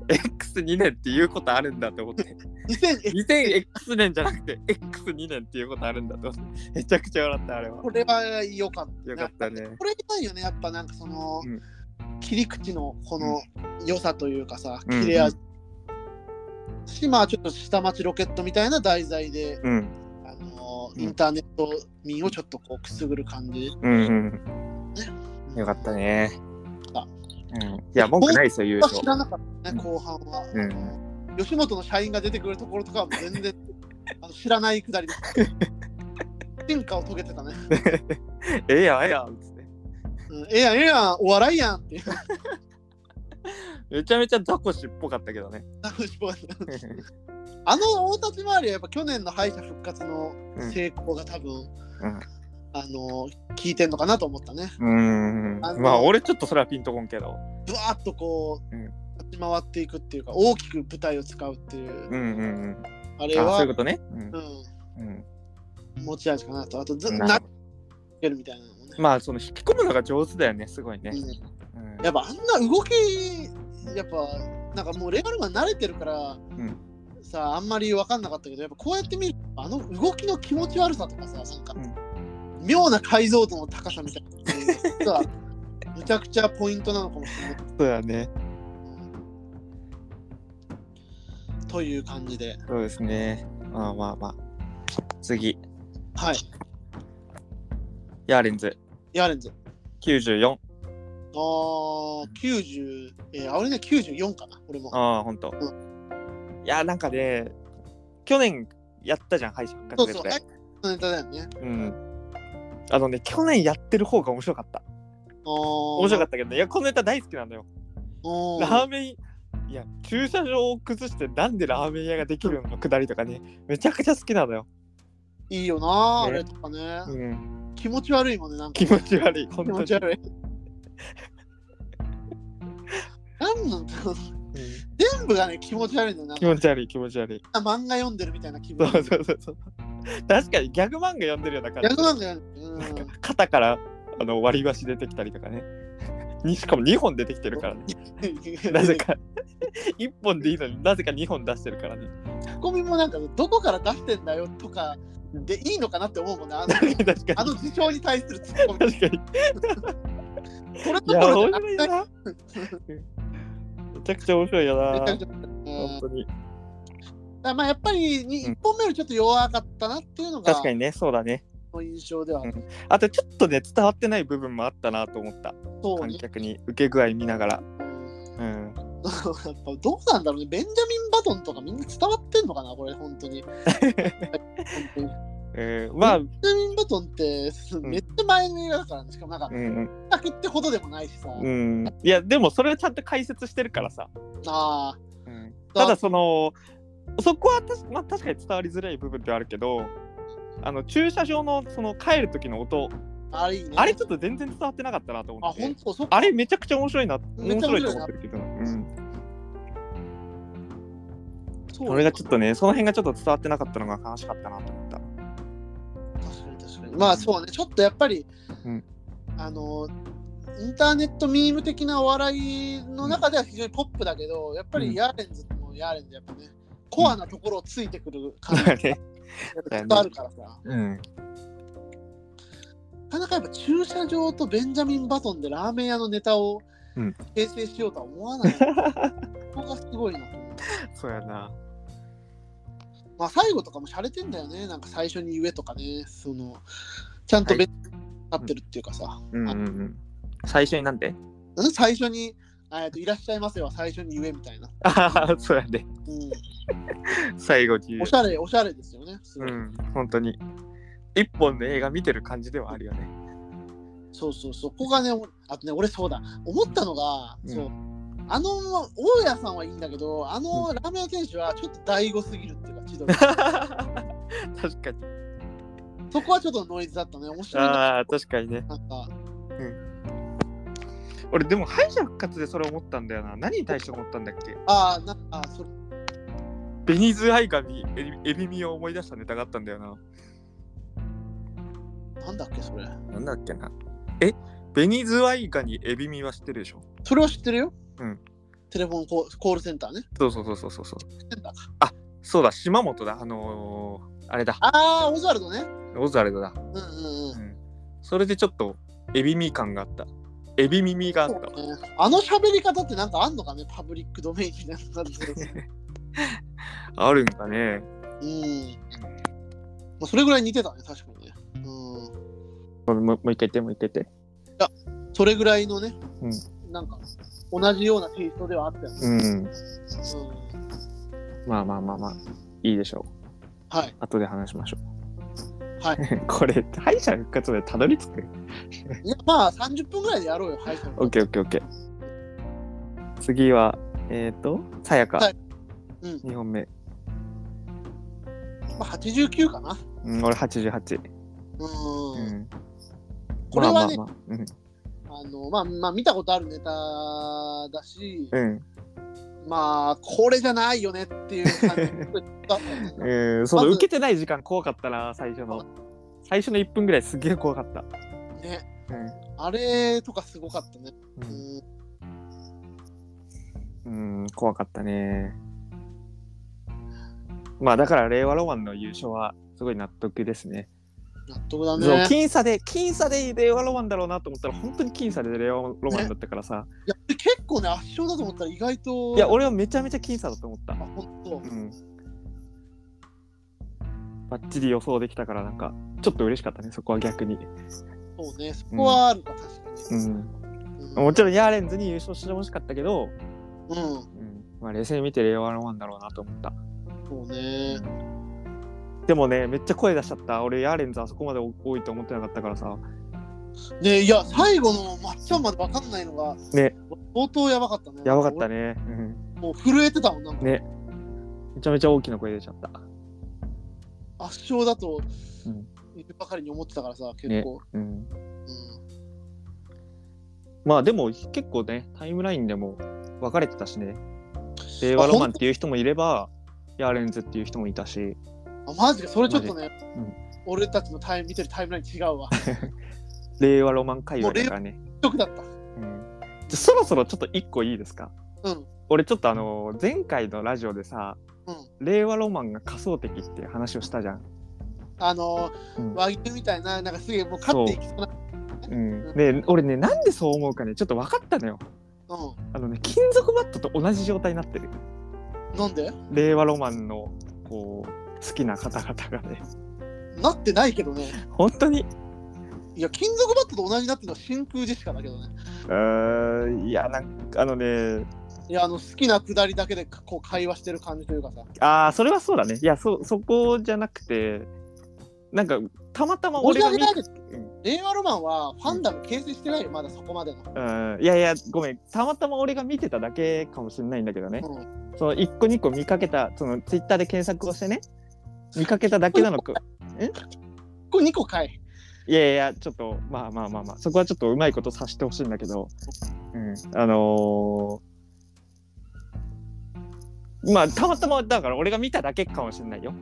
Speaker 1: X2 年っていうことあるんだって思って
Speaker 2: 2000
Speaker 1: 2000X 年じゃなくて X2 年っていうことあるんだと思ってめちゃくちゃ笑ったあれは
Speaker 2: これは良かった。
Speaker 1: よかったね
Speaker 2: これないよね、やっぱなんかその、
Speaker 1: うん
Speaker 2: 切り口のこの良さというかさ、
Speaker 1: うん
Speaker 2: 切れ味。し、まあちょっと下町ロケットみたいな題材で、
Speaker 1: うん
Speaker 2: あの
Speaker 1: うん
Speaker 2: インターネット民をちょっとこうくすぐる感じ。
Speaker 1: うんうんよかったね
Speaker 2: あ
Speaker 1: うんいや文句ないですよ優
Speaker 2: まあ
Speaker 1: 勝
Speaker 2: 知らなかった
Speaker 1: う
Speaker 2: ね、
Speaker 1: ん
Speaker 2: 後半は。
Speaker 1: うん
Speaker 2: あの吉本の社員が出てくるところとかはもう全然 あの知らないくだりで。 進化を遂げてたね。
Speaker 1: ええやんええやんっつって
Speaker 2: うん、ええやん、ええやん、お笑いやんっていう。
Speaker 1: めちゃめちゃザコシっぽかったけどね
Speaker 2: あの大立ち回りはやっぱ去年の敗者復活の成功が多分、
Speaker 1: うん
Speaker 2: あの聞いてんのかなと思ったね。
Speaker 1: うん
Speaker 2: あの
Speaker 1: まあ俺ちょっとそれはピンとこんけど
Speaker 2: ぶわーっとこう、
Speaker 1: うん
Speaker 2: 立ち回っていくっていうか大きく舞台を使うっていう、
Speaker 1: うんうんうんあ
Speaker 2: あれ
Speaker 1: そう
Speaker 2: は
Speaker 1: いうことねうんうん
Speaker 2: うん、持ち味かなとあとずっと
Speaker 1: なる
Speaker 2: 投
Speaker 1: ほ
Speaker 2: げるみたいなのもね
Speaker 1: ど、まあその引き込むのが上手だよねすごいね
Speaker 2: うん
Speaker 1: うん
Speaker 2: やっぱあんな動きやっぱなんかもうレガルマン慣れてるから、
Speaker 1: ん
Speaker 2: さああんまり分かんなかったけどやっぱこうやって見るとあの動きの気持ち悪さとかさなんか、
Speaker 1: うん
Speaker 2: 妙な解像度の高さみたいなの が実はむちゃくちゃポイントなのかもしれない。
Speaker 1: そうだね
Speaker 2: という感じで。
Speaker 1: そうですね。まあまあまあ。次、
Speaker 2: はい。
Speaker 1: ヤーレンズ
Speaker 2: ヤーレンズ。
Speaker 1: 94。
Speaker 2: あー、90、えー、あ俺ね、94かな、俺も。
Speaker 1: ああ、ほんと。
Speaker 2: う
Speaker 1: いや、なんかね、去年やったじゃん、敗者復活
Speaker 2: そう
Speaker 1: で
Speaker 2: そう、えネタだよね。
Speaker 1: うん。あのね、去年やってる方が面白かった。面
Speaker 2: 面
Speaker 1: 白か
Speaker 2: っ
Speaker 1: ったけどね、いや、このネタ大好きなのよ。ラーメン、いや、駐車場を崩してなんでラーメン屋ができるのくだりとかね、めちゃくちゃ好きなのよ。
Speaker 2: いいよな、あ
Speaker 1: ね
Speaker 2: れとかね。
Speaker 1: うん。
Speaker 2: 気持ち悪いもんね、なんか。
Speaker 1: 気持ち悪い、本
Speaker 2: 気
Speaker 1: 当
Speaker 2: 持
Speaker 1: に。
Speaker 2: ち悪い。なんなんだろう
Speaker 1: うん
Speaker 2: 全部がね、気持ち悪いのよ。なん
Speaker 1: 気
Speaker 2: か
Speaker 1: 持ち悪い、気持ち悪い。
Speaker 2: 漫画読んでるみたいな気
Speaker 1: そ
Speaker 2: 分。
Speaker 1: うそうそうそう。確かにギャグ漫画読んでるような感じ。
Speaker 2: 逆なんだよね。うん。
Speaker 1: 肩からあの割り箸出てきたりとかね。にしかも2本出てきてるからね。 なぜか1本でいいのになぜか2本出してるからね。
Speaker 2: ツッコミもなんかどこから出してんだよとかでいいのかなって思うもんねあ の
Speaker 1: 確かに。
Speaker 2: あの事象に対するツッコミ
Speaker 1: 確かに。
Speaker 2: これ
Speaker 1: い
Speaker 2: と
Speaker 1: や、
Speaker 2: こ
Speaker 1: 面
Speaker 2: れ
Speaker 1: 白いな。めちゃくちゃ面白いよ
Speaker 2: めち
Speaker 1: な
Speaker 2: ゃく。ちゃうん
Speaker 1: 本当に。
Speaker 2: だまあやっぱりに
Speaker 1: うん
Speaker 2: 1本目よりちょっと弱かったなっていうのが
Speaker 1: 確かにね、そうだね。
Speaker 2: の印象では、
Speaker 1: うんあとちょっとね、伝わってない部分もあったなと思った。
Speaker 2: そう
Speaker 1: 観
Speaker 2: ね
Speaker 1: 客に受け具合見ながら。うん。
Speaker 2: やっぱどうなんだろうねベンジャミン・バトンとかみんな伝わってんのかなこれ本当に本当にベン
Speaker 1: えーまあ、うん
Speaker 2: ジャミン・バトンってすめっちゃ前にだからねしかもなんか
Speaker 1: うん。
Speaker 2: 企画ってほどでもないしさ、
Speaker 1: うん。いや、でもそれをちゃんと解説してるからさ。
Speaker 2: ああ
Speaker 1: ただそのそこはたし、まあ、確かに伝わりづらい部分ではあるけどあの駐車場のその帰る時の音
Speaker 2: あれいいね
Speaker 1: あれちょっと全然伝わってなかったなと思
Speaker 2: あ
Speaker 1: って
Speaker 2: 本当そっか
Speaker 1: あれめちゃくちゃ面白いな
Speaker 2: めっ
Speaker 1: 面
Speaker 2: ちゃ
Speaker 1: 白
Speaker 2: 面白いない
Speaker 1: と思ってるけど、うん、
Speaker 2: そう
Speaker 1: それがちょっとねその辺がちょっと伝わってなかったのが悲しかったなと思 った
Speaker 2: 確かに確かにまあそうねちょっとやっぱり、
Speaker 1: うん
Speaker 2: あのインターネットミーム的なお笑いの中では非常にポップだけどやっぱ
Speaker 1: うん
Speaker 2: りヤーレンズもヤーレンズやっぱねコアなところをついてくる感じ
Speaker 1: だ
Speaker 2: が
Speaker 1: ね
Speaker 2: やっぱあるからさ、な
Speaker 1: うん
Speaker 2: かなかやっぱ駐車場とベンジャミン・バトンでラーメン屋のネタを
Speaker 1: うん
Speaker 2: 形成しようとは思わない、 ここがすごいなと思う
Speaker 1: そうやな
Speaker 2: まあ最後とかも洒落てんだよねなんか最初に上とかねそのちゃんと
Speaker 1: はい
Speaker 2: 別になってるっていうかさ、
Speaker 1: うんうんうん最初になんで
Speaker 2: うん最初に、えーと「いらっしゃいませ」は最初に言えみたいな、
Speaker 1: ああ そうやね
Speaker 2: う
Speaker 1: 最後に
Speaker 2: ん、おしゃれおしゃれですよねす
Speaker 1: う
Speaker 2: ごい
Speaker 1: ん本当に一本の映画見てる感じではあるよね
Speaker 2: そうそうそうここがねおあとね俺そうだ思ったのが、
Speaker 1: うん
Speaker 2: そうあの大家さんはいいんだけどあのラーメン屋店主はちょっと醍醐すぎるっていうか千鳥
Speaker 1: 確かに
Speaker 2: そこはちょっとノイズだったね面白いな
Speaker 1: ああ確かにね
Speaker 2: なんか
Speaker 1: 俺でも敗者復活でそれ思ったんだよな何に対して思ったんだっけ
Speaker 2: ああなんかそれ
Speaker 1: ベニズアイガミエビエビミを思い出したネタがあったんだよな
Speaker 2: なんだっけそれ
Speaker 1: なんだっけなえベニズアイガニエビミは知ってるでしょ
Speaker 2: それは知ってるよ、
Speaker 1: うん、
Speaker 2: テレフォンコーコールセンターね
Speaker 1: そうそうそうそうそうそう
Speaker 2: センターか
Speaker 1: そうだ島本だあのー、あれだ
Speaker 2: ああオズワルドね
Speaker 1: オズワルドだ、
Speaker 2: うんうんうん
Speaker 1: うん、それでちょっとエビミ感があったエビ耳があった
Speaker 2: そうねあの喋り方ってなんかあんのかねパブリックドメインみたいな 感じで。
Speaker 1: あるんだね
Speaker 2: うん。まあ、それぐらい似てたね、確かにね。
Speaker 1: も
Speaker 2: う
Speaker 1: うもう一回言ってもう一回言って
Speaker 2: ん。それぐらいのね、
Speaker 1: う
Speaker 2: なんか、同じようなテイストではあったよね。
Speaker 1: うん
Speaker 2: うん。
Speaker 1: まあまあまあまあいいでしょう
Speaker 2: はい。
Speaker 1: 後で話しましょう
Speaker 2: はい
Speaker 1: これ敗者復活までたどり着く
Speaker 2: いやまあ、30分ぐらいでやろうよ、はい。
Speaker 1: オッケーオッケーオッケー。次は、えっ、と、さやか。
Speaker 2: はいうん
Speaker 1: 2本目。
Speaker 2: まあ、89かな。
Speaker 1: うん、俺88。
Speaker 2: うん。
Speaker 1: うん。
Speaker 2: これはね
Speaker 1: まあまあまあ
Speaker 2: あの、まあ、まあ、見たことあるネタだし、
Speaker 1: うん。
Speaker 2: まあ、これじゃないよねっていう感じだった ね
Speaker 1: うん。うん、そうだ、
Speaker 2: まず
Speaker 1: 受けてない時間怖かったな、最初の。最初の1分ぐらいすげえ怖かった。
Speaker 2: ね。
Speaker 1: う。
Speaker 2: あれとかすごかったね。うんん。
Speaker 1: うん、怖かったね。まあ、だから、令和ロマンの優勝は、すごい納得ですね。
Speaker 2: 納得だ
Speaker 1: そう
Speaker 2: ね。
Speaker 1: 僅差で、僅差で令和ロマンだろうなと思ったら、本当に僅差で令和ロマンだったからさ。
Speaker 2: いや結結構ね、圧勝だと思ったら意外と。
Speaker 1: いや、俺はめちゃめちゃ僅差だと思った
Speaker 2: あ、。本当。
Speaker 1: うん。ばっちり予想できたから、なんか、ちょっと嬉しかったね、そこは逆に。
Speaker 2: そうね、そこはあるか、確か
Speaker 1: う
Speaker 2: に。
Speaker 1: ん。
Speaker 2: うん
Speaker 1: もちろん、ヤーレンズに優勝してほしかったけど、
Speaker 2: う
Speaker 1: う
Speaker 2: ん。
Speaker 1: ん。まあ、冷静に見て令和ロマンだろうなと思った。
Speaker 2: そうね。
Speaker 1: でもね、めっちゃ声出しちゃった。俺、ヤーレンズあそこまで多いと思ってなかったからさ。
Speaker 2: ねいや、最後のマッチョンまで分かんないのが、
Speaker 1: ね、
Speaker 2: 相当やばかったね。
Speaker 1: やばかったね。うん。
Speaker 2: 俺。もう震えてたもん、なんか
Speaker 1: ね。めちゃめちゃ大きな声出ちゃった。
Speaker 2: 圧勝だと
Speaker 1: うん
Speaker 2: 言うばかりに思ってたからさ、結
Speaker 1: ね
Speaker 2: 構。
Speaker 1: うん。
Speaker 2: うん
Speaker 1: まあでも結構ねタイムラインでも分かれてたしね令和ロマンっていう人もいればヤーレンズっていう人もいたし
Speaker 2: あ、マジか、それちょっとね
Speaker 1: うん、
Speaker 2: 俺たちのタイム見てるタイムライン違うわ。
Speaker 1: 令和ロマン界隈だからね、
Speaker 2: ショックだった。
Speaker 1: うん、じゃそろそろちょっと1個いいですか
Speaker 2: うん。
Speaker 1: 俺ちょっとあの前回のラジオでさ、
Speaker 2: う
Speaker 1: 令和ロマンが仮想敵っていう話をしたじゃん、
Speaker 2: あの
Speaker 1: う
Speaker 2: ー
Speaker 1: ん
Speaker 2: 和牛みたいな、なんかすげえもう勝っていきそうな。
Speaker 1: うん、で俺ねなんでそう思うかねちょっと分かったのよ
Speaker 2: う
Speaker 1: あのね金属バットと同じ状態になってる
Speaker 2: ん。なんで
Speaker 1: 令和ロマンのこう好きな方々がね
Speaker 2: なってないけどね。
Speaker 1: 本当に
Speaker 2: いや、金属バットと同じになってるのは真空ジェシカだけどね。
Speaker 1: うーんいやなんかあのね
Speaker 2: いや、あの、好きなくだりだけでこう会話してる感じというかさ。
Speaker 1: ああそれはそうだねいやそそこじゃなくてなんかたまたま俺が見
Speaker 2: 申し訳ないけど令和ロマンはファンダム形成してないよ、まだそこまでの。
Speaker 1: うんいやいやごめんたまたま俺が見てただけかもしれないんだけどね
Speaker 2: うん
Speaker 1: その1個2個見かけたそのツイッターで検索をしてね見かけただけなのか
Speaker 2: これ2個かい。
Speaker 1: いやいやちょっとまあまあまあまあそこはちょっとうまいことさしてほしいんだけど、うん、あのーまあたまたまだから俺が見ただけかもしれないよ
Speaker 2: う。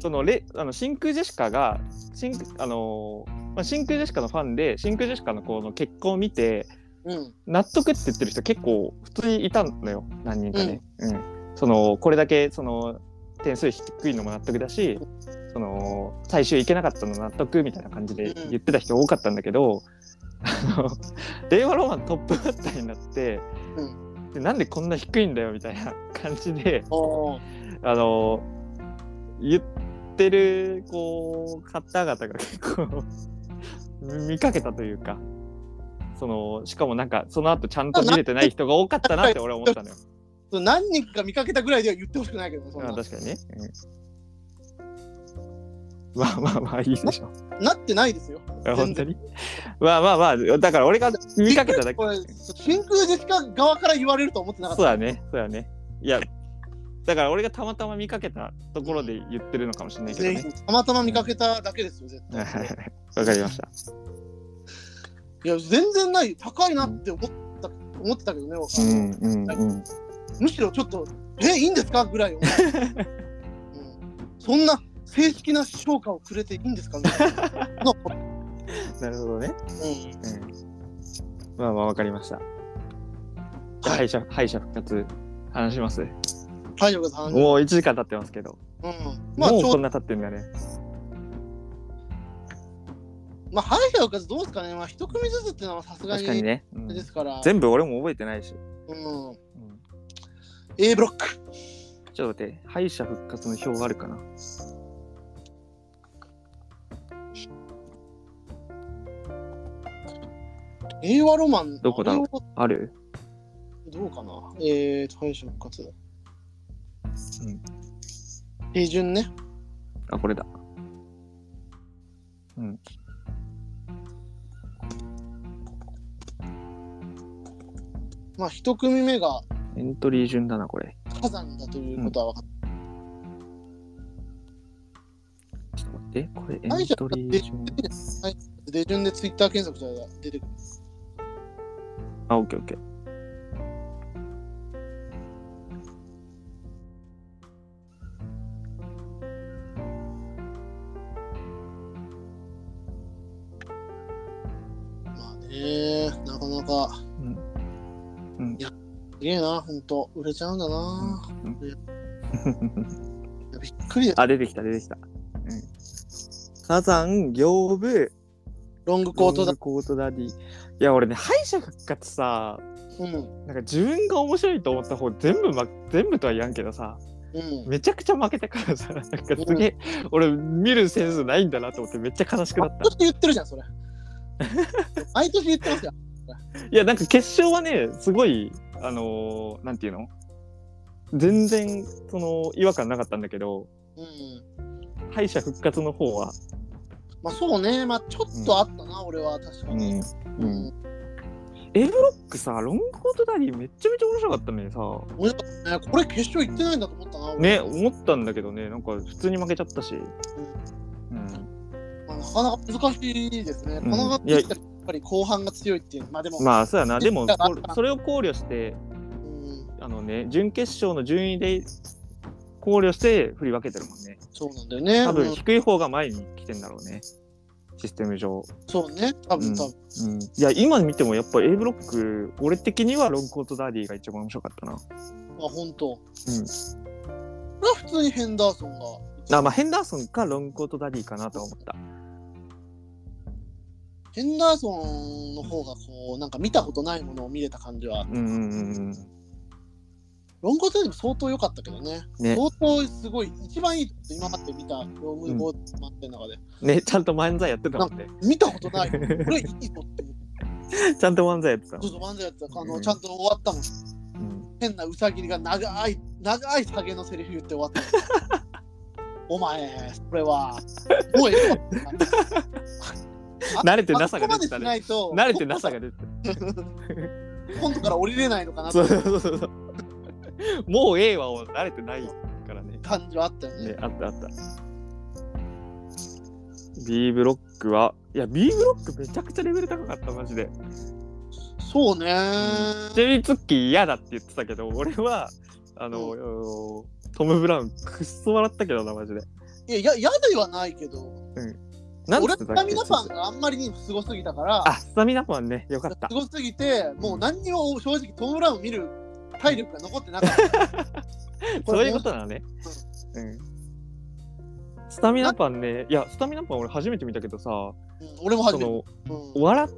Speaker 1: そのレあの真空ジェシカが真空,、あのーまあ、真空ジェシカのファンで真空ジェシカのこの結婚を見て
Speaker 2: うん。
Speaker 1: 納得って言ってる人結構普通にいたのよ何人かね。うんそのこれだけその点数低いのも納得だしその最終いけなかったのも納得みたいな感じで
Speaker 2: うん
Speaker 1: 言ってた人多かったんだけど、あの令和ロマントップバッターになって、
Speaker 2: う
Speaker 1: でなんでこんな低いんだよみたいな感じで
Speaker 2: おー
Speaker 1: あの言ってるこう方々が結構見かけたというかそのしかもなんかその後ちゃんと見れてない人が多かったなって俺は思ったのよ。
Speaker 2: その何人か見かけたぐらいでは言ってほしくないけどね、そん
Speaker 1: あ
Speaker 2: な
Speaker 1: 確かにね、うんまあまあまあいいでしょ
Speaker 2: なってないですよ。
Speaker 1: 本当にまあまあまあだから俺が見かけただけ
Speaker 2: これ、真空ジェシカ側から言われると思ってなかっ
Speaker 1: そうだねそうだねいやだから俺がたまたま見かけたところで言ってるのかもしれな
Speaker 2: た。
Speaker 1: いけど
Speaker 2: 全
Speaker 1: ね
Speaker 2: 員たまたま見かけただけですよ、絶
Speaker 1: わ
Speaker 2: 対。
Speaker 1: かりました
Speaker 2: いや、全然ない。高いなって思った,、思ってたけどね、
Speaker 1: うんうんうん
Speaker 2: むしろちょっと、え、いいんですかぐらい思っ たうんそんな正式な評価をくれていいんですかみたい なのこれ
Speaker 1: なるほどね、
Speaker 2: うん
Speaker 1: うん、まあまあわかりましたじゃあ
Speaker 2: はい
Speaker 1: 敗者敗者復活話します
Speaker 2: 大丈夫です。あの
Speaker 1: もう1時間経ってますけど、
Speaker 2: うん、まあ、ち
Speaker 1: もう
Speaker 2: ょ
Speaker 1: こ
Speaker 2: うん
Speaker 1: な経ってんだね
Speaker 2: まあ、敗者復活どうですかね、まあ、一組ずつっていうのはさすが
Speaker 1: 確かに
Speaker 2: に
Speaker 1: ね、うん
Speaker 2: ですから、
Speaker 1: 全部俺も覚えてないし、
Speaker 2: う
Speaker 1: う
Speaker 2: ん、
Speaker 1: ん、
Speaker 2: A ブロック、
Speaker 1: ちょっと待って、敗者復活の表があるかな。
Speaker 2: 令和ロマン、
Speaker 1: どこだろ
Speaker 2: う
Speaker 1: ある
Speaker 2: どうかな、えー、敗者復活、
Speaker 1: うん
Speaker 2: 手順ね、
Speaker 1: あ、これだ。うん。
Speaker 2: まあ、一組目が
Speaker 1: エントリー順だな、これ。
Speaker 2: 火山だということは分かっ
Speaker 1: ちょっと待って、これエ
Speaker 2: 敗
Speaker 1: ン
Speaker 2: 者
Speaker 1: トリー順。
Speaker 2: てる、はい、手順でツイッター検索したら出てくる。
Speaker 1: あ、オッケーオッケー。
Speaker 2: まあね、なかなか。
Speaker 1: うんうん
Speaker 2: いや、すげえな、ほんと。売れちゃうんだな。
Speaker 1: うん
Speaker 2: いやびっくりだよ。
Speaker 1: あ、出てきた、出てきた。うん。火山、屏風、
Speaker 2: ロングコート
Speaker 1: ロ
Speaker 2: だ
Speaker 1: ング。コートダディ。いや、俺ね、敗者復活さ、
Speaker 2: うん。
Speaker 1: なんか自分が面白いと思った方全部、ま、全部とは言わんけどさ
Speaker 2: うん。
Speaker 1: めちゃくちゃ負けたからさなんかすげえ、俺見るセンスないんだなと思ってめっちゃ悲しくな
Speaker 2: 毎
Speaker 1: った
Speaker 2: 年言ってるじゃん、そ れ。毎年言ってますよ。
Speaker 1: いやなんか決勝はねすごいあのーなんていうの全然その違和感なかったんだけど
Speaker 2: うん。
Speaker 1: 敗者復活の方は、
Speaker 2: まあそうね、まあちょっとあったな、俺は確かに。
Speaker 1: う
Speaker 2: うんん。
Speaker 1: A ブロックさロングコートダディめっちゃめちゃ面白かったのにさ
Speaker 2: 面白かったね。これ決勝行ってないんだと思ったな、俺
Speaker 1: ね思ったんだけどねなんか普通に負けちゃったし、うん
Speaker 2: まあなかなか難しいですね。
Speaker 1: うん
Speaker 2: この学
Speaker 1: いや
Speaker 2: 期ってやっぱり後半が強いっていう。まあでも、
Speaker 1: まあそうやなでもこそれを考慮して
Speaker 2: うん、
Speaker 1: あのね準決勝の順位で考慮して振り分けてるもんね
Speaker 2: そうなんだよね。
Speaker 1: 多
Speaker 2: う
Speaker 1: 分
Speaker 2: ん
Speaker 1: 低い方が前に来てんだろうねシステム上、
Speaker 2: そうね、多
Speaker 1: うん
Speaker 2: 分多分。
Speaker 1: うん、いや今見てもやっぱ A ブロック俺的にはロングコートダディが一番面白かったな
Speaker 2: あ、本当。
Speaker 1: うん
Speaker 2: これは普通にヘンダーソンが。
Speaker 1: あまあヘンダーソンかロングコートダディかなとは思った
Speaker 2: ヘンダーソンの方がこう、なんか見たことないものを見れた感じは。
Speaker 1: うんうんうんうん
Speaker 2: ロングコートでも相当良かったけどね。
Speaker 1: ね
Speaker 2: 相当すごい、一番いいと思う今まで見たロングコートマッチの中で。
Speaker 1: ねちゃんと漫才やってたもんね
Speaker 2: 見たことない。これいいと思って、
Speaker 1: ちゃんと漫才やってた
Speaker 2: ちょっと漫才やってたあ
Speaker 1: うん
Speaker 2: の、ちゃんと終わったもん。
Speaker 1: うん
Speaker 2: 変なウサギが長い、長い下げのセリフ言って終わった。 お前、それは、もうええわ
Speaker 1: 慣れてなさ
Speaker 2: あそこ
Speaker 1: が
Speaker 2: ま
Speaker 1: 出
Speaker 2: で
Speaker 1: て
Speaker 2: したな
Speaker 1: ね
Speaker 2: いと、
Speaker 1: 慣れてなさが出てた
Speaker 2: 今度から降りれないのかなっ
Speaker 1: そ
Speaker 2: て
Speaker 1: うそうそうそう。 もうええわを慣れてないからね。
Speaker 2: 感じはあったよね。
Speaker 1: ね、あったあった。B ブロックは、いや、B ブロックめちゃくちゃレベル高かった、マジで。
Speaker 2: そうね、
Speaker 1: チェリーツッキー嫌だって言ってたけど、俺は、あの、トム・ブラウン、くっそ笑ったけどな、マジで。
Speaker 2: いや、や嫌ではないけど、
Speaker 1: なん
Speaker 2: 俺
Speaker 1: つってた
Speaker 2: のスタ
Speaker 1: っけ
Speaker 2: ミナパンがあんまりにもすごすぎたから、
Speaker 1: あ、スタミナパンね、よかった
Speaker 2: す。ごすぎて、もう何にも正直トム・ブラウン見る体力が残ってなか った。これ
Speaker 1: そういうことなのね。うん。スタミナパンね、いや、スタミナパン俺初めて見たけどさ、
Speaker 2: うん俺も
Speaker 1: そ
Speaker 2: 初めて。
Speaker 1: の、
Speaker 2: うん
Speaker 1: 笑っ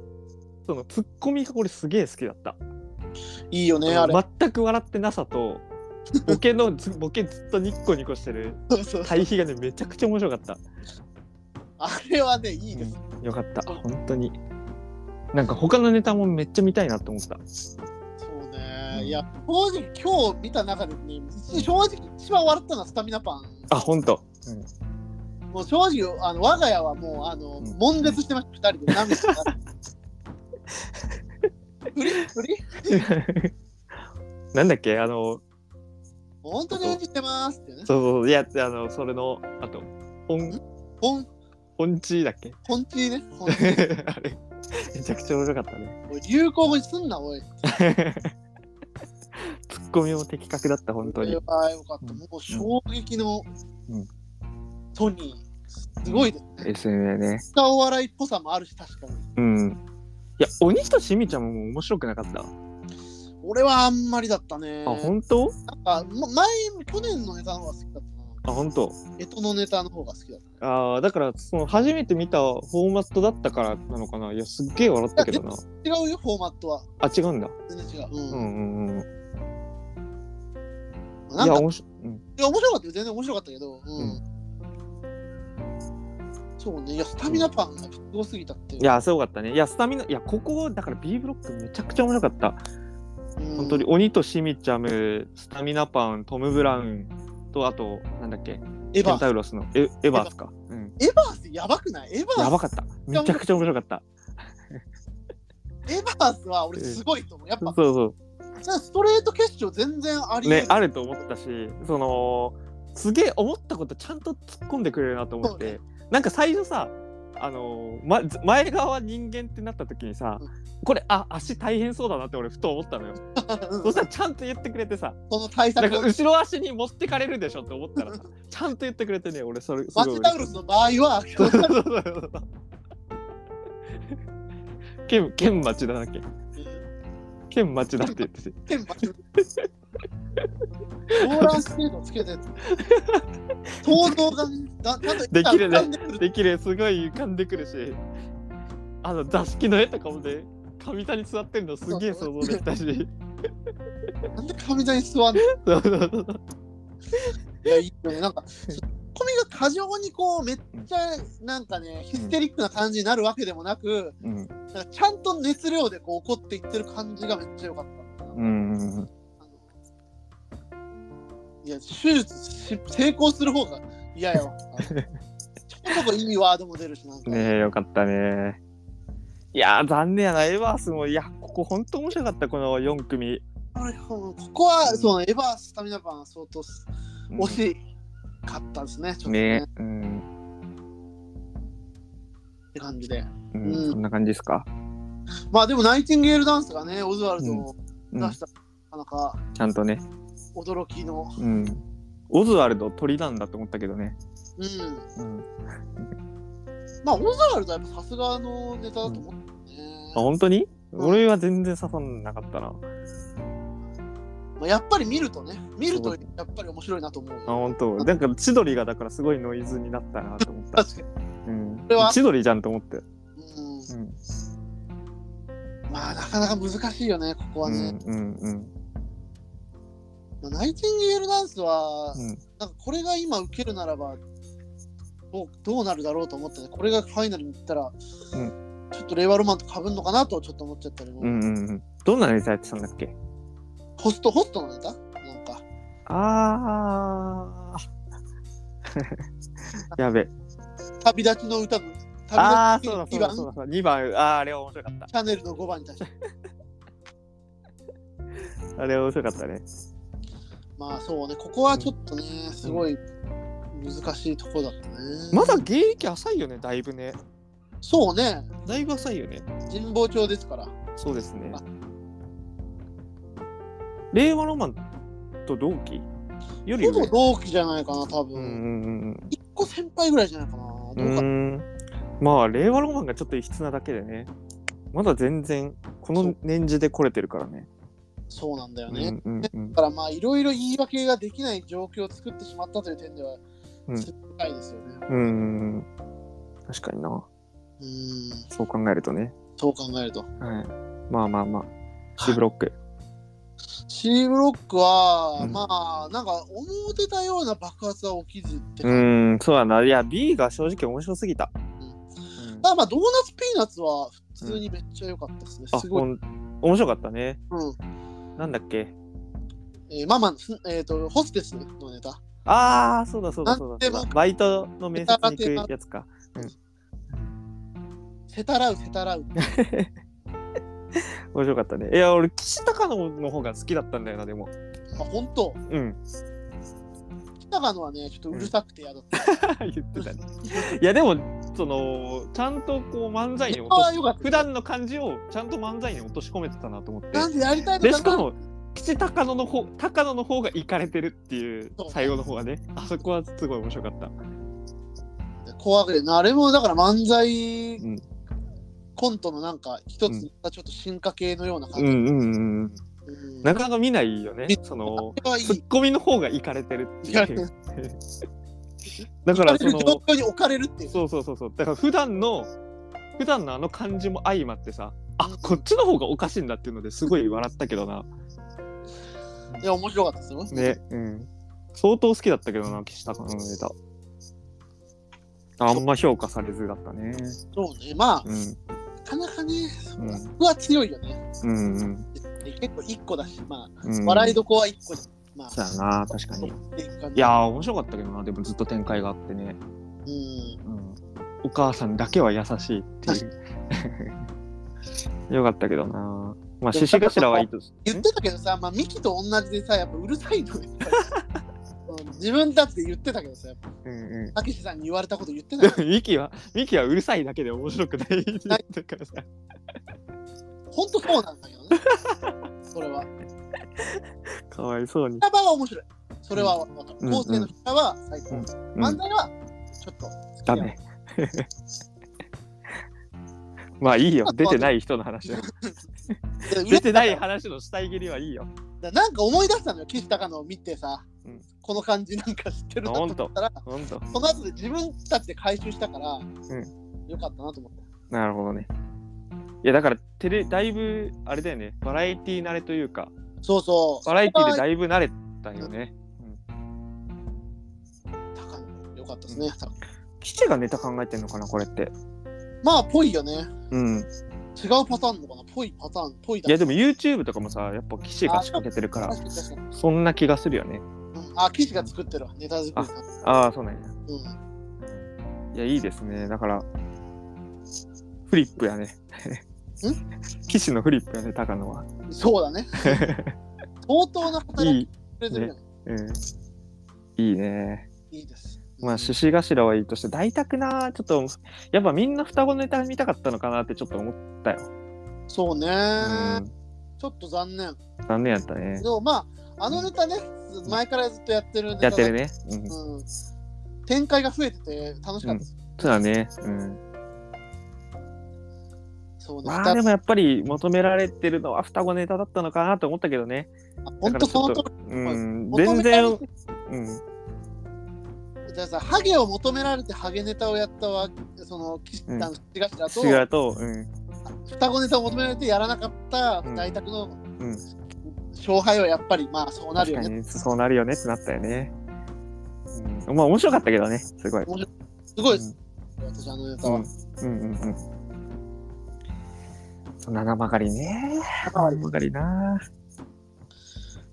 Speaker 1: そのツッコミが俺すげえ好きだった、
Speaker 2: いいよね、あれ。
Speaker 1: 全く笑ってなさ とボケのずボケずっとニッコニコしてる
Speaker 2: そう そう
Speaker 1: 対比がねめちゃくちゃ面白かった、
Speaker 2: あれはね、いいです。
Speaker 1: よかった本当になんか他のネタもめっちゃ見たいなと思った
Speaker 2: そう
Speaker 1: う
Speaker 2: ね。
Speaker 1: ん
Speaker 2: いや、正直今日見た中でね、一正直一番笑ったのはスタミナパン。
Speaker 1: あ本当、
Speaker 2: もう正直、あの我が家はもう、あの、
Speaker 1: うん
Speaker 2: 悶絶してました、 二人で涙が。フリフリ
Speaker 1: うん、なんだっけあの
Speaker 2: 本当に演じてますってね。
Speaker 1: そうそうそういやあのそれのあと本
Speaker 2: ほん、
Speaker 1: 本地だっけ
Speaker 2: ほんちね。ほん
Speaker 1: あれめちゃくちゃ面白かったね
Speaker 2: おい流行語にすんな、おい。
Speaker 1: ツッコミも的確だった本当に
Speaker 2: これはよかった。もう衝撃の、
Speaker 1: うん
Speaker 2: トニー。すごいです。
Speaker 1: SMA ね
Speaker 2: 使うお笑いっぽさもあるし、確かに。
Speaker 1: うん。いや、鬼としみちゃんも面白くなかった。あ、
Speaker 2: 俺はあんまりだったね。
Speaker 1: 本当
Speaker 2: なんか、も前、去年のネタの方が好きだった
Speaker 1: あ、本当
Speaker 2: な。えとのネタの方が好きだった。
Speaker 1: ああ、だから、その、初めて見たフォーマットだったからなのかな。いや、すっげえ笑ったけど な。
Speaker 2: 違うよ、フォーマットは。
Speaker 1: あ、違うんだ。
Speaker 2: 全然違う。
Speaker 1: う
Speaker 2: う
Speaker 1: ん
Speaker 2: ん。
Speaker 1: うんうん。い
Speaker 2: なん
Speaker 1: や、
Speaker 2: か、
Speaker 1: 面白い。うん
Speaker 2: いや面白かったよ。全然面白かったけど。うん。
Speaker 1: うん
Speaker 2: そうね。いや、スタミナパンがすごすぎたっていう。
Speaker 1: いや、すごかったね。いや、スタミナ、いや、ここ、だから B ブロックめちゃくちゃ面白かった。
Speaker 2: うん、
Speaker 1: 本当に、鬼としみちゃん、スタミナパン、トム・ブラウンと、あと、なんだっけ、
Speaker 2: エ
Speaker 1: ケ
Speaker 2: ヴ
Speaker 1: ン
Speaker 2: ァ。
Speaker 1: タウロスのエエヴァースか。うん。
Speaker 2: エヴァースやばくないエヴァ
Speaker 1: やば
Speaker 2: ー
Speaker 1: かった。めちゃくちゃ面白かった。
Speaker 2: スエヴァースは俺すごいと思う。やっ
Speaker 1: そ
Speaker 2: ぱ
Speaker 1: う、そう。
Speaker 2: ストレート決勝全然ありえ
Speaker 1: ね、あ ると思ったしそのすげえ思ったことちゃんと突っ込んでくれるなと思っ
Speaker 2: そう
Speaker 1: て
Speaker 2: ね
Speaker 1: なんか最初さあのま、ず前側人間ってなった時にさ
Speaker 2: うん
Speaker 1: これあ足大変そうだなって俺ふと思ったのよ
Speaker 2: うん
Speaker 1: そしたらちゃんと言ってくれてさ
Speaker 2: その対
Speaker 1: な
Speaker 2: 策
Speaker 1: んか
Speaker 2: を。
Speaker 1: 後ろ足に持ってかれるでしょって思ったらさちゃんと言ってくれてね俺それすご
Speaker 2: マ
Speaker 1: い
Speaker 2: ッチ
Speaker 1: 嬉
Speaker 2: タ
Speaker 1: し
Speaker 2: ウ
Speaker 1: い
Speaker 2: ロスの場合は、
Speaker 1: そうそうそうそう剣剣町だなっけ剣町だって言ってて
Speaker 2: 天罰ローラースケートつけて想像がだだ
Speaker 1: できるね
Speaker 2: 浮かんでくる
Speaker 1: できるすごい浮かんでくるしあの座敷の絵とかもね上田に座ってるのすげえ想像できたし。
Speaker 2: なんで上座に座んのい
Speaker 1: そうそうそうそう
Speaker 2: や、いいよね。なんか、ツッコミが過剰にこう、めっちゃ、なんかね、ヒステリックな感じになるわけでもなく、
Speaker 1: うん
Speaker 2: なんかちゃんと熱量でこう怒っていってる感じがめっちゃ良かった。
Speaker 1: うんうん
Speaker 2: いや、手術し成功する方が嫌よ。ちょっとこいいワードも出るし、なんか。
Speaker 1: ねえよかったねいやー残念やなエバースもいやここほんと面白かったこの4組、
Speaker 2: なるほどここは、そのエヴァースタミナパンは相当す
Speaker 1: うん
Speaker 2: 惜しかったですね、ちょっとね。
Speaker 1: ねうん、
Speaker 2: って感じで。
Speaker 1: うん
Speaker 2: うん
Speaker 1: そんな感じですか、
Speaker 2: まあでも、ナイチンゲールダンスがね、オズワルドを
Speaker 1: う
Speaker 2: 出
Speaker 1: ん
Speaker 2: した、なかなか
Speaker 1: ちゃんとね、
Speaker 2: 驚きの。
Speaker 1: うん、オズワルド鳥なんだと思ったけどね、
Speaker 2: うん。
Speaker 1: うん、
Speaker 2: まあ、オズワルドはやっぱさすがのネタだと思ってね
Speaker 1: あ。本当に、
Speaker 2: うん
Speaker 1: 俺は全然刺さんなかったな
Speaker 2: まあ、やっぱり見るとね、見るとやっぱり面白いなと思う。
Speaker 1: あ本当なんか千鳥がだからすごいノイズになったなと思った、
Speaker 2: 確か
Speaker 1: うん
Speaker 2: れは、
Speaker 1: 千鳥じゃんと思って、
Speaker 2: に。うん
Speaker 1: うん
Speaker 2: まあなかなか難しいよね、ここはね。
Speaker 1: うんうん
Speaker 2: まあナイチンゲールダンスは、
Speaker 1: うん
Speaker 2: なんかこれが今受けるならばどう、どうなるだろうと思ってね、これがファイナルに行ったら、
Speaker 1: う
Speaker 2: ちょっと令和ロマンとかぶるのかなとちょっと思っちゃったりも、
Speaker 1: うんうんうんどんなネタやってたんだっけ
Speaker 2: ホスト、ホストのネタなんか、
Speaker 1: あーやべ
Speaker 2: 旅立ちの歌の、
Speaker 1: ああ
Speaker 2: 旅
Speaker 1: そうだ
Speaker 2: 立
Speaker 1: そう
Speaker 2: ちの
Speaker 1: だ
Speaker 2: 2
Speaker 1: そうだそう
Speaker 2: 番、
Speaker 1: だ2番あーあれは面白かっ
Speaker 2: チャンネルの5番に対して。
Speaker 1: たあれは面白かったね
Speaker 2: まあそうね、ここはちょっとね、すごい難しいとこだったね。
Speaker 1: まだ芸歴浅いよねだいぶね
Speaker 2: そうね、
Speaker 1: だいぶ浅いよね
Speaker 2: 神保町ですから。
Speaker 1: そうですね
Speaker 2: あ
Speaker 1: 令和ロマンと同期より
Speaker 2: ほ
Speaker 1: 上
Speaker 2: ぼ同期じゃないかな、多
Speaker 1: うん
Speaker 2: 分。
Speaker 1: うん
Speaker 2: 一個先輩ぐらいじゃないかな。ど
Speaker 1: う
Speaker 2: うかな。
Speaker 1: んうーんまあ令和ロマンがちょっと異質なだけでねまだ全然この年次で来れてるからね
Speaker 2: そうなんだよ
Speaker 1: う
Speaker 2: ね。
Speaker 1: んうんうん
Speaker 2: だからまあいろいろ言い訳ができない状況を作ってしまったという点では
Speaker 1: うん
Speaker 2: すごいですよね。
Speaker 1: うんうんうん確かにな
Speaker 2: うーん、
Speaker 1: そう考えるとね
Speaker 2: そう考えると。
Speaker 1: はいまあまあまあ C ブロック
Speaker 2: C ブロックは、
Speaker 1: うん
Speaker 2: まあなんか思ってたような爆発は起きずって
Speaker 1: う
Speaker 2: 感じ。
Speaker 1: ーん、そうだな。いや、B が正直面白すぎた。うん
Speaker 2: ただまあドーナツピーナッツは普通にめっちゃ良かったですね。
Speaker 1: あ、
Speaker 2: すご
Speaker 1: ほ
Speaker 2: い。
Speaker 1: ん、面白かったね。
Speaker 2: うん
Speaker 1: なんだっけ。
Speaker 2: えーママのす、えー、とホステスのネタ。
Speaker 1: ああ、そうだそうだそうだそう
Speaker 2: なんで
Speaker 1: だ。バイトの面接に行くやつか。
Speaker 2: セタラウセタラウ。
Speaker 1: 面白かったね。いや、俺、岸高野の方が好きだったんだよな、でも。
Speaker 2: まあ本当、
Speaker 1: うん。
Speaker 2: 北野はね、ちょっとうるさくて嫌だった。
Speaker 1: 言って たね。いや、でも、その、ちゃんとこう漫才に落
Speaker 2: ネタは
Speaker 1: とし
Speaker 2: 良かった
Speaker 1: 普段の感じをちゃんと漫才に落とし込めてたなと思って。
Speaker 2: なんでやりたいの
Speaker 1: で、
Speaker 2: か
Speaker 1: しか
Speaker 2: な
Speaker 1: も、岸高野の方、高野の方が行かれてるっていう
Speaker 2: そう、
Speaker 1: 最後の方はね。あそこはすごい面白かった。
Speaker 2: 怖くて、あれもだから漫才
Speaker 1: うん
Speaker 2: コントのなんか一つ、ちょっと進化系のような
Speaker 1: う
Speaker 2: 感
Speaker 1: ん
Speaker 2: じ。
Speaker 1: うんうんうん。
Speaker 2: うん
Speaker 1: なかなか見ないよね
Speaker 2: 見。
Speaker 1: その
Speaker 2: あれはいい
Speaker 1: ツッコミの方がいかれてるって
Speaker 2: イカれて
Speaker 1: い
Speaker 2: る
Speaker 1: う。だからそ
Speaker 2: 置かれる状
Speaker 1: の
Speaker 2: 況に置かれるっていう。
Speaker 1: そうそうそうそう。だから普段の普段のあの感じも相まってさ、あ
Speaker 2: うん
Speaker 1: こっちの方がおかしいんだっていうのですごい笑ったけどな。
Speaker 2: いや、面白かったですよ。
Speaker 1: ね、うん。相当好きだったけどな岸高のネタ。あんま評価されずだったね。
Speaker 2: そうね。まあ、
Speaker 1: うん
Speaker 2: なかなかね、
Speaker 1: うん
Speaker 2: 僕は強いよね。
Speaker 1: うんうん
Speaker 2: で結構一個だし、まあ、
Speaker 1: うん。
Speaker 2: 笑いどこは一個だし、まあ、
Speaker 1: そうやな確かに。
Speaker 2: っていう感じ
Speaker 1: いやー面白かったけどなでもずっと展開があってね。
Speaker 2: うん。
Speaker 1: うんお母さんだけは優しいっていう。 よかったけどな。まあ、獅子頭はいいと。
Speaker 2: 言ってたけどさ、まあ、ミキと同じでさ、やっぱうるさいの よ。うん自分だって言ってたけどさ、やっぱ
Speaker 1: うんう
Speaker 2: たけしさんに言われたこと言って
Speaker 1: ん。
Speaker 2: な
Speaker 1: で
Speaker 2: い。
Speaker 1: も、ミキは、ミキはうるさいだけで面白くないって言 ってたからさ。
Speaker 2: 本当そうなんだけどね。それは。
Speaker 1: かわいそうに。
Speaker 2: ラバは面白い。それは分かる。
Speaker 1: うん
Speaker 2: 後世の人は最高。
Speaker 1: うん
Speaker 2: 漫才はちょっと好き
Speaker 1: ダ
Speaker 2: だ
Speaker 1: メ。 まあい いよ。出てない人の話 だ。
Speaker 2: で
Speaker 1: 出てない
Speaker 2: 嬉しかっ
Speaker 1: 話の下切りはいいよ。
Speaker 2: たなんか思い出したのよ、岸高野を見てさ、
Speaker 1: うん
Speaker 2: この感じなんか知ってるなと思ったら、
Speaker 1: ほんと。
Speaker 2: その後で自分たちで回収したから、
Speaker 1: ん
Speaker 2: よかったなと思って。
Speaker 1: なるほどね。やだからテレだいぶあれだよねバラエティー慣れというか
Speaker 2: そうそう。
Speaker 1: バラエティーでだいぶ慣れたよね
Speaker 2: 高野よかったですね。高野
Speaker 1: 吉がネタ考えてんのかなこれって
Speaker 2: まあ、ぽいよね。
Speaker 1: うん
Speaker 2: 違うパターンのかなぽいパターン、ぽいだ
Speaker 1: いやでも YouTube とかもさやっぱ岸が仕掛けてるから
Speaker 2: 確かに確かに。
Speaker 1: そんな気がするよね
Speaker 2: うんあ、記事が作ってるわ。ネタ作りさん。
Speaker 1: ああそうなんや
Speaker 2: うん。
Speaker 1: いやいいですねだからフリップやね 岸のフリップやね高野は
Speaker 2: そうだ ね。相当な働
Speaker 1: い
Speaker 2: き
Speaker 1: い
Speaker 2: くれてるよね。
Speaker 1: うんいいね
Speaker 2: いいです。
Speaker 1: まあ獅子頭はいいとして大宅なちょっとやっぱみんな双子のネタ見たかったのかなってちょっと思ったよ、
Speaker 2: そうね、
Speaker 1: う
Speaker 2: ちょっと残念。
Speaker 1: ん、残念やったね
Speaker 2: でもまあ、あのネタね、前からずっとやってるネタ
Speaker 1: や
Speaker 2: だ
Speaker 1: ってるねうんそ
Speaker 2: うん。展開が増えてて楽しかったです。
Speaker 1: うだねうん
Speaker 2: そうね。
Speaker 1: まあでもやっぱり求められてるのは双子ネタだったのかなと思ったけどね
Speaker 2: 本当その通
Speaker 1: りうん
Speaker 2: り。
Speaker 1: 全然
Speaker 2: 求められて
Speaker 1: うん
Speaker 2: じゃあさ、ハゲを求められてハゲネタをやったわ、その、岸
Speaker 1: うん
Speaker 2: 田の七頭と、
Speaker 1: 違うとうん
Speaker 2: 双子ネタを求められてやらなかった
Speaker 1: うん
Speaker 2: 大宅の
Speaker 1: うん
Speaker 2: 勝敗はやっぱり、まあそうなる
Speaker 1: 確か
Speaker 2: よね。
Speaker 1: にそうなるよねってなったよね。うん、まあ面白かったけどね、すごい。
Speaker 2: 面白すごいです、私あのネタ
Speaker 1: うん
Speaker 2: は。
Speaker 1: うんうんうん。そう七曲がりね。七曲がりな。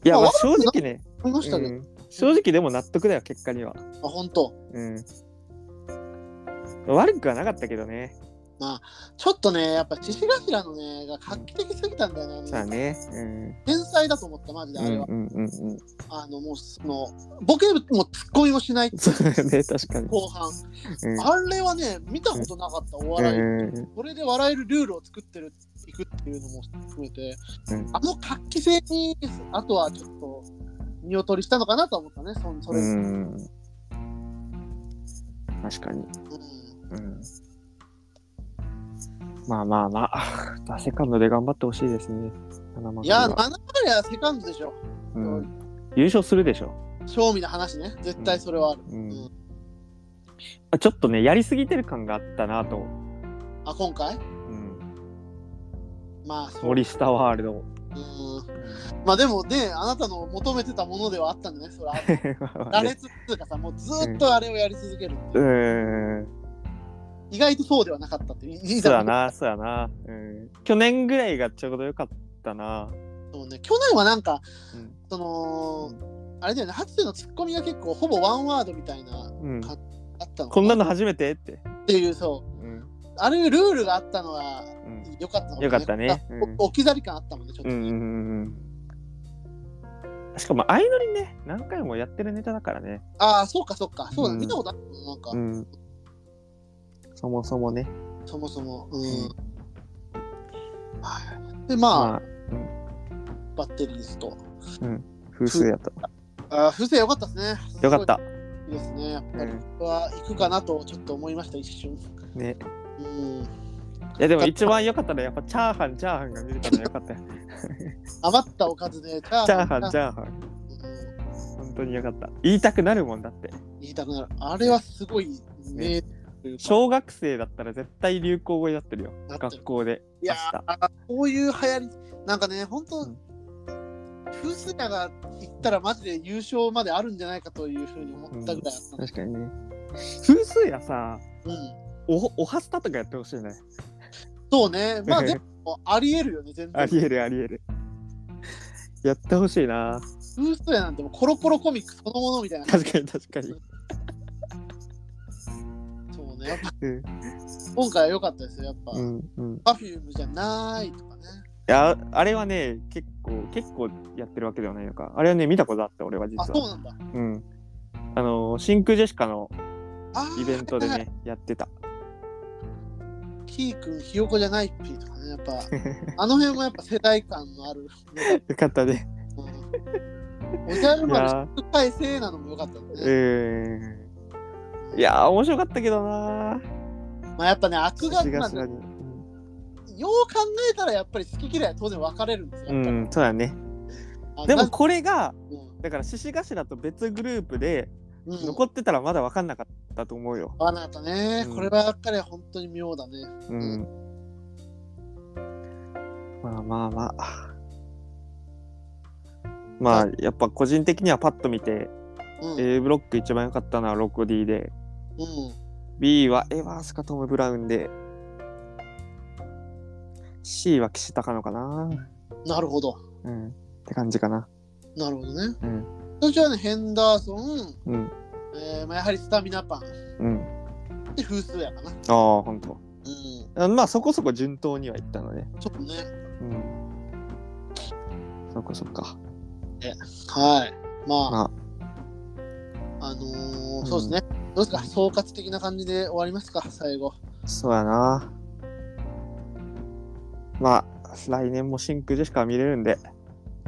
Speaker 1: いや、
Speaker 2: まあ
Speaker 1: まあ正直ね、
Speaker 2: 思いました
Speaker 1: う
Speaker 2: ね。
Speaker 1: ん正直でも納得だよ、結果には。
Speaker 2: あ、本当
Speaker 1: うん。悪くはなかったけどね。
Speaker 2: ちょっとね、やっぱ獅子頭のね、が画期的すぎたんだよねあのネ
Speaker 1: さあ
Speaker 2: タ。
Speaker 1: ね。うん。
Speaker 2: 天才だと思った、マジで、
Speaker 1: う
Speaker 2: あれ
Speaker 1: ん
Speaker 2: は。
Speaker 1: うんうんうん。
Speaker 2: あの、もう、その、ボケもツッコミもしない
Speaker 1: そうね、確かに。
Speaker 2: 後半。
Speaker 1: うん
Speaker 2: あれはね、見たことなかった、お笑い。
Speaker 1: うん
Speaker 2: それで笑えるルールを作ってるいくっていうのも含めて、
Speaker 1: うん
Speaker 2: あの活気性にあとはちょっと見劣りしたのかなと思ったねそそれ、
Speaker 1: う
Speaker 2: うん
Speaker 1: ん。確かに。うんまあまあまあ、 ザセカンドで頑張ってほしいですね。七曲
Speaker 2: い
Speaker 1: りは
Speaker 2: やあの彼はセカンドでしょ
Speaker 1: うん、優勝するでしょ。
Speaker 2: 賞味の話ね絶対それはある、
Speaker 1: うん
Speaker 2: うん
Speaker 1: あちょっとね、やりすぎてる感があったなと、
Speaker 2: あ今回
Speaker 1: うん、
Speaker 2: まあそう、うん、
Speaker 1: 森下ワールド。
Speaker 2: まあでもねあなたの求めてたものではあったんでね それは羅列っていうかさもうずーっとあれをやり続ける、
Speaker 1: うーん、
Speaker 2: 意外とそうではなかったっていういい
Speaker 1: そうや
Speaker 2: な
Speaker 1: な、そうやな、うん。去年ぐらいがちょうどよかったな。
Speaker 2: そうね去年はなんか
Speaker 1: うん
Speaker 2: そのあれだよね初手のツッコミが結構ほぼワンワードみたいな
Speaker 1: うん、
Speaker 2: かあったのか
Speaker 1: こんなの初めてって。
Speaker 2: っていうそう
Speaker 1: うん
Speaker 2: あれルールがあったのは
Speaker 1: うん
Speaker 2: 良かったのも
Speaker 1: 良かったね
Speaker 2: あ
Speaker 1: うん
Speaker 2: お置き去り感あったもんねちょっと、
Speaker 1: うんうんうんうん。しかも、相乗りね、何回もやってるネタだからね。
Speaker 2: ああそうかそうかそうだ、
Speaker 1: うん
Speaker 2: 見たことあるのなんか、
Speaker 1: うん。そもそもね。
Speaker 2: そもそもうん、
Speaker 1: ん
Speaker 2: はいでまあ、
Speaker 1: まあ、
Speaker 2: バッテリーですと
Speaker 1: 風数やと。
Speaker 2: ああ風情良かったですね
Speaker 1: よかった。
Speaker 2: すごいいいですねやっぱり、
Speaker 1: うん
Speaker 2: 僕は行くかなとちょっと思いました一瞬
Speaker 1: ね。
Speaker 2: うん
Speaker 1: いや、でも一番良かったのは、やっぱチャーハン、チャーハンが見れたのよか ったよ。
Speaker 2: 余ったおかずでチャ
Speaker 1: チャーハン、チャ
Speaker 2: ャー
Speaker 1: ーハン。
Speaker 2: うん
Speaker 1: 本当によかった。言いたくなるもんだって。
Speaker 2: 言いたくなる。あれはすごい名というか
Speaker 1: 小学生だったら絶対流行語になってるよ。
Speaker 2: なってる
Speaker 1: 学校で。
Speaker 2: いやーこういう流行り、なんかね、本当、
Speaker 1: うん
Speaker 2: 風水屋が行ったらマジで優勝まであるんじゃないかというふうに思ったぐらいあったんで
Speaker 1: 確かにね。風数やさ、
Speaker 2: うん
Speaker 1: お、おはスタとかやってほしいね。
Speaker 2: そうね、まあでもありえるよね、全
Speaker 1: あ
Speaker 2: 然。
Speaker 1: りえる、ありえる。やってほしいな。
Speaker 2: 風水屋なんてもうコロコロコミックそのものみたいな。
Speaker 1: 確かに、確かに。
Speaker 2: そうね、やっぱ
Speaker 1: うん
Speaker 2: 今回は良かったですよ、やっぱ。
Speaker 1: う
Speaker 2: Perfume
Speaker 1: ん、うん。
Speaker 2: じゃないとかね。
Speaker 1: いやあれはね結構結構やってるわけではないのかあれはね見たことあった俺は実
Speaker 2: あ、
Speaker 1: は
Speaker 2: そうなんだ。
Speaker 1: うんあのー真空ジェシカの
Speaker 2: あー
Speaker 1: イベントで
Speaker 2: はいはい
Speaker 1: ねやってた
Speaker 2: キー君、ひよこじゃないっぴとかね、やっぱ、 あの辺もやっぱ世代感のある。
Speaker 1: よかったね
Speaker 2: うんおじゃる
Speaker 1: い
Speaker 2: 丸
Speaker 1: や
Speaker 2: 失敗せいなのも良かった
Speaker 1: ー
Speaker 2: ね。
Speaker 1: うーんいやー面白かったけどな
Speaker 2: まあやっぱね、悪が、
Speaker 1: がす
Speaker 2: まあ
Speaker 1: ら
Speaker 2: よ
Speaker 1: に
Speaker 2: う考えたらやっぱり好き嫌いは当然分かれるんですよ。
Speaker 1: う
Speaker 2: やっぱり
Speaker 1: んそうだね
Speaker 2: あ
Speaker 1: でも
Speaker 2: なんか
Speaker 1: これが
Speaker 2: うん
Speaker 1: だから獅子頭と別グループで
Speaker 2: うん
Speaker 1: 残ってたらまだ分かんなかったと思うよ
Speaker 2: 合わなかったね
Speaker 1: う。ん
Speaker 2: こればっかりは本当に妙だね。
Speaker 1: うんまあまあまあ。まあ、やっぱ個人的にはパッと見て、
Speaker 2: うん。
Speaker 1: A ブロック一番良かったのはロコ D で、
Speaker 2: うん。
Speaker 1: B はエバースかトム・ブラウンで、C は岸高野かな。
Speaker 2: なるほど。
Speaker 1: うん。って感じかな。
Speaker 2: なるほどね。
Speaker 1: うん。
Speaker 2: 私はね、ヘンダーソン、
Speaker 1: うん。
Speaker 2: えーまあ、やはりスタミナパン
Speaker 1: うん。
Speaker 2: で風数やかな。う
Speaker 1: あ
Speaker 2: ん。
Speaker 1: あ、ほんと。あまあ、そこそこ順当にはいったのね。
Speaker 2: ちょっとね。
Speaker 1: うん。そこそっか。
Speaker 2: はい。ま
Speaker 1: ま
Speaker 2: あ、あのー
Speaker 1: うん
Speaker 2: そうですね。どうですか総括的な感じで終わりますか最後。
Speaker 1: あ、そうやな。まあ、来年も真空ジェシカは見れるんで、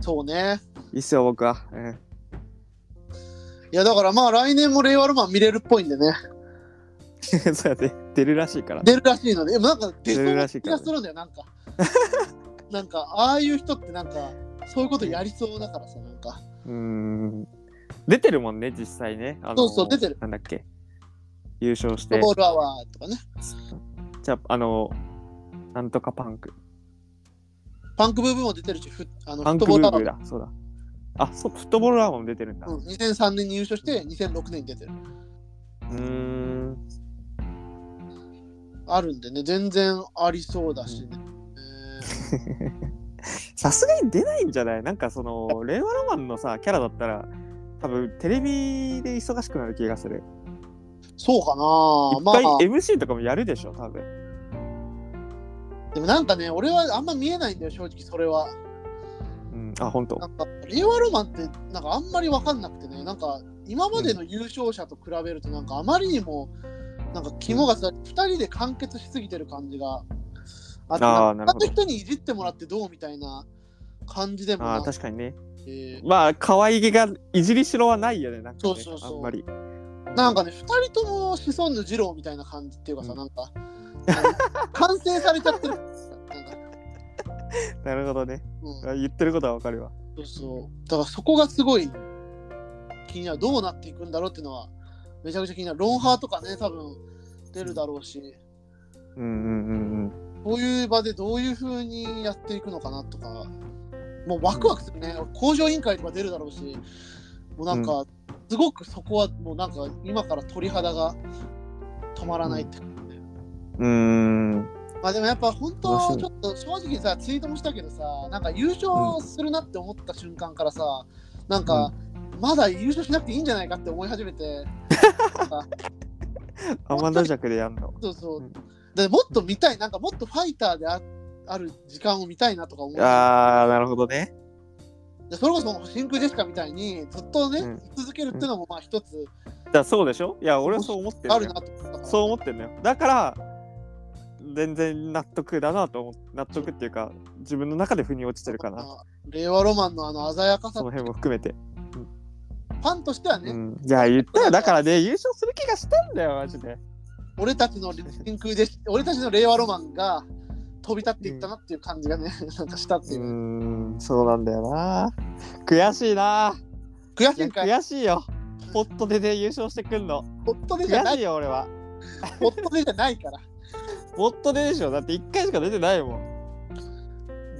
Speaker 2: そうね。
Speaker 1: いいっすよ、僕は。うん。
Speaker 2: いや、だからまあ来年も令和ロマン見れるっぽいんでね。
Speaker 1: そうやって出るらしいから。
Speaker 2: 出るらしいので、でもなんか出そう
Speaker 1: 出る
Speaker 2: な
Speaker 1: らし
Speaker 2: 気
Speaker 1: いから
Speaker 2: が
Speaker 1: ね
Speaker 2: するんだよ、なんか。 なんか、ああいう人ってなんか、そういうことやりそうだからさ、なんか。
Speaker 1: うーん。出てるもんね、実際ね。あの
Speaker 2: そうそう出てる。
Speaker 1: なんだっけ。優勝して。
Speaker 2: ボールアワーとかね。
Speaker 1: じゃあ、あの、なんとかパンク。
Speaker 2: パンクブームも出てるし、フッあのフ
Speaker 1: パ
Speaker 2: ッ
Speaker 1: ンクブ
Speaker 2: トボールア
Speaker 1: ー
Speaker 2: ワ
Speaker 1: ブ
Speaker 2: ー、
Speaker 1: だ。そうだ。あ、そう、フットボールアワーも出てるんだ。
Speaker 2: うん
Speaker 1: う、
Speaker 2: 2003年に優勝して、2006年に出てる。
Speaker 1: ーん。
Speaker 2: あるんでね、全然ありそうだしね。えー
Speaker 1: さすがに出ないんじゃないなんかその、令和ロマンのさ、キャラだったら、多分テレビで忙しくなる気がする。
Speaker 2: そうか
Speaker 1: い
Speaker 2: な
Speaker 1: っ
Speaker 2: ま
Speaker 1: ぱい
Speaker 2: あ、
Speaker 1: MC とかもやるでしょ、多分。
Speaker 2: でもなんかね、俺はあんま見えないんだよ、正直それは。
Speaker 1: うん。あ、本当。
Speaker 2: なんか、令和ロマンって、なんかあんまりわかんなくてね、なんか、今までの優勝者と比べると、なんかあまりにも、なんか肝がさ、二人で完結しすぎてる感じがあって、
Speaker 1: あー
Speaker 2: なん
Speaker 1: なる
Speaker 2: か
Speaker 1: ほど
Speaker 2: 他の人にいじってもらってどうみたいな感じでも
Speaker 1: あ
Speaker 2: な
Speaker 1: あ、
Speaker 2: く
Speaker 1: 確かにね。
Speaker 2: て、
Speaker 1: まあ、可愛げが、いじりしろはないよね、なんか、ね。
Speaker 2: そうそうそう
Speaker 1: あんまり。
Speaker 2: なんかね、二人ともシソンヌ二郎みたいな感じっていうかさ、
Speaker 1: うん
Speaker 2: なんか、あの完成されちゃってる。なんか
Speaker 1: なるほどね。
Speaker 2: うん
Speaker 1: あ言ってることはわかるわ。
Speaker 2: そうそう。だからそこがすごい気になる。どうなっていくんだろうっていうのは、めちゃくちゃ気になる。ロンハーとかね、多分出るだろうし、
Speaker 1: うんうんうんうん。
Speaker 2: こういう場でどういうふうにやっていくのかなとか、もうワクワクするね。工場委員会とか出るだろうし、もうなんか、すごくそこはもうなんか、今から鳥肌が止まらないって。
Speaker 1: うーん。
Speaker 2: まあでもやっぱ本
Speaker 1: 楽し
Speaker 2: 当、
Speaker 1: み
Speaker 2: ちょっと正直さ、ツイートもしたけどさ、なんか優勝するなって思った瞬間からさ、なんか、まだ優勝しなくていいんじゃないかって思い始めて、なんか
Speaker 1: アマンダ弱でやんの。
Speaker 2: そうそう
Speaker 1: うん。
Speaker 2: でもっと見たい、なんかもっとファイターであある時間を見たいなとか思う。
Speaker 1: あー、なるほどね。
Speaker 2: でそれこそ真空ジェシカみたいにずっとね、
Speaker 1: うん
Speaker 2: 続けるっていうのもまあ一つ
Speaker 1: だからそうでしょいや、俺はそう思ってるの
Speaker 2: ある
Speaker 1: よ
Speaker 2: な。と思ったから。
Speaker 1: そう思ってるのよ。だから、全然納得だなと思って、納得っていうか、自分の中で腑に落ちてるかな。
Speaker 2: まあ令和ロマンのあの鮮やかさ
Speaker 1: その、辺も含めて。
Speaker 2: ファンとしてはね、
Speaker 1: うん。いや、言ったよ。だからね、優勝する気がしたんだよ、マジで。
Speaker 2: 俺たちの真空で俺たちの令和ロマンが飛び立っていったなっていう感じがね、なんかしたっ
Speaker 1: う
Speaker 2: ていう、
Speaker 1: ーん、そうなんだよな。悔しいな。
Speaker 2: 悔
Speaker 1: い
Speaker 2: し
Speaker 1: や
Speaker 2: いんかい
Speaker 1: 悔しいよ。ポットでで優勝してくんの。
Speaker 2: ホットでじゃな
Speaker 1: 悔し
Speaker 2: い
Speaker 1: いよ、俺は。
Speaker 2: ホットでじゃないから
Speaker 1: ボットででしょだって1回しか出てないもん。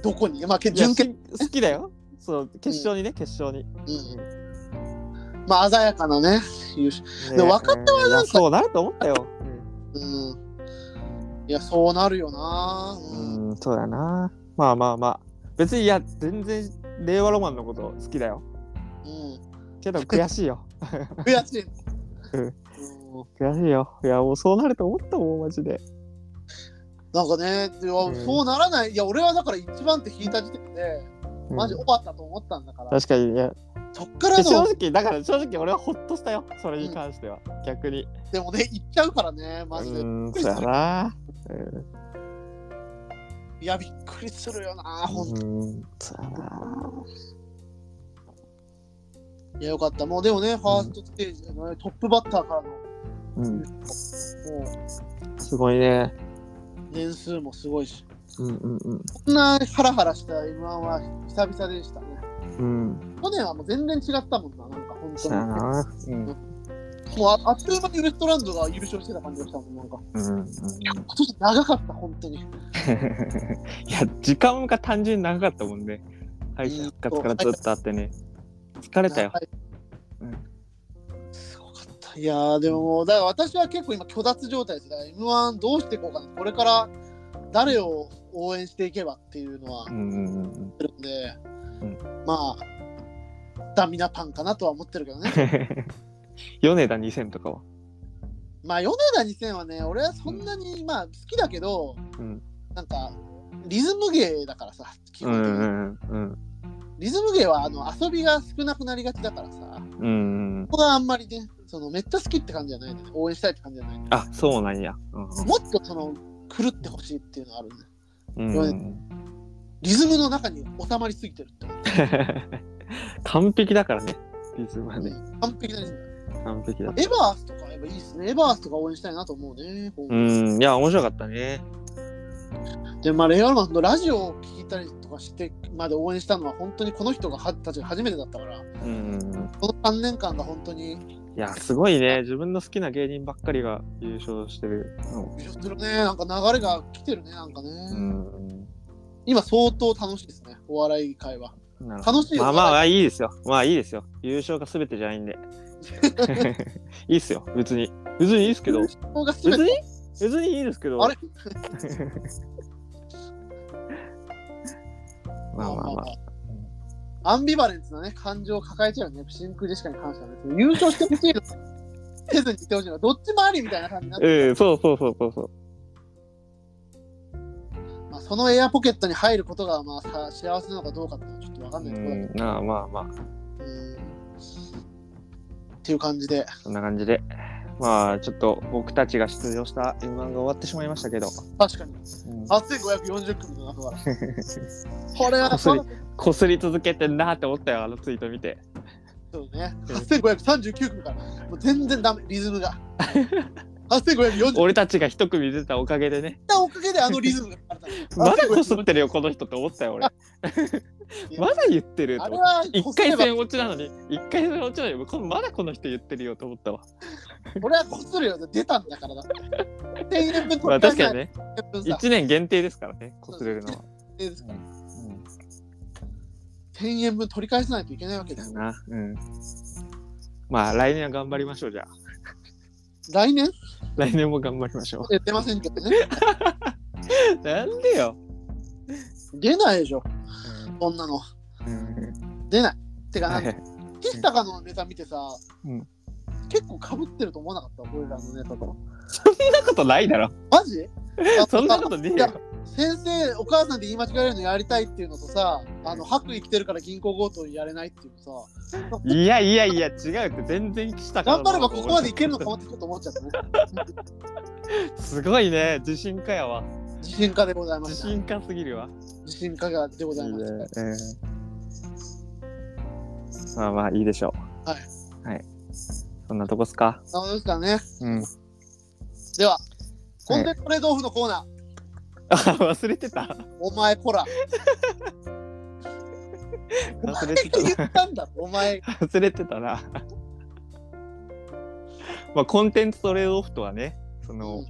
Speaker 2: どこにまあけ
Speaker 1: いや
Speaker 2: 準決、
Speaker 1: し好きだよ。そう、決勝にね、決勝に。
Speaker 2: うん、まあ鮮やかなね優勝
Speaker 1: ね
Speaker 2: でも若
Speaker 1: 手はなんか。そうなると思ったよ。
Speaker 2: うんいやそうなるよな
Speaker 1: う
Speaker 2: うん、
Speaker 1: ん、そうだな。まあまあまあ。別に、いや、全然、令和ロマンのこと好きだよ。
Speaker 2: うん
Speaker 1: けど、悔しいよ。
Speaker 2: 悔しい、
Speaker 1: うん
Speaker 2: うん
Speaker 1: 悔しいよ。いや、もうそうなると思ったもん、マジで。
Speaker 2: なんかねいや
Speaker 1: うん
Speaker 2: そうならないいや俺はだから一番って引いた時点で
Speaker 1: うん
Speaker 2: マジ終わったと思ったんだから、
Speaker 1: 確かに、いや、
Speaker 2: そっから
Speaker 1: 正
Speaker 2: の
Speaker 1: 直、だから正直俺はほっとしたよ。それに関しては。逆に。
Speaker 2: でもね行っちゃうからねマジで、
Speaker 1: うん、そうやな。うん
Speaker 2: いや、びっくりするよな、ほんと。
Speaker 1: うん、そうやな。
Speaker 2: いや、よかった。もうでもね、ファーストステージでね、トップバッターからの、
Speaker 1: うん、
Speaker 2: も
Speaker 1: すごいね。
Speaker 2: う、年数もすごいし。
Speaker 1: うんうんうん。
Speaker 2: こんなハラハラした M1 は久々でしたね。
Speaker 1: うん、
Speaker 2: 去年はもう全然違ったもんな、なんか本
Speaker 1: そ
Speaker 2: 当
Speaker 1: うや
Speaker 2: に。
Speaker 1: な。うん
Speaker 2: もうああっという間にウエストランドが優勝してた感じがしたもん、なんか。
Speaker 1: うんうんうん、
Speaker 2: 今年長かった、本当に。
Speaker 1: いや時間が単純に長かったもんね敗者復活からずっとあってね疲れたよ
Speaker 2: 長い
Speaker 1: うん
Speaker 2: すごかった。いやー、でももう、だから私は結構今、虚脱状態です。だから M1 どうしていこうかな。これから誰を応援していけばっていうのは
Speaker 1: う、んうんうんうん
Speaker 2: ってるんで、
Speaker 1: うん
Speaker 2: まあ、ダミナパンかなとは思ってるけどね。
Speaker 1: 米田2000とかは
Speaker 2: まあ、米田2000はね、俺はそんなに、まあ、好きだけど、
Speaker 1: うん
Speaker 2: なんか、リズム芸だからさ、基
Speaker 1: う
Speaker 2: 本
Speaker 1: んう
Speaker 2: 的に。
Speaker 1: んうん
Speaker 2: リズム芸はあの遊びが少なくなりがちだからさ、
Speaker 1: うんうんうん
Speaker 2: ここはあんまりね、そのめっちゃ好きって感じじゃない、ね、応援したいって感じじゃない、
Speaker 1: あそうなんやうん
Speaker 2: もっとその、狂ってほしいっていうのがあるね。
Speaker 1: うんうんうん
Speaker 2: リズムの中に収まりすぎてるって思う。
Speaker 1: 完璧だからねリズムはね
Speaker 2: 完璧なリズム。
Speaker 1: 完璧だ
Speaker 2: エバースとかやっぱいいですね。エバースとか応援したいなと思うね。
Speaker 1: うんいや面白かったね
Speaker 2: でまあ、レイアルマンのラジオを聞いたりとかしてまで応援したのは本当にこの人がはたちが初めてだったから
Speaker 1: うんうんうん
Speaker 2: この3年間が本当に
Speaker 1: いやすごいね自分の好きな芸人ばっかりが優勝してるの
Speaker 2: いろいろねなんか流れが来てるねなんかね、
Speaker 1: うん
Speaker 2: 今相当楽しいですねお笑い会は
Speaker 1: なるほど
Speaker 2: 楽しいよ
Speaker 1: まあまあまあいいですよまあいいですよ優勝が全てじゃない んでいいっすよ別に別にいいっすけど別
Speaker 2: 人が全て
Speaker 1: に別にいいですけど
Speaker 2: あれ
Speaker 1: まあまあまあ
Speaker 2: アンビバレンスなね感情を抱えちゃうね真空ジェシカに関してはね優勝してほしいのせずにいてほしいのどっちもありみたいな感じになって、
Speaker 1: ええそうそうそうそうそう
Speaker 2: まあ、そのエアポケットに入ることがまあさ幸せなのかどうかっていうのはちょっとわかん
Speaker 1: う
Speaker 2: ないところだけど
Speaker 1: んまあまあまあ
Speaker 2: うんっていう感じで、
Speaker 1: そんな感じでまあちょっと僕たちが出場した M1 が終わってしまいましたけど、
Speaker 2: 確かに
Speaker 1: うん
Speaker 2: 8540組の中 は、これは
Speaker 1: こそり
Speaker 2: まだ
Speaker 1: こすり続けてんなって思ったよあのツイート見て
Speaker 2: そうね、8539組から、もう全然ダメ、リズ ムが。8540組
Speaker 1: 俺たちが一組出たおかげでね
Speaker 2: のおかげであのリズムが生まれたの。
Speaker 1: まだこすってるよこの人って思ったよ 俺まだ言って ると
Speaker 2: あれ
Speaker 1: 思って一
Speaker 2: はこすれ
Speaker 1: 回
Speaker 2: ば、
Speaker 1: 戦落ちなのに一回戦落ちなのにこまだこの人言ってるよと思ったわ
Speaker 2: 俺はこするよ、出たんだからだって。1000円分
Speaker 1: まあ
Speaker 2: 取
Speaker 1: 確
Speaker 2: り
Speaker 1: か
Speaker 2: 返
Speaker 1: に
Speaker 2: せな
Speaker 1: ね
Speaker 2: い1000分さ
Speaker 1: 1年限定ですからねこすれるのは、
Speaker 2: ですから1000円分取り返さないといけないわけで
Speaker 1: だ
Speaker 2: す。
Speaker 1: なうんまあ来年は頑張りましょうじゃあ
Speaker 2: 来年
Speaker 1: 来年も頑張りまし ょ
Speaker 2: え出ませんけどね。
Speaker 1: うなんでよ、
Speaker 2: 出ないでしょ、こんなの。出ない。てか、なんか岸高のネタ見てさ、
Speaker 1: うん
Speaker 2: 結構かぶってると思わなかった俺らのネタと
Speaker 1: そんなことないだろ
Speaker 2: マジ
Speaker 1: そんなことねえ
Speaker 2: あ
Speaker 1: よ
Speaker 2: の先生お母さんで言い間違えるのやりたいっていうのとさあの白衣着てるから銀行強盗やれないっていうのさ
Speaker 1: いやいやいや違うって全然したから
Speaker 2: 頑張ればここまでいけるのかもってちょっと思っちゃっ たね
Speaker 1: すごいね自信家やわ
Speaker 2: 自信家でございま
Speaker 1: 自
Speaker 2: した自
Speaker 1: 信家すぎるわ
Speaker 2: 信家がでございました
Speaker 1: うんまあまあいいでしょう、
Speaker 2: はい
Speaker 1: はい、そんなとこっすか
Speaker 2: なのですからね
Speaker 1: うん
Speaker 2: ではコンテンツトレードオフのコーナー、
Speaker 1: あ 忘れてた
Speaker 2: お前こらお前
Speaker 1: 忘れ
Speaker 2: って
Speaker 1: た
Speaker 2: て言 ったんだお前
Speaker 1: 忘れてたなまあコンテンツトレードオフとはねその、
Speaker 2: うん、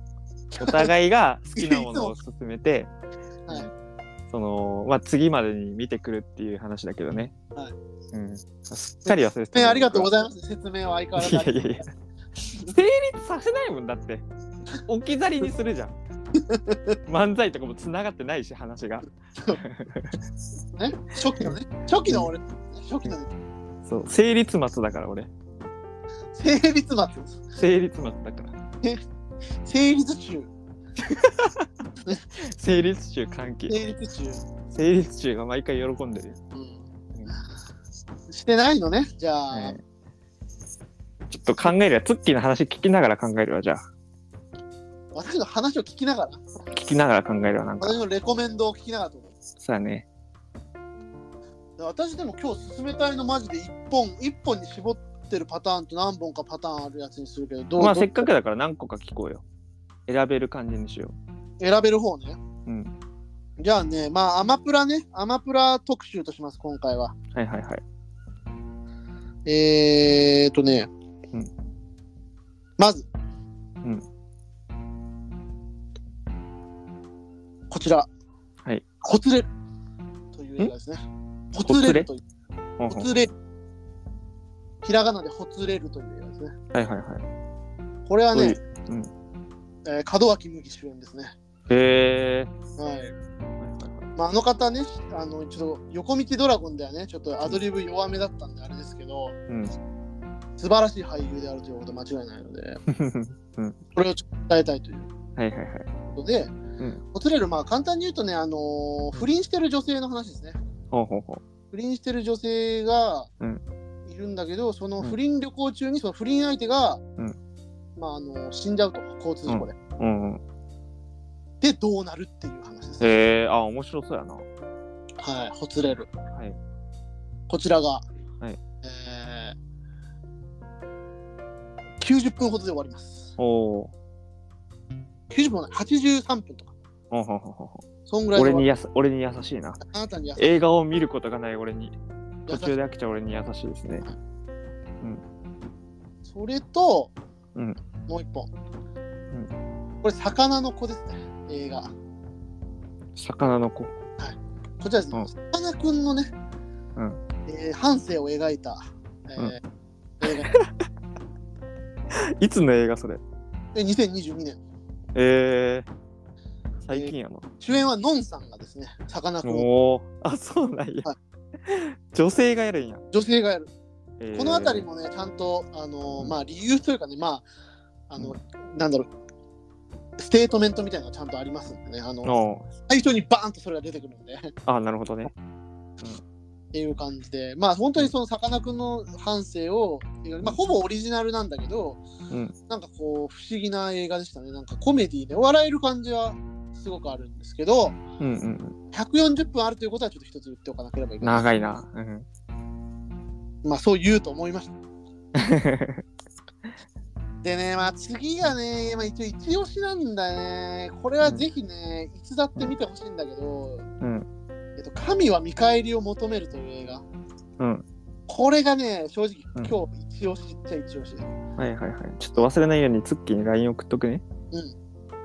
Speaker 1: お互いが好きなものを勧めて
Speaker 2: はい
Speaker 1: そのまあ次までに見てくるっていう話だけどね、
Speaker 2: はい
Speaker 1: うん、すっかり忘れてた、
Speaker 2: ね、ありがとうございます。説明は相変わらずありが
Speaker 1: いや
Speaker 2: とうございます。
Speaker 1: いやいや成立させないもんだって置き去りにするじ ゃん漫才とかもつながってないし話が
Speaker 2: ね、初期のね、初期の俺、初期のね、
Speaker 1: そう成立末だから俺
Speaker 2: 成立末、
Speaker 1: 成立末だから
Speaker 2: 成立中、
Speaker 1: 成立中歓喜
Speaker 2: 成立中、
Speaker 1: 成立中が毎回喜んでるよ
Speaker 2: うん、してないのね、じゃあ、
Speaker 1: はいちょっと考えるわツッキーの話聞きながら考えるわじゃあ
Speaker 2: 私の話を聞きながら、
Speaker 1: 聞きながら考えるわなんか
Speaker 2: 私のレコメンドを聞きながらってことです
Speaker 1: そうだね
Speaker 2: 私でも今日進めたいのマジで1本、1本に絞ってるパターンと何本かパターンあるやつにするけど、どう
Speaker 1: まあ
Speaker 2: どう
Speaker 1: せっかくだから何個か聞こうよ選べる感じにしよ
Speaker 2: 選べる方ね。
Speaker 1: ううん
Speaker 2: じゃあね、まあ、アマプラね、アマプラ特集とします、今回は。
Speaker 1: はいはいはい
Speaker 2: えーっとね、
Speaker 1: うん
Speaker 2: まず、
Speaker 1: ん
Speaker 2: こちら、
Speaker 1: はい、
Speaker 2: こつれるという映画ですね。こつれるという、
Speaker 1: ほんほ
Speaker 2: こ
Speaker 1: ん
Speaker 2: つれる。ひらがなでほつれるという映画ですね。
Speaker 1: はいはいはい。
Speaker 2: これはね、
Speaker 1: うん
Speaker 2: えー門脇麦主演ですね。
Speaker 1: へえ。
Speaker 2: はい。まあ、あの方ね、あの、ちょっと横道ドラゴンではね、ちょっとアドリブ弱めだったんであれですけど、
Speaker 1: うん。
Speaker 2: 素晴らしい俳優であるということは間違いないので、これをちょっと伝えたいという
Speaker 1: はいはい はい。
Speaker 2: ことで、
Speaker 1: ん
Speaker 2: ほつれる、まあ簡単に言うとね、あのー不倫してる女性の話ですね。
Speaker 1: ほうほうほ
Speaker 2: 不倫してる女性が
Speaker 1: うん
Speaker 2: いるんだけど、その不倫旅行中にその不倫相手が、
Speaker 1: ん
Speaker 2: まああの死んじゃうと、交通事故で。
Speaker 1: う。うんうん。
Speaker 2: で、どうなるっていう話です。
Speaker 1: へえ。あ、面白そうやな。
Speaker 2: はい、ほつれる。
Speaker 1: はい。
Speaker 2: こちらが、
Speaker 1: はい
Speaker 2: えー、90分ほどで終わります。
Speaker 1: おお。
Speaker 2: 90分もない、83分とか。
Speaker 1: ほうほうほうほう
Speaker 2: そんぐらいで
Speaker 1: 俺
Speaker 2: 終わ
Speaker 1: に
Speaker 2: り
Speaker 1: やさ、俺に優しいな。
Speaker 2: あなたに優しい
Speaker 1: 映画を見ることがない俺に。途中
Speaker 2: 優しい
Speaker 1: で飽きちゃう俺に優しいですね。
Speaker 2: それと、
Speaker 1: うん
Speaker 2: もう一本、これ、魚の子ですね、映画。
Speaker 1: 魚の子。
Speaker 2: こちらです
Speaker 1: う
Speaker 2: ね
Speaker 1: ん、
Speaker 2: さかなクンのね、
Speaker 1: うん
Speaker 2: えー半生を描いた、えー
Speaker 1: うん
Speaker 2: 映画
Speaker 1: いつの映画それ
Speaker 2: で2022年。
Speaker 1: ええ。最近やな。
Speaker 2: 主演はのんさんがですね、さかなクンを
Speaker 1: おお。あ、そうなんや
Speaker 2: は。
Speaker 1: 女性がやるんや。
Speaker 2: 女性がやる。
Speaker 1: へー
Speaker 2: この辺りもね、ちゃんと、あのー
Speaker 1: うん
Speaker 2: まあ、理由というかね、まあ、あの、なんだろう、ステートメントみたいなのがちゃんとありますんでね、あの、
Speaker 1: おう
Speaker 2: 最初にバーンとそれが出てくるんで、っ
Speaker 1: あ、なるほどね。
Speaker 2: ていう感じで、まあ、本当にその、さかなクンの半生を、まあ、ほぼオリジナルなんだけど、
Speaker 1: うん
Speaker 2: なんかこう、不思議な映画でしたね。なんかコメディで笑える感じはすごくあるんですけど、
Speaker 1: うんうんうん。
Speaker 2: 140分あるということはちょっと一つ言っておかなければいけない。
Speaker 1: 長いな。うん。
Speaker 2: まあ、そう言うと思いました。でね、まあ、次がね、まあ、一応一押しなんだね。これはぜひね、いつだって見てほしいんだけど、
Speaker 1: うん
Speaker 2: えっと、神は見返りを求めるという映画。
Speaker 1: うん
Speaker 2: これがね、正直、
Speaker 1: うん
Speaker 2: 今日一押しっちゃ一押し。
Speaker 1: はいはいはい。ちょっと忘れないようにツッキーに LINE 送っとくね。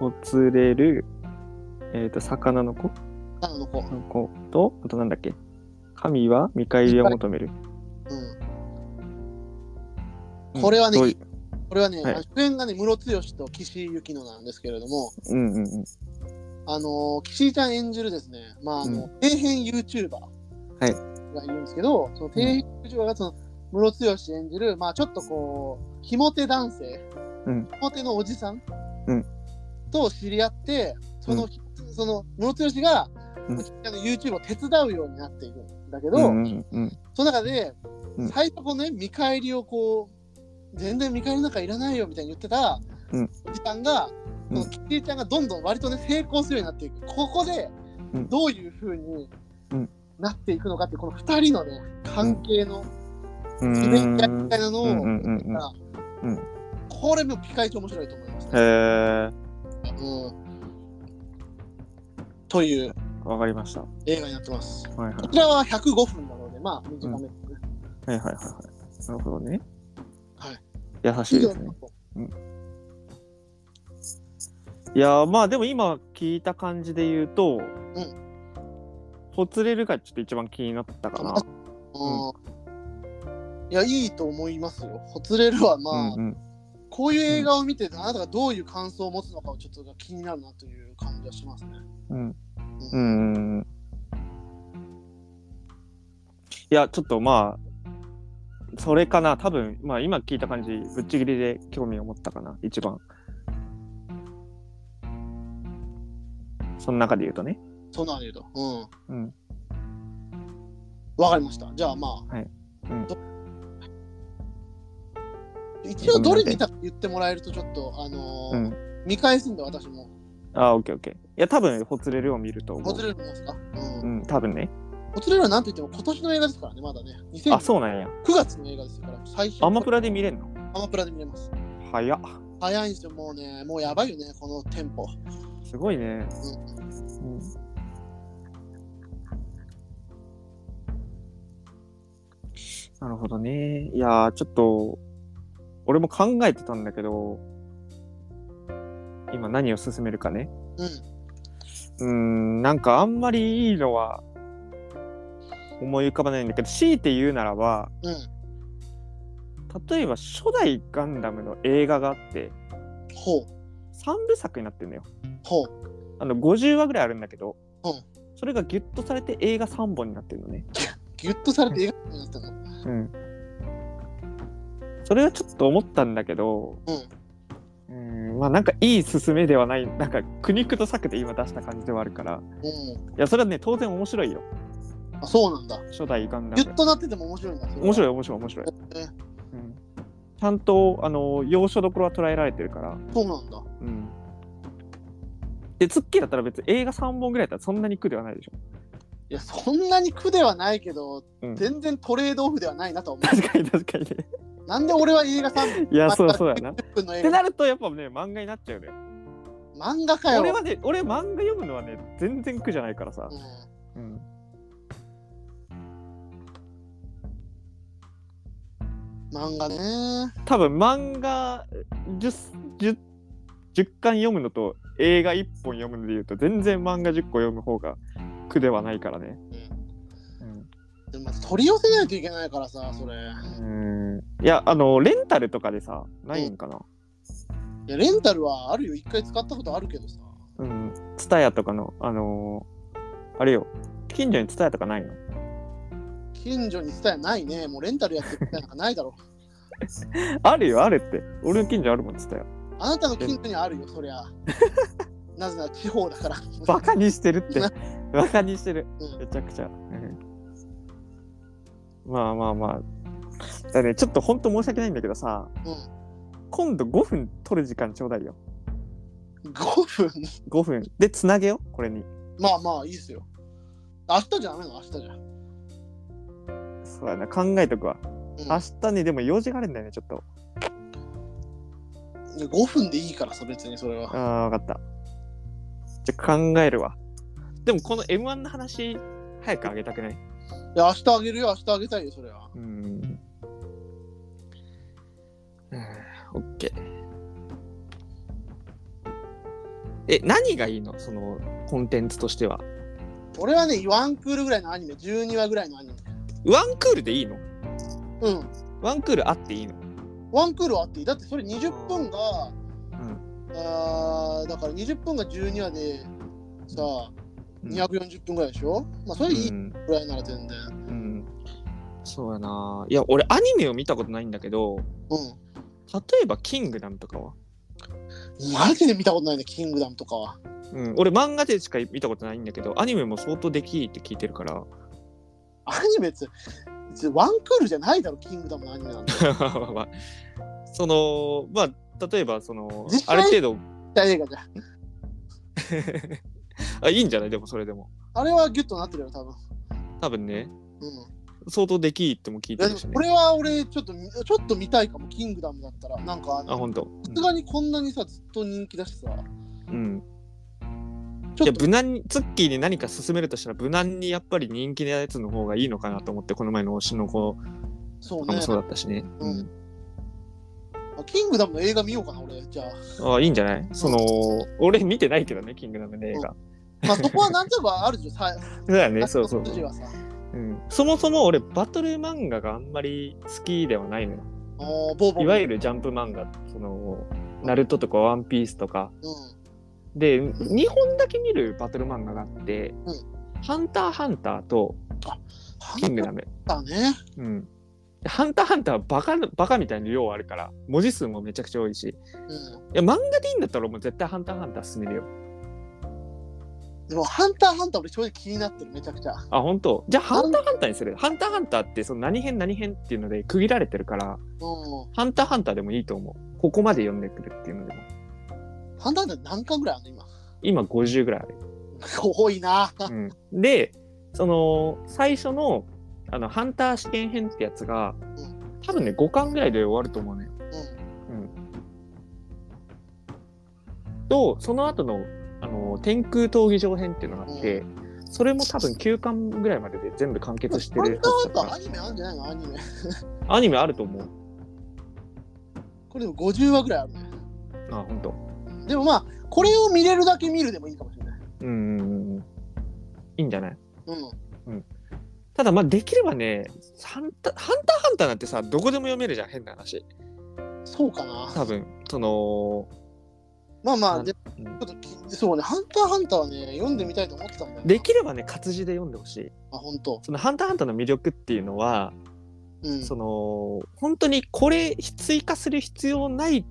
Speaker 1: うん。お釣れる、えっ、と、魚の子
Speaker 2: あの子。
Speaker 1: の子と、あとなんだっけ神は見返りを求める。
Speaker 2: うん、これはね、
Speaker 1: どうい
Speaker 2: これはね、
Speaker 1: はい
Speaker 2: あの主演がね、ムロツヨシと岸井ゆきのなんですけれども、
Speaker 1: うんうんうん。
Speaker 2: あのー岸井ちゃん演じるですね、まあ、あの、底辺 YouTuber
Speaker 1: はい
Speaker 2: がいるんですけど、その底辺 YouTuber がその、ムロツヨシ演じる、まあ、ちょっとこう、ひも手男性、
Speaker 1: うん
Speaker 2: ひも手のおじさん、
Speaker 1: うん
Speaker 2: と知り合って、その、
Speaker 1: う
Speaker 2: その、ムロツヨシが、
Speaker 1: うん
Speaker 2: 岸井ちゃんの YouTube を手伝うようになっていくんだけど、
Speaker 1: うんうんうん。
Speaker 2: その中で、
Speaker 1: うん
Speaker 2: 最初こうね、見返りをこう、全然見返りなんかいらないよみたいに言ってた、
Speaker 1: うん
Speaker 2: おじさんが、
Speaker 1: うん
Speaker 2: このキティちゃんがどんどん割とね、成功するようになっていく。ここで
Speaker 1: う、ん
Speaker 2: どういうふうに
Speaker 1: うん
Speaker 2: なっていくのかって、この二人のね、関係の
Speaker 1: う
Speaker 2: イベントみたい
Speaker 1: ん。
Speaker 2: なのを、
Speaker 1: うんうんうんうん
Speaker 2: だか
Speaker 1: うん
Speaker 2: らこれもピカイチ面白いと思います、
Speaker 1: へ
Speaker 2: ね。
Speaker 1: え
Speaker 2: うんという
Speaker 1: ー、わかりました。は
Speaker 2: 映画になってます。
Speaker 1: いはい
Speaker 2: こちらは105分なので、まあ短めですね。
Speaker 1: はいはいはいはい。なるほどね。
Speaker 2: はい。
Speaker 1: 優しいですね。いやーまあでも今聞いた感じで言うと、ほつれるがちょっと一番気になったかな。
Speaker 2: いや、いいと思いますよ。ほつれるは、まあ、
Speaker 1: うんうん、
Speaker 2: こういう映画を見て、あなたがどういう感想を持つのかをちょっと気になるなという感じはしますね。
Speaker 1: うんうんうんうん。いや、ちょっとまあ、それかな、多分まあ今聞いた感じ、ぶっちぎりで興味を持ったかな、一番。その中で言うとね。
Speaker 2: そんなの言うと。うん。
Speaker 1: うん。
Speaker 2: わかりました。じゃあ、まあ。
Speaker 1: はいうん
Speaker 2: ど一応、どれ見たか言ってもらえると、ちょっと、あのー
Speaker 1: うん。
Speaker 2: 見返すんで、私も。
Speaker 1: あー、オッケーオッケー。いや、多分ほつれるを見ると思
Speaker 2: ほ
Speaker 1: う
Speaker 2: つ。れるもですか。
Speaker 1: う
Speaker 2: う。
Speaker 1: んん、多分ね。
Speaker 2: ほつれるはなんといっても今年の映画ですからね、まだね。
Speaker 1: あ、
Speaker 2: 2009
Speaker 1: そうなんや。
Speaker 2: 月の映画ですから、最新。
Speaker 1: アマプラで見れんの
Speaker 2: アマプラで見れます。
Speaker 1: 早っ。
Speaker 2: 早いんですよ、もうね、もうやばいよね、このテンポ。
Speaker 1: すごいね。うんなるほどね。いやー、ちょっと、俺も考えてたんだけど、今何を進めるかね。
Speaker 2: うん。
Speaker 1: うーん、なんかあんまりいいのは思い浮かばないんだけど、強いて言うならば、
Speaker 2: うん。
Speaker 1: 例えば初代ガンダムの映画があって、
Speaker 2: ほう。
Speaker 1: 3部作になってんのよ。
Speaker 2: ほう。
Speaker 1: あの50話ぐらいあるんだけど、
Speaker 2: うん
Speaker 1: それがギュッとされて映画3本になってるのね。
Speaker 2: ギュッとされて映画になったの。
Speaker 1: うん。それはちょっと思ったんだけど、うん、まあなんかいい進めではない、なんか苦肉と策で今出した感じではあるから、
Speaker 2: うん。
Speaker 1: いや、それはね、当然面白いよ。
Speaker 2: あ、そうなんだ。
Speaker 1: 初代ガンダ
Speaker 2: ギュッ
Speaker 1: ム。
Speaker 2: となってても面白いんだ。
Speaker 1: 面白
Speaker 2: い。
Speaker 1: い、面白い、面白い。
Speaker 2: え
Speaker 1: うん、ちゃんと、あの、要所どころは捉えられてるから。
Speaker 2: そうなんだ。
Speaker 1: うん。で、ツッキーだったら別に映画3本ぐらいだったらそんなに苦ではないでしょ。
Speaker 2: いや、そんなに苦ではないけど、
Speaker 1: うん
Speaker 2: 全然トレードオフではないなとは思
Speaker 1: 確かに 確かにね。
Speaker 2: う。なんで俺は映画3
Speaker 1: いや、そうそうやな。っ
Speaker 2: 分の映
Speaker 1: て
Speaker 2: 画
Speaker 1: なると、やっぱね、漫画になっちゃうのよ。
Speaker 2: 漫画かよ。
Speaker 1: 俺はね、俺漫画読むのはね、全然苦じゃないからさ
Speaker 2: う。ん、
Speaker 1: うん。
Speaker 2: 漫画ね。
Speaker 1: 多分漫画 10, 10, 10巻読むのと映画1本読むので言うと全然漫画10個読む方が苦ではないからね。
Speaker 2: でもまず取り寄せないといけないからさ、それ。い
Speaker 1: うん。いや、あの、レンタルとかでさ、ないんかな。
Speaker 2: や、レンタルはあるよ。一回使ったことあるけどさ。
Speaker 1: うん。ツタヤとかの、あのーあれよ、近所にツタヤとかないの
Speaker 2: 近所に伝えないね。もうレンタルやってるみたいなんかないだろ。
Speaker 1: あるよ、あるって。俺の近所あるもん、ツタヤ。
Speaker 2: あなたの近所にあるよ、そ りゃ。なぜなら地方だから。
Speaker 1: バカにしてるって バカにしてる
Speaker 2: うん
Speaker 1: めちゃくちゃ、うんまあまあまあだねちょっとほんと申し訳ないんだけどさ、
Speaker 2: うん
Speaker 1: 今度5分取る時間ちょうだいよ
Speaker 2: 5分
Speaker 1: 5分でつなげようこれに
Speaker 2: まあまあ、いいっすよ。明日じゃダメなの明日じゃ。
Speaker 1: そうやな考えとくわ、
Speaker 2: うん
Speaker 1: 明日ねでも用事があるんだよねちょっと
Speaker 2: 5分でいいからさ、別にそれは。
Speaker 1: ああ分かったじゃあ考えるわでもこの m 1の話早くあげたくない
Speaker 2: いや、明日あげるよ、明日あげたいよ、それは。
Speaker 1: うん。オッケー。え、何がいいのそのコンテンツとしては。
Speaker 2: 俺はね、ワンクールぐらいのアニメ、12話ぐらいのアニメ。
Speaker 1: ワンクールでいいの
Speaker 2: うん。
Speaker 1: ワンクールあっていいの
Speaker 2: ワンクールはあっていい。だってそれ20分が、
Speaker 1: うん。
Speaker 2: あーだから20分が12話でさ、
Speaker 1: うん
Speaker 2: 240分ぐらいでしょまあ、それいい
Speaker 1: うん。
Speaker 2: ぐらいなら全然。
Speaker 1: うんそうやな。いや、俺アニメを見たことないんだけど、
Speaker 2: う
Speaker 1: 例えばキングダムとかは。
Speaker 2: ん。マジで見たことないね、キングダムとかは。
Speaker 1: うん。俺漫画でしか見たことないんだけど、アニメも相当できいいって聞いてるから。
Speaker 2: アニメって、別にワンクールじゃないだろ、キングダムのアニメなんて。
Speaker 1: まあまあまあその、まあ、例えばその
Speaker 2: 実、
Speaker 1: あ
Speaker 2: 際
Speaker 1: る程度、
Speaker 2: 映画じゃ。
Speaker 1: あいいんじゃないでもそれでも
Speaker 2: あれはギュッとなってるよ、多分。
Speaker 1: 多分ね
Speaker 2: うん。
Speaker 1: 相当できいいっても聞い
Speaker 2: い
Speaker 1: て
Speaker 2: やで
Speaker 1: る
Speaker 2: も
Speaker 1: しね
Speaker 2: これは俺ちょっとみちょっと見たいかもキングダムだったらなんかあ
Speaker 1: あ
Speaker 2: の
Speaker 1: 本当
Speaker 2: さすがにこんなにさずっと人気だしさ
Speaker 1: うん
Speaker 2: ち
Speaker 1: い
Speaker 2: ょ
Speaker 1: や
Speaker 2: っと
Speaker 1: 無難にツッキーに何か進めるとしたら無難にやっぱり人気のやつの方がいいのかなと思ってこの前の推しの子
Speaker 2: そう
Speaker 1: とか
Speaker 2: ね
Speaker 1: もそうだったしね
Speaker 2: うんあキングダムの映画見ようかな俺じゃあ,、
Speaker 1: うんあいいんじゃないその俺見てないけどねキングダムの映画
Speaker 2: まあ、そこはなんとなくある じゃんさ
Speaker 1: そうだねそうそう
Speaker 2: あの
Speaker 1: そ
Speaker 2: 筋
Speaker 1: う、
Speaker 2: はさ
Speaker 1: うん、そもそも俺バトル漫画があんまり好きではないのよ
Speaker 2: あのボーボー
Speaker 1: いわゆるジャンプ漫画そのナルトとかワンピースとか
Speaker 2: う
Speaker 1: で2本だけ見るバトル漫画があって「
Speaker 2: う
Speaker 1: ハンターハンター」と
Speaker 2: ん
Speaker 1: 「
Speaker 2: ハ
Speaker 1: キン
Speaker 2: ン
Speaker 1: グダム
Speaker 2: ターね」
Speaker 1: うんでハンターハンターはバカバカみたいに量あるから文字数もめちゃくちゃ多いしい
Speaker 2: うん
Speaker 1: や漫画でいいんだったら俺もう絶対ハンターハンター進めるよ
Speaker 2: でもハンターハンター俺正直気になってるめちゃくちゃ
Speaker 1: あ本当じゃあハンターハンターにするハンターハンターってその何編何編っていうので区切られてるから
Speaker 2: うん
Speaker 1: ハンターハンターでもいいと思うここまで読んでくるっていうのでも
Speaker 2: ハンターハンター何巻ぐらいあるの今
Speaker 1: 今 50ぐらいある
Speaker 2: 多いな
Speaker 1: うん、でその最初のあのハンター試験編ってやつが多分ね5巻ぐらいで終わると思うのよ。とその後のあの天空闘技場編っていうのがあって、それも多分9巻ぐらいまでで全部完
Speaker 2: ハン
Speaker 1: 結して
Speaker 2: ター
Speaker 1: る
Speaker 2: ハンタ
Speaker 1: はずだ
Speaker 2: ー
Speaker 1: か
Speaker 2: アニメあるんじゃないのアニメ
Speaker 1: らアニメあると思う。
Speaker 2: これでも50話ぐらいあるね。
Speaker 1: あ本当。
Speaker 2: でもまあ、これを見れるだけ見るでもいいかもしれない。
Speaker 1: うんうんうんうん。いいんじゃない
Speaker 2: うん。
Speaker 1: ただまあできればねハンター「ハンターハンター」なんてさどこでも読めるじゃん変な話
Speaker 2: そうかな。
Speaker 1: 多分その、
Speaker 2: まあま
Speaker 1: う
Speaker 2: あ、
Speaker 1: ん
Speaker 2: でもちょっとき、そうね、ハンターハンターはね、読んでみたいと思ってたんだよな。
Speaker 1: できればね活字で読んでほしい
Speaker 2: あ、本当。
Speaker 1: その「ハンターハンター」の魅力っていうのは、
Speaker 2: うん。
Speaker 1: その本当にこれ追加する必要ない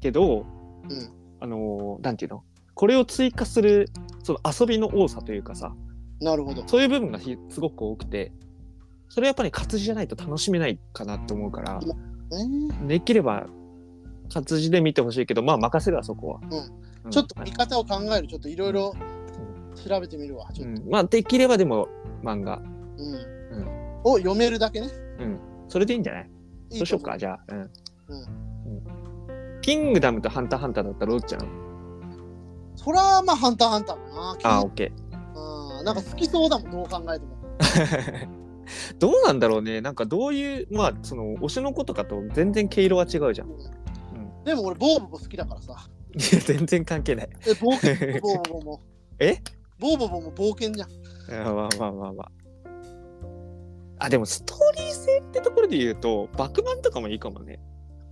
Speaker 1: けど、
Speaker 2: うん
Speaker 1: あのなんていうのこれを追加するその遊びの多さというかさ
Speaker 2: なるほど。
Speaker 1: そういう部分がひすごく多くてそれはやっぱり活字じゃないと楽しめないかなと思うから
Speaker 2: えー
Speaker 1: できれば活字で見てほしいけどまあ任せるわそこは、うん
Speaker 2: ちょっと見方を考える、ちょっといろいろ
Speaker 1: ん
Speaker 2: 調べてみるわ。ちょ
Speaker 1: う
Speaker 2: っ
Speaker 1: んまあできればでも漫画
Speaker 2: と、うん。
Speaker 1: うん
Speaker 2: を読めるだけね。
Speaker 1: それでいいんじゃない
Speaker 2: いい
Speaker 1: そうし
Speaker 2: と
Speaker 1: よう
Speaker 2: 思
Speaker 1: かじゃあうん、
Speaker 2: うん
Speaker 1: うんキングダムとハンターハンターだったらどっちなの
Speaker 2: それはまあ、ハンターハンターかな。
Speaker 1: ああオッケー
Speaker 2: うんなんか好きそうだもん、どう考えても。
Speaker 1: どうなんだろうねなんかどういうまあその推しの子とかと全然毛色は違うじゃんい
Speaker 2: でも俺、ボーボボ好きだからさ。
Speaker 1: や全然関係ない
Speaker 2: え、冒険 ボーボボも。
Speaker 1: え
Speaker 2: ボーボボも冒険じゃん。
Speaker 1: あまあまあまあまああでもストーリー性ってところで言うとバクマンとかもいいかもね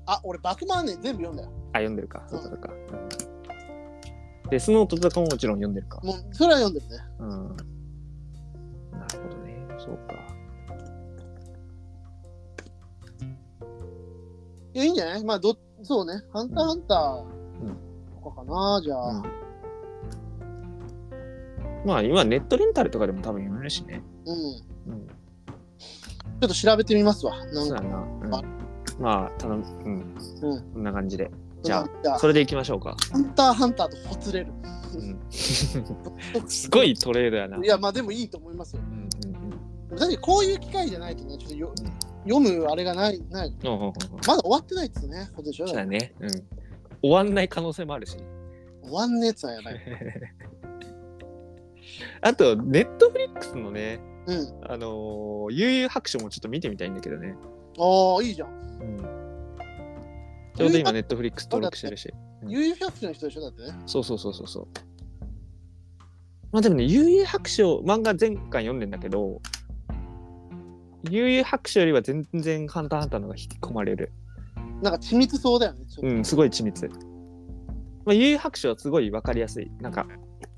Speaker 2: あ、俺、バクマンね、全部読んだよ。
Speaker 1: あ読んでるかそうかそうか、でスノートとかももちろん読んでるか
Speaker 2: もう、それは読んでるね。
Speaker 1: うんなるほどねそうか
Speaker 2: いや、いいんじゃないまあ、ど、そうね。ハンターハンターとかかな、じゃあ。
Speaker 1: うんまあ今ネットレンタルとかでも多分読めるしね
Speaker 2: うん。ち
Speaker 1: うん
Speaker 2: ょっと調べてみますわ。な
Speaker 1: そ
Speaker 2: ん
Speaker 1: うや
Speaker 2: か。
Speaker 1: な、うん
Speaker 2: あ
Speaker 1: まあ頼むうん、
Speaker 2: うん
Speaker 1: こんな感じでじゃあ
Speaker 2: じゃあ
Speaker 1: それでいきましょうか、
Speaker 2: ハンターハンターとほつれる。
Speaker 1: すごいトレードやな、
Speaker 2: いや、まあ、でもいいと思いますよ
Speaker 1: う。んうん
Speaker 2: でもだって、こういう機会じゃないとね、ちょっとよ
Speaker 1: うん
Speaker 2: 読むあれがない、ない。
Speaker 1: うんうんうんうん
Speaker 2: まだ終わってないっつうね、ことでしょ。
Speaker 1: そう
Speaker 2: 終
Speaker 1: だね、うん、終わんない可能性もあるし
Speaker 2: わんねえっつうのはや ばい。
Speaker 1: あとネットフリックスのね
Speaker 2: うん。
Speaker 1: あのー悠々白書もちょっと見てみたいんだけどね、
Speaker 2: ああ、いいじゃん。
Speaker 1: ちょうど今ネットフリックス登録してるしうん
Speaker 2: 悠々百姓の人でしょだってね。
Speaker 1: そうそうそうそうそうまあでもね悠々白書漫画全巻読んでんだけど悠々白書よりは全然ハンターハンターの方が引き込まれる
Speaker 2: なんか緻密そうだよね。ちょっと
Speaker 1: うん、すごい緻密。まあ、幽遊白書はすごい分かりやすい。なんか、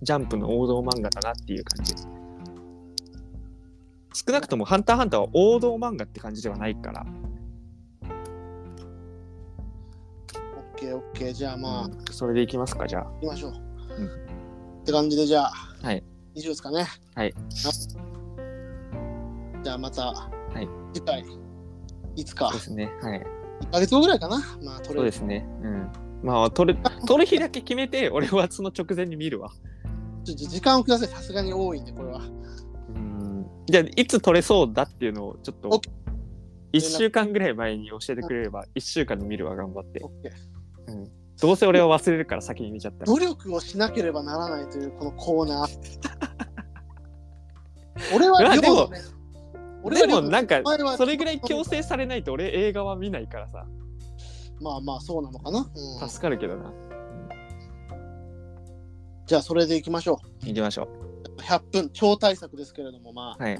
Speaker 1: ジャンプの王道漫画だなっていう感じ。少なくとも、ハンターハンターは王道漫画って感じではないから。
Speaker 2: オッケーオッケー。じゃあまあ、
Speaker 1: うん
Speaker 2: 行
Speaker 1: それでいきますか、じゃあ。
Speaker 2: きましょう。
Speaker 1: うん
Speaker 2: って感じでじゃあ、
Speaker 1: はい。
Speaker 2: 以上ですかね。
Speaker 1: はい。
Speaker 2: じゃあまた、
Speaker 1: い
Speaker 2: 次回、いつか
Speaker 1: そうで、すね。はい。
Speaker 2: 1ヶ月後ぐらいかな。まあ、と
Speaker 1: そ
Speaker 2: り
Speaker 1: う
Speaker 2: あえ
Speaker 1: で
Speaker 2: ず。
Speaker 1: すね。うん。まあ、取る、取る日だけ決めて、 俺はその直前に見るわ。
Speaker 2: ちょっと時間をください。さすがに多いんで、これは。
Speaker 1: うん。じゃあ、いつ取れそうだっていうのを、ちょっと
Speaker 2: オッ、
Speaker 1: 1週間ぐらい前に教えてくれれば、1週間で見るわ、頑張って
Speaker 2: オ。ッケー。
Speaker 1: どうせ俺は忘れるから先に見ちゃったら。
Speaker 2: 努力をしなければならないというこのコーナ ー。俺は
Speaker 1: まあでも
Speaker 2: 量のね俺
Speaker 1: で
Speaker 2: は量
Speaker 1: も
Speaker 2: の
Speaker 1: なんか
Speaker 2: お前は
Speaker 1: それぐらい強制されないと俺映画は見ないからさ
Speaker 2: まあまあそうなのかな。うん、
Speaker 1: 助かるけどな
Speaker 2: じゃあそれでいきましょ
Speaker 1: 行きましょ
Speaker 2: う。100分超大作ですけれどもま
Speaker 1: うはい
Speaker 2: あ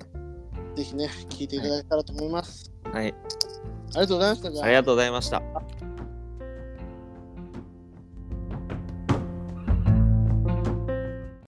Speaker 2: ぜひね聞いていただけたらと思います。
Speaker 1: はい
Speaker 2: ありがとうございました。じゃ
Speaker 1: ありがとうございました
Speaker 2: あ